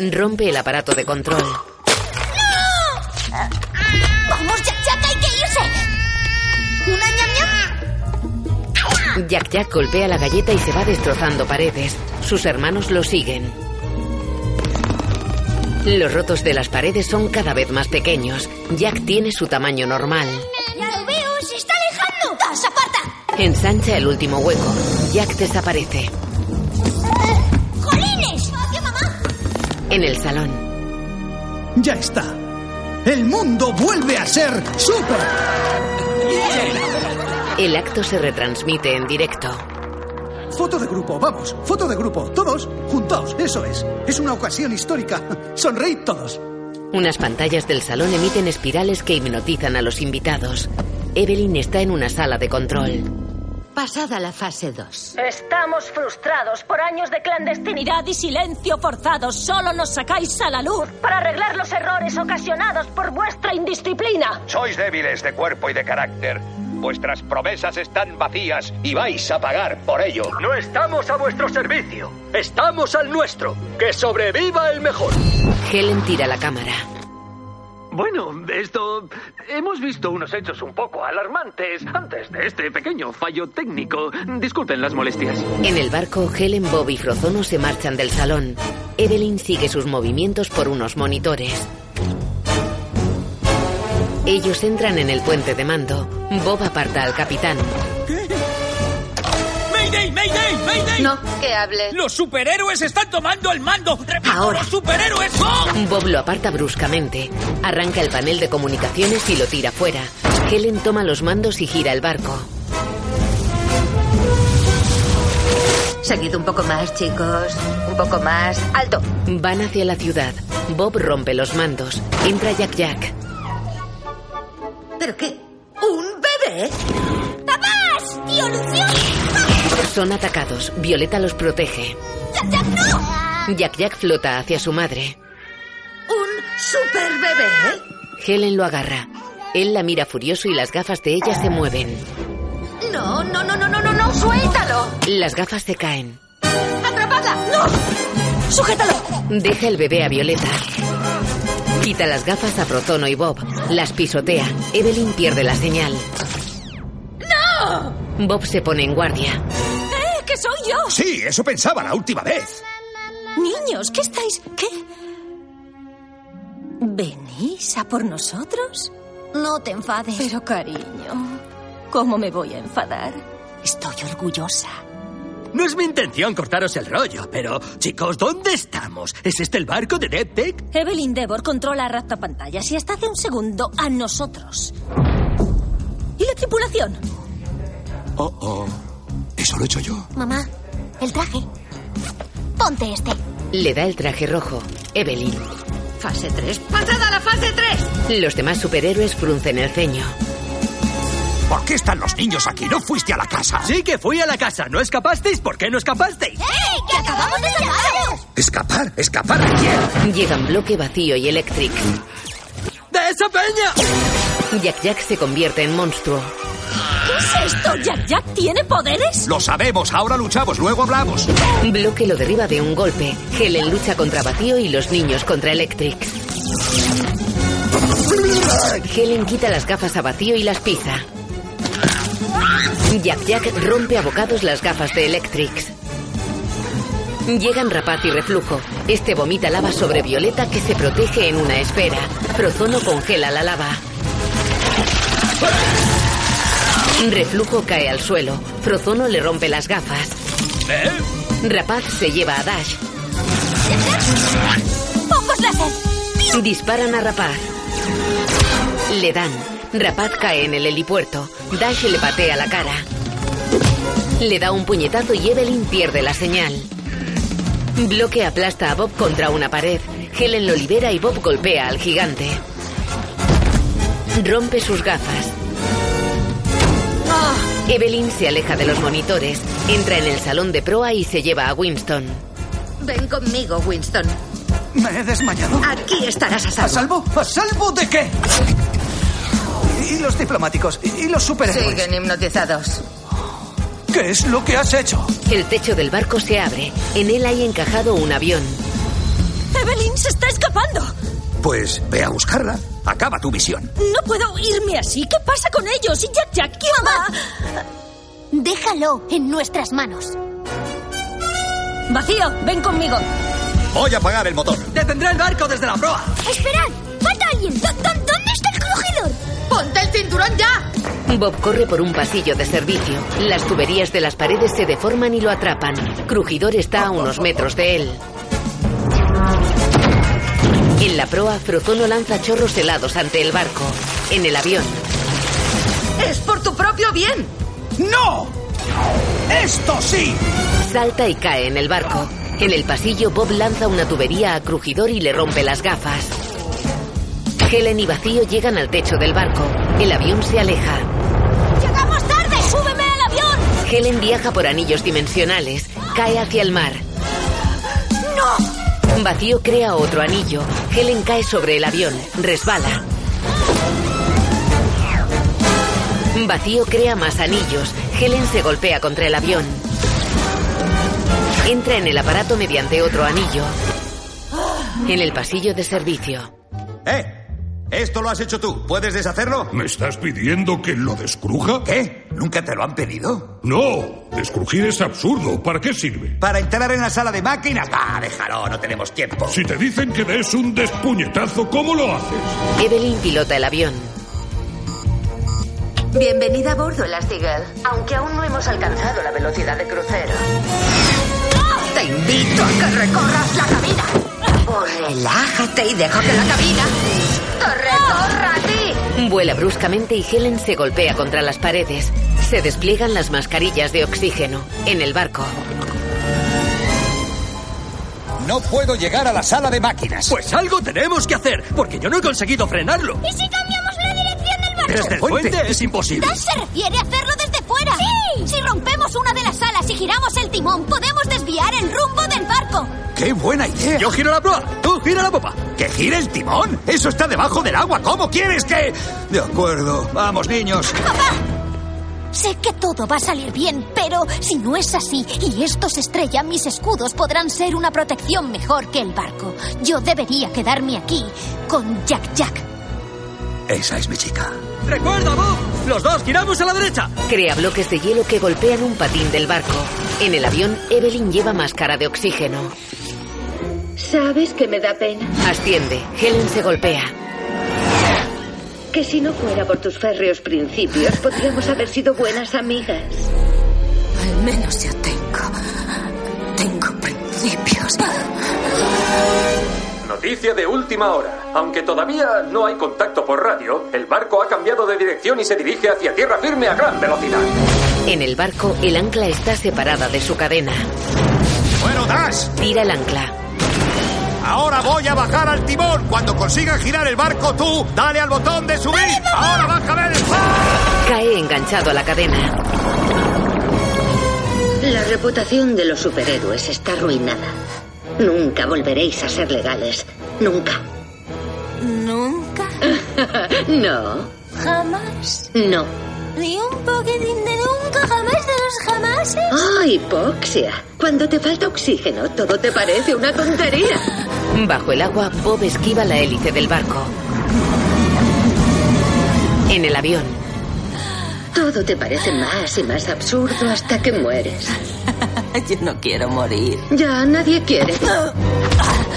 [SPEAKER 1] Rompe el aparato de control.
[SPEAKER 9] ¡Ah!
[SPEAKER 31] Vamos, Jack Jack, hay que irse. Una ñam ñam.
[SPEAKER 1] Jack Jack golpea la galleta y se va destrozando paredes. Sus hermanos lo siguen. Los rotos de las paredes son cada vez más pequeños. Jack tiene su tamaño normal.
[SPEAKER 31] Ya lo veo, se está alejando. ¡Dos, aparta!
[SPEAKER 1] Ensancha el último hueco. Jack desaparece.
[SPEAKER 31] ¡Jolines!
[SPEAKER 27] ¡Oh,
[SPEAKER 31] ¡Qué mamá!
[SPEAKER 1] En el salón.
[SPEAKER 12] Ya está. El mundo vuelve a ser súper.
[SPEAKER 1] El acto se retransmite en directo.
[SPEAKER 12] Foto de grupo, vamos, foto de grupo. Todos, juntaos, eso es. Es una ocasión histórica. Sonreíd todos.
[SPEAKER 1] Unas pantallas del salón emiten espirales que hipnotizan a los invitados. Evelyn está en una sala de control.
[SPEAKER 23] Pasada la fase 2.
[SPEAKER 11] Estamos frustrados por años de clandestinidad y silencio forzado. Solo nos sacáis a la luz para arreglar los errores ocasionados por vuestra indisciplina.
[SPEAKER 34] Sois débiles de cuerpo y de carácter. Vuestras promesas están vacías y vais a pagar por ello.
[SPEAKER 28] No estamos a vuestro servicio. Estamos al nuestro. Que sobreviva el mejor.
[SPEAKER 1] Helen tira la cámara.
[SPEAKER 28] Bueno, esto... Hemos visto unos hechos un poco alarmantes antes de este pequeño fallo técnico. Disculpen las molestias.
[SPEAKER 1] En el barco, Helen, Bob y Frozono se marchan del salón. Evelyn sigue sus movimientos por unos monitores. Ellos entran en el puente de mando. Bob aparta al capitán.
[SPEAKER 36] ¡Mayday, Mayday, Mayday! No, que hable. ¡Los superhéroes están tomando el mando! ¡Repito,
[SPEAKER 1] Ahora.
[SPEAKER 36] los superhéroes son!
[SPEAKER 1] Bob lo aparta bruscamente. Arranca el panel de comunicaciones y lo tira fuera. Helen toma los mandos y gira el barco.
[SPEAKER 23] Seguid un poco más, chicos. Un poco más. ¡Alto!
[SPEAKER 1] Van hacia la ciudad. Bob rompe los mandos. Entra Jack Jack.
[SPEAKER 23] ¿Pero qué? ¿Un bebé?
[SPEAKER 31] ¡Papás! ¡Tío Lucio!
[SPEAKER 1] Son atacados. Violeta los protege.
[SPEAKER 31] ¡Jack Jack, no!
[SPEAKER 1] Jack Jack flota hacia su madre.
[SPEAKER 23] ¿Un super bebé?
[SPEAKER 1] Helen lo agarra. Él la mira furioso y las gafas de ella se mueven.
[SPEAKER 23] No, no, no, no, no, no, no. ¡Suéltalo!
[SPEAKER 1] Las gafas se caen.
[SPEAKER 23] ¡Atrapadla! ¡No! ¡Sujétalo!
[SPEAKER 1] Deja el bebé a Violeta. Quita las gafas a Protono y Bob. Las pisotea. Evelyn pierde la señal.
[SPEAKER 11] ¡No!
[SPEAKER 1] Bob se pone en guardia.
[SPEAKER 11] ¡Eh, que soy yo!
[SPEAKER 15] Sí, eso pensaba la última vez.
[SPEAKER 11] Niños, ¿qué estáis? ¿Qué? ¿Venís a por nosotros?
[SPEAKER 31] No te enfades.
[SPEAKER 11] Pero cariño, ¿cómo me voy a enfadar? Estoy orgullosa.
[SPEAKER 33] No es mi intención cortaros el rollo, pero chicos, ¿dónde estamos? ¿Es este el barco de Dead Tech?
[SPEAKER 11] Evelyn Devor controla raptapantallas y hasta hace un segundo a nosotros. ¿Y la tripulación?
[SPEAKER 15] Oh, oh. Eso lo he hecho yo.
[SPEAKER 31] Mamá, el traje. Ponte este.
[SPEAKER 1] Le da el traje rojo. Evelyn.
[SPEAKER 23] Fase 3. ¡Pasada la fase 3!
[SPEAKER 1] Los demás superhéroes fruncen el ceño.
[SPEAKER 15] ¿Por qué están los niños aquí? ¿No fuiste a la casa?
[SPEAKER 33] Sí que fui a la casa. ¿No escapasteis? ¿Por qué no escapasteis?
[SPEAKER 31] ¡Ey! ¡Que acabamos de salvaros!
[SPEAKER 15] ¿Escapar? ¿Escapar de quién?
[SPEAKER 1] Llegan bloque vacío y electric.
[SPEAKER 33] ¡De esa peña!
[SPEAKER 1] Jack Jack se convierte en monstruo.
[SPEAKER 11] ¿Qué es esto? ¿Jack Jack tiene poderes?
[SPEAKER 15] Lo sabemos, ahora luchamos, luego hablamos.
[SPEAKER 1] Bloque lo derriba de un golpe. Helen lucha contra vacío y los niños contra electric. Helen quita las gafas a vacío y las pisa. Jack Jack rompe a bocados las gafas de Electrix. Llegan rapaz y reflujo. Este vomita lava sobre Violeta que se protege en una esfera. Prozono congela la lava. Reflujo cae al suelo. Prozono le rompe las gafas. Rapaz se lleva a Dash.
[SPEAKER 31] ¡Pocos láser!
[SPEAKER 1] Disparan a Rapaz. Le dan. Rapaz cae en el helipuerto. Dash le patea la cara. Le da un puñetazo y Evelyn pierde la señal. Bloque aplasta a Bob contra una pared. Helen lo libera y Bob golpea al gigante. Rompe sus gafas. Evelyn se aleja de los monitores, entra en el salón de proa y se lleva a Winston.
[SPEAKER 23] Ven conmigo, Winston.
[SPEAKER 12] Me he desmayado.
[SPEAKER 23] Aquí estarás a
[SPEAKER 12] ¿A
[SPEAKER 23] salvo.
[SPEAKER 12] salvo? ¿A salvo de qué? Y los diplomáticos. Y los
[SPEAKER 1] Pues
[SPEAKER 12] superhéroes.
[SPEAKER 27] Siguen hipnotizados.
[SPEAKER 12] ¿Qué es lo que has hecho?
[SPEAKER 1] El techo del barco se abre. En él hay encajado un avión.
[SPEAKER 11] Evelyn se está escapando.
[SPEAKER 45] Pues ve a buscarla. Acaba tu misión.
[SPEAKER 11] No puedo irme así. ¿Qué pasa con ellos? ¿Y Jack Jack? ¿Quién va?
[SPEAKER 5] Déjalo en nuestras manos.
[SPEAKER 11] Vacío, ven conmigo.
[SPEAKER 15] Voy a apagar el motor.
[SPEAKER 46] Detendré el barco desde la proa.
[SPEAKER 5] ¡Esperad! ¡Falta alguien! ¿Dó- dó- ¿Dónde está el cogedor?
[SPEAKER 27] ¡Ponte el cinturón ya!
[SPEAKER 1] Bob corre por un pasillo de servicio. Las tuberías de las paredes se deforman y lo atrapan. Crujidor está a unos metros de él. En la proa, Frozono lanza chorros helados ante el barco. En el avión,
[SPEAKER 27] ¡Es por tu propio bien!
[SPEAKER 12] ¡No! ¡Esto sí!
[SPEAKER 1] salta y cae en el barco. En el pasillo, Bob lanza una tubería a Crujidor y le rompe las gafas. Helen y Vacío llegan al techo del barco. El avión se aleja.
[SPEAKER 5] ¡Llegamos tarde! ¡Súbeme al avión!
[SPEAKER 1] Helen viaja por anillos dimensionales, cae hacia el mar. ¡No! Vacío crea otro anillo. Helen cae sobre el avión, resbala. Vacío crea más anillos. Helen se golpea contra el avión. Entra en el aparato mediante otro anillo. En el pasillo de servicio.
[SPEAKER 15] ¡Eh! Esto lo has hecho tú. ¿Puedes deshacerlo?
[SPEAKER 9] ¿Me estás pidiendo que lo descruja?
[SPEAKER 15] ¿Qué? ¿Nunca te lo han pedido?
[SPEAKER 9] No, descrujir es absurdo. ¿Para qué sirve?
[SPEAKER 15] Para entrar en la sala de máquinas. Va, déjalo, no tenemos tiempo.
[SPEAKER 9] Si te dicen que des un despuñetazo, ¿cómo lo haces?
[SPEAKER 1] Evelyn pilota el avión.
[SPEAKER 27] Bienvenida a bordo, Elastigirl. Aunque aún no hemos alcanzado la velocidad de crucero. Te invito a que recorras la cabina. O relájate y deja que la cabina te recorra a ti.
[SPEAKER 1] Vuela bruscamente y Helen se golpea contra las paredes. Se despliegan las mascarillas de oxígeno en el barco.
[SPEAKER 15] No puedo llegar a la sala de máquinas.
[SPEAKER 13] Pues algo tenemos que hacer, porque yo no he conseguido frenarlo.
[SPEAKER 5] ¿Y si cambiamos la dirección del barco?
[SPEAKER 13] Desde el puente es imposible.
[SPEAKER 5] Dan se refiere a hacerlo desde fuera. ¡Sí! Si rompemos una de las alas y giramos el timón, podemos desviar el rumbo del barco.
[SPEAKER 15] ¡Qué buena idea!
[SPEAKER 13] Yo giro la proa, tú gira la popa.
[SPEAKER 15] ¿Que gire el timón? Eso está debajo del agua. ¿Cómo quieres que...? De acuerdo. Vamos, niños.
[SPEAKER 5] Sé que todo va a salir bien, pero si no es así y esto se estrella, mis escudos podrán ser una protección mejor que el barco. Yo debería quedarme aquí con Jack Jack.
[SPEAKER 15] Esa es mi chica.
[SPEAKER 13] Recuerda, Bob. Los dos giramos a la derecha.
[SPEAKER 1] Crea bloques de hielo que golpean un patín del barco. En el avión, Evelyn lleva máscara de oxígeno.
[SPEAKER 23] Sabes que me da pena
[SPEAKER 1] Asciende. Helen se golpea.
[SPEAKER 23] que si no fuera por tus férreos principios podríamos haber sido buenas amigas.
[SPEAKER 27] Al menos yo tengo. Tengo principios.
[SPEAKER 6] Noticia de última hora. Aunque todavía no hay contacto por radio, el barco ha cambiado de dirección y se dirige hacia tierra firme a gran velocidad.
[SPEAKER 1] En el barco, el ancla está separada de su cadena.
[SPEAKER 15] Bueno, Das,
[SPEAKER 1] Tira el ancla.
[SPEAKER 15] ahora voy a bajar al timón. Cuando consiga girar el barco, tú dale al botón de subir. ahora baja el...
[SPEAKER 1] Cae enganchado a la cadena.
[SPEAKER 23] La reputación de los superhéroes está arruinada. Nunca volveréis a ser legales. Nunca.
[SPEAKER 47] Nunca,
[SPEAKER 23] no,
[SPEAKER 47] jamás,
[SPEAKER 23] no.
[SPEAKER 47] ni un poquitín de nunca, jamás de los jamases.
[SPEAKER 23] ¡Ah, hipoxia! Cuando te falta oxígeno, todo te parece una tontería.
[SPEAKER 1] Bajo el agua, Bob esquiva la hélice del barco. En el avión,
[SPEAKER 23] Todo te parece más y más absurdo hasta que mueres.
[SPEAKER 48] Yo no quiero morir.
[SPEAKER 23] Ya nadie quiere.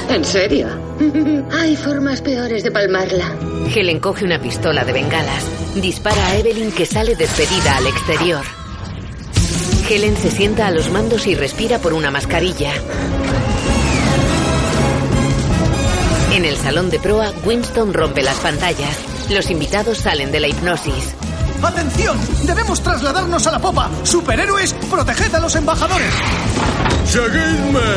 [SPEAKER 23] ¿En serio? Hay formas peores de palmarla.
[SPEAKER 1] Helen coge una pistola de bengalas. Dispara a Evelyn que sale despedida al exterior. Helen se sienta a los mandos y respira por una mascarilla. En el salón de proa, Winston rompe las pantallas. Los invitados salen de la hipnosis.
[SPEAKER 12] ¡Atención! Debemos trasladarnos a la popa. Superhéroes, proteged a los embajadores.
[SPEAKER 9] ¡Seguidme!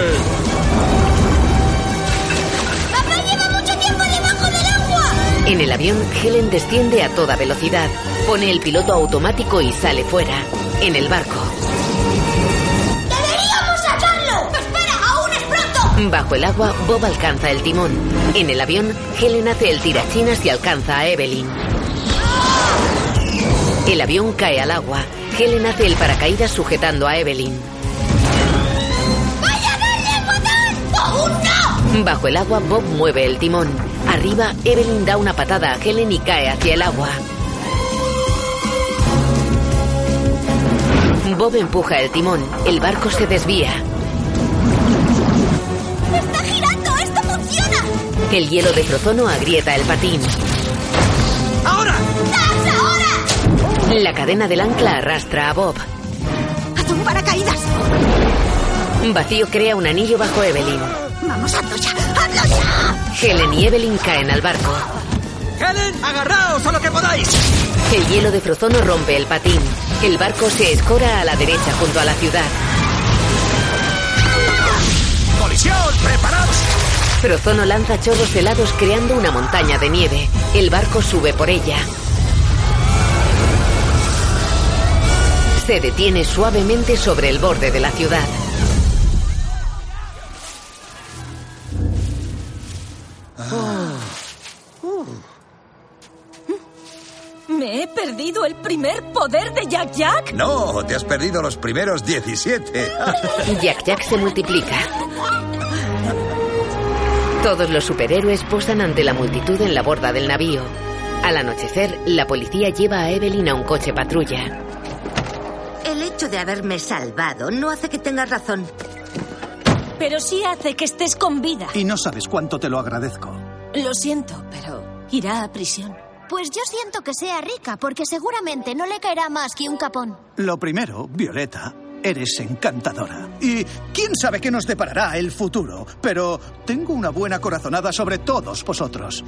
[SPEAKER 5] ¡Papá lleva mucho tiempo debajo del agua!
[SPEAKER 1] En el avión, Helen desciende a toda velocidad. Pone el piloto automático y sale fuera. En el barco,
[SPEAKER 5] ¡Deberíamos sacarlo! ¡Espera, aún es pronto!
[SPEAKER 1] bajo el agua, Bob alcanza el timón. En el avión, Helen hace el tirachinas y alcanza a Evelyn. El avión cae al agua. Helen hace el paracaídas sujetando a Evelyn.
[SPEAKER 9] ¡Vaya a darle al botón! ¡Oh, no!
[SPEAKER 1] Bajo el agua, Bob mueve el timón. Arriba, Evelyn da una patada a Helen y cae hacia el agua. Bob empuja el timón. El barco se desvía.
[SPEAKER 9] ¡Está girando! ¡Esto funciona!
[SPEAKER 1] El hielo de prozono agrieta el patín.
[SPEAKER 9] ¡Ahora! ¡Das ahora!
[SPEAKER 1] La cadena del ancla arrastra a Bob.
[SPEAKER 9] ¡Haz un paracaídas!
[SPEAKER 1] Vacío crea un anillo bajo Evelyn.
[SPEAKER 9] ¡Vamos, hazlo ya! ¡Hazlo ya!
[SPEAKER 1] Helen y Evelyn caen al barco.
[SPEAKER 35] Helen, agarraos a lo que podáis.
[SPEAKER 1] El hielo de frozono rompe el patín. El barco se escora a la derecha junto a la ciudad.
[SPEAKER 35] Colisión, preparaos.
[SPEAKER 1] Frozono lanza chorros helados creando una montaña de nieve. El barco sube por ella. Se detiene suavemente sobre el borde de la ciudad.
[SPEAKER 11] Mm. Me he perdido el primer poder de Jack Jack.
[SPEAKER 49] No, te has perdido los primeros 17.
[SPEAKER 1] Jack Jack se multiplica. Todos los superhéroes posan ante la multitud en la borda del navío. Al anochecer, la policía lleva a Evelyn a un coche patrulla.
[SPEAKER 50] El hecho de haberme salvado no hace que tengas razón.
[SPEAKER 11] Pero sí hace que estés con vida.
[SPEAKER 12] Y no sabes cuánto te lo agradezco.
[SPEAKER 11] Lo siento, pero irá a prisión.
[SPEAKER 5] Pues yo siento que sea rica, porque seguramente no le caerá más que un capón.
[SPEAKER 12] Lo primero, Violeta, eres encantadora. Y quién sabe qué nos deparará el futuro, pero tengo una buena corazonada sobre todos vosotros.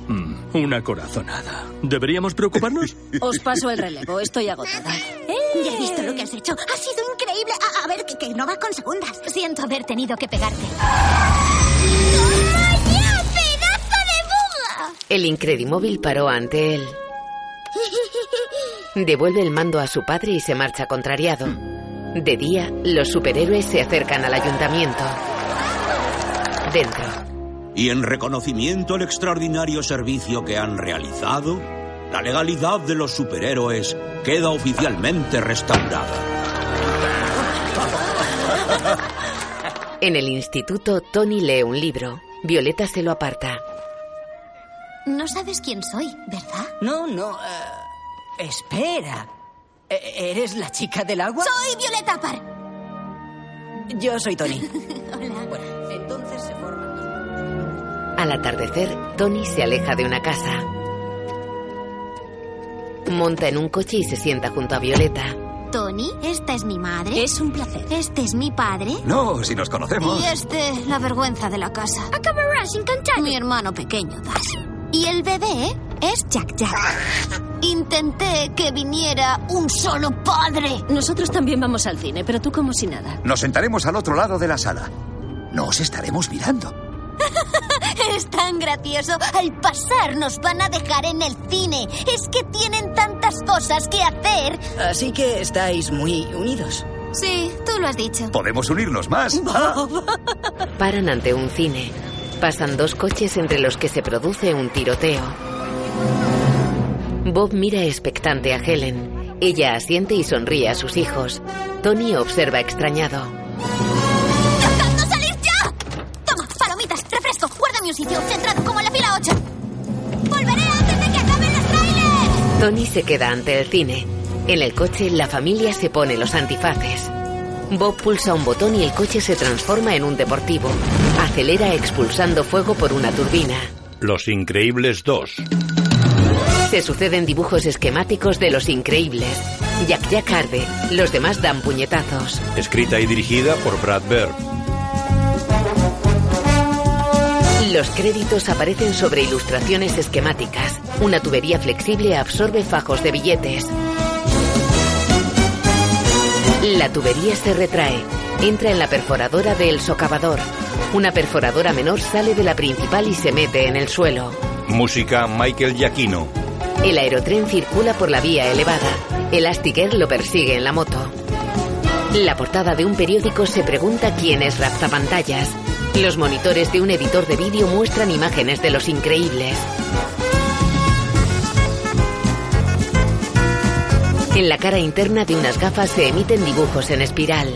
[SPEAKER 13] Una corazonada. ¿Deberíamos preocuparnos?
[SPEAKER 11] Os paso el relevo, estoy agotada.
[SPEAKER 5] Ya he visto lo que has hecho. Ha sido increíble. A, a ver, que, que no va con segundas. Siento haber tenido que pegarte.
[SPEAKER 9] ¡Toma ya, pedazo de buga!
[SPEAKER 1] El incredimóvil paró ante él. Devuelve el mando a su padre y se marcha contrariado. De día, los superhéroes se acercan al ayuntamiento. Dentro,
[SPEAKER 15] Y en reconocimiento al extraordinario servicio que han realizado, la legalidad de los superhéroes queda oficialmente restaurada.
[SPEAKER 1] en el instituto, Tony lee un libro. Violeta se lo aparta.
[SPEAKER 5] No sabes quién soy, ¿verdad?
[SPEAKER 4] No, no. eh, espera. E- ¿Eres la chica del agua?
[SPEAKER 5] Soy Violeta Parr.
[SPEAKER 4] Yo soy Tony.
[SPEAKER 5] Hola.
[SPEAKER 4] Entonces se forman.
[SPEAKER 1] Al atardecer, Tony se aleja de una casa. Monta en un coche y se sienta junto a Violeta.
[SPEAKER 5] Tony, esta es mi madre.
[SPEAKER 11] Es un placer.
[SPEAKER 5] Este es mi padre.
[SPEAKER 49] No, si nos conocemos.
[SPEAKER 5] Y este, la vergüenza de la casa. Acabarás encantado. Mi hermano pequeño, Das. Y el bebé es Jack Jack. Intenté que viniera un solo padre.
[SPEAKER 11] Nosotros también vamos al cine, pero tú como si nada.
[SPEAKER 49] Nos sentaremos al otro lado de la sala. Nos estaremos mirando.
[SPEAKER 5] Es tan gracioso. Al pasar nos van a dejar en el cine. Es que tienen tantas cosas que hacer.
[SPEAKER 4] Así que estáis muy unidos.
[SPEAKER 5] Sí, tú lo has dicho.
[SPEAKER 49] Podemos unirnos más.
[SPEAKER 1] Paran ante un cine. Pasan dos coches entre los que se produce un tiroteo. Bob mira expectante a Helen. Ella asiente y sonríe a sus hijos. Tony observa extrañado.
[SPEAKER 5] ¡Dejadnos salir ya! Toma, palomitas, refresco. Guárdame un sitio centrado como en la fila 8. ¡Volveré antes de que acaben los trailers!
[SPEAKER 1] Tony se queda ante el cine. En el coche, la familia se pone los antifaces. Bob pulsa un botón y el coche se transforma en un deportivo. Acelera expulsando fuego por una turbina.
[SPEAKER 6] Los Increíbles 2.
[SPEAKER 1] Se suceden dibujos esquemáticos de los increíbles. Jack Jack arde, los demás dan puñetazos.
[SPEAKER 6] Escrita y dirigida por Brad Bird.
[SPEAKER 1] Los créditos aparecen sobre ilustraciones esquemáticas. Una tubería flexible absorbe fajos de billetes. La tubería se retrae. Entra en la perforadora del socavador. Una perforadora menor sale de la principal y se mete en el suelo.
[SPEAKER 6] Música Michael Giacchino.
[SPEAKER 1] El aerotren circula por la vía elevada. Elastigirl lo persigue en la moto. La portada de un periódico se pregunta quién es Raptapantallas. Los monitores de un editor de vídeo muestran imágenes de los increíbles. En la cara interna de unas gafas se emiten dibujos en espiral.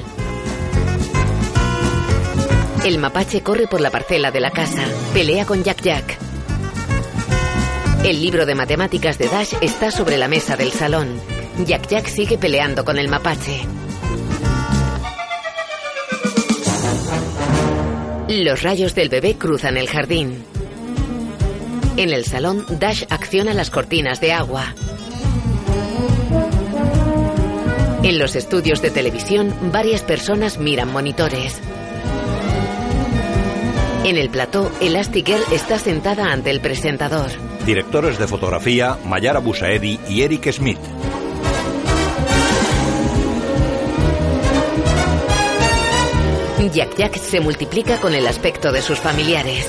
[SPEAKER 1] El mapache corre por la parcela de la casa. Pelea con Jack Jack. El libro de matemáticas de Dash está sobre la mesa del salón. Jack Jack sigue peleando con el mapache. Los rayos del bebé cruzan el jardín. En el salón, Dash acciona las cortinas de agua. En los estudios de televisión, varias personas miran monitores. En el plató, Elastic Girl está sentada ante el presentador.
[SPEAKER 8] Directores de fotografía, Mayara Busaedi y Eric Smith.
[SPEAKER 1] Jack Jack se multiplica con el aspecto de sus familiares.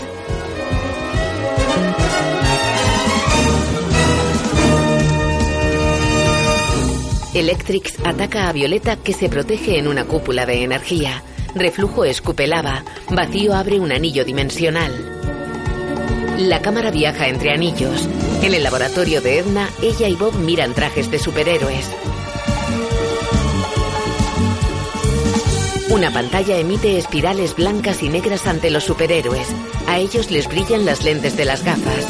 [SPEAKER 1] Electrix ataca a Violeta que se protege en una cúpula de energía. Reflujo escupe lava. Vacío abre un anillo dimensional. La cámara viaja entre anillos. En el laboratorio de Edna, ella y Bob miran trajes de superhéroes. Una pantalla emite espirales blancas y negras ante los superhéroes. A ellos les brillan las lentes de las gafas.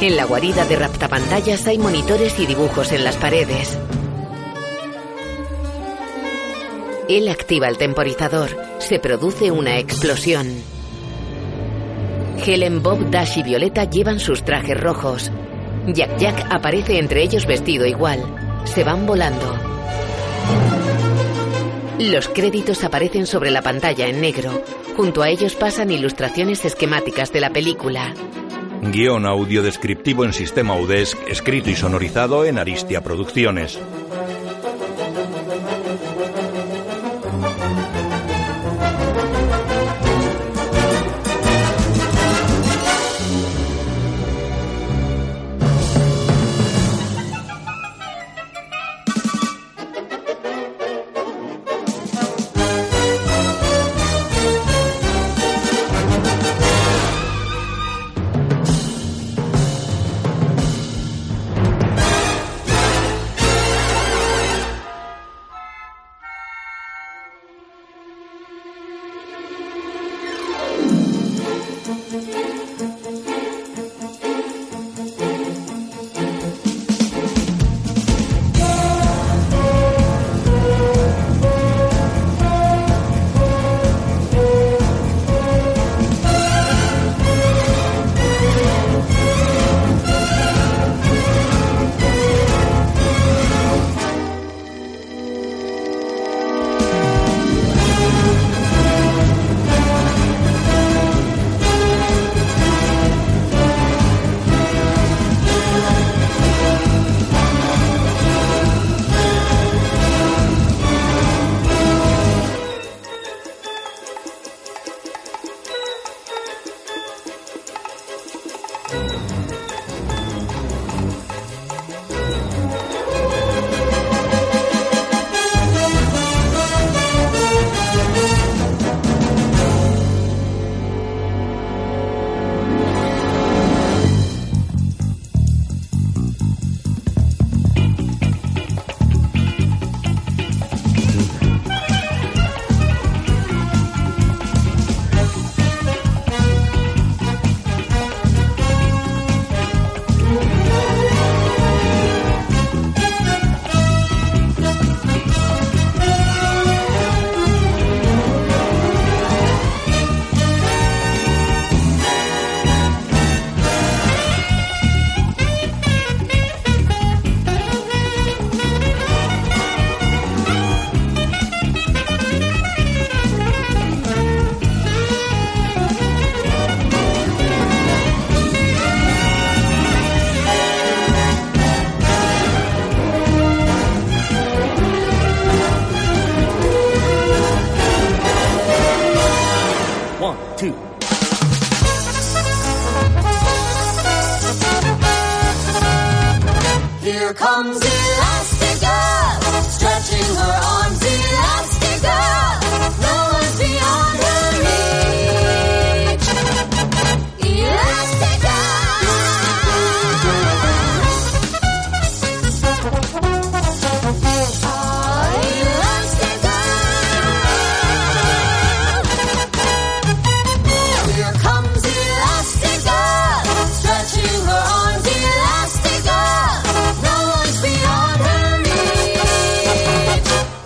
[SPEAKER 1] En la guarida de raptapantallas hay monitores y dibujos en las paredes. Él activa el temporizador. Se produce una explosión. Helen, Bob, Dash y Violeta llevan sus trajes rojos. Jack Jack aparece entre ellos vestido igual. Se van volando. Los créditos aparecen sobre la pantalla en negro. Junto a ellos pasan ilustraciones esquemáticas de la película.
[SPEAKER 8] Guión audio descriptivo en sistema UDESC, escrito y sonorizado en Aristia Producciones.
[SPEAKER 9] Here comes Elastigirl, stretching her arms, Elastigirl. No one's beyond her reach.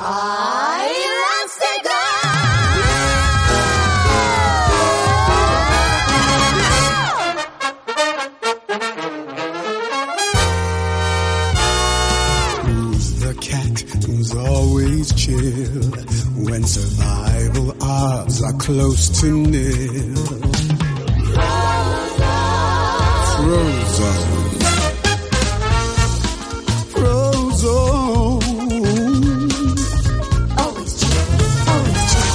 [SPEAKER 9] Ah,
[SPEAKER 51] when survival odds are close to nil. Frozone. Frozone. Always chill. Always chill.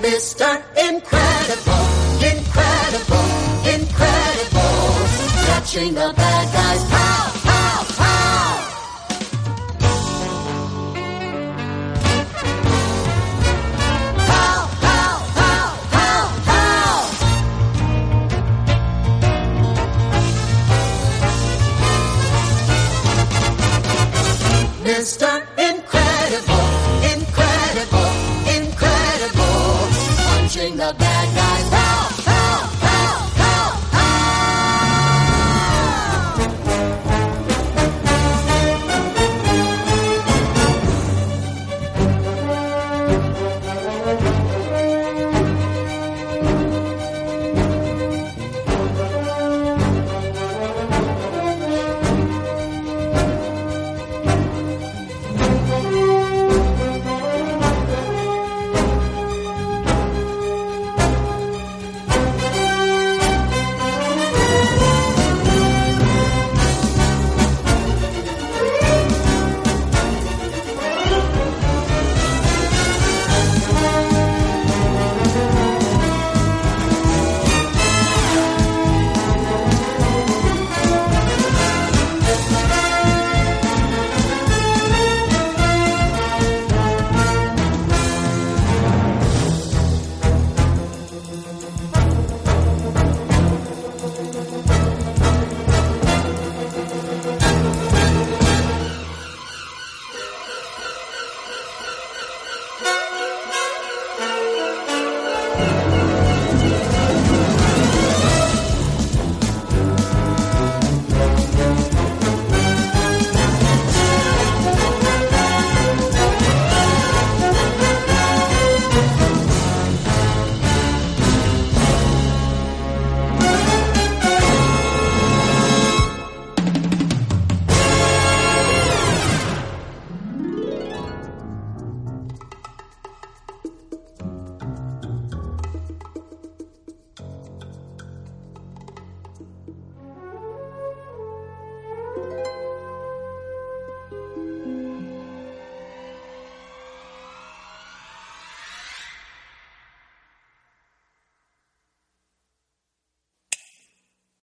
[SPEAKER 9] Mr. Incredible, incredible, incredible. Catching the bad guys, pow, pow, pow. Pow, pow, pow, pow, pow. Mr. Incredible.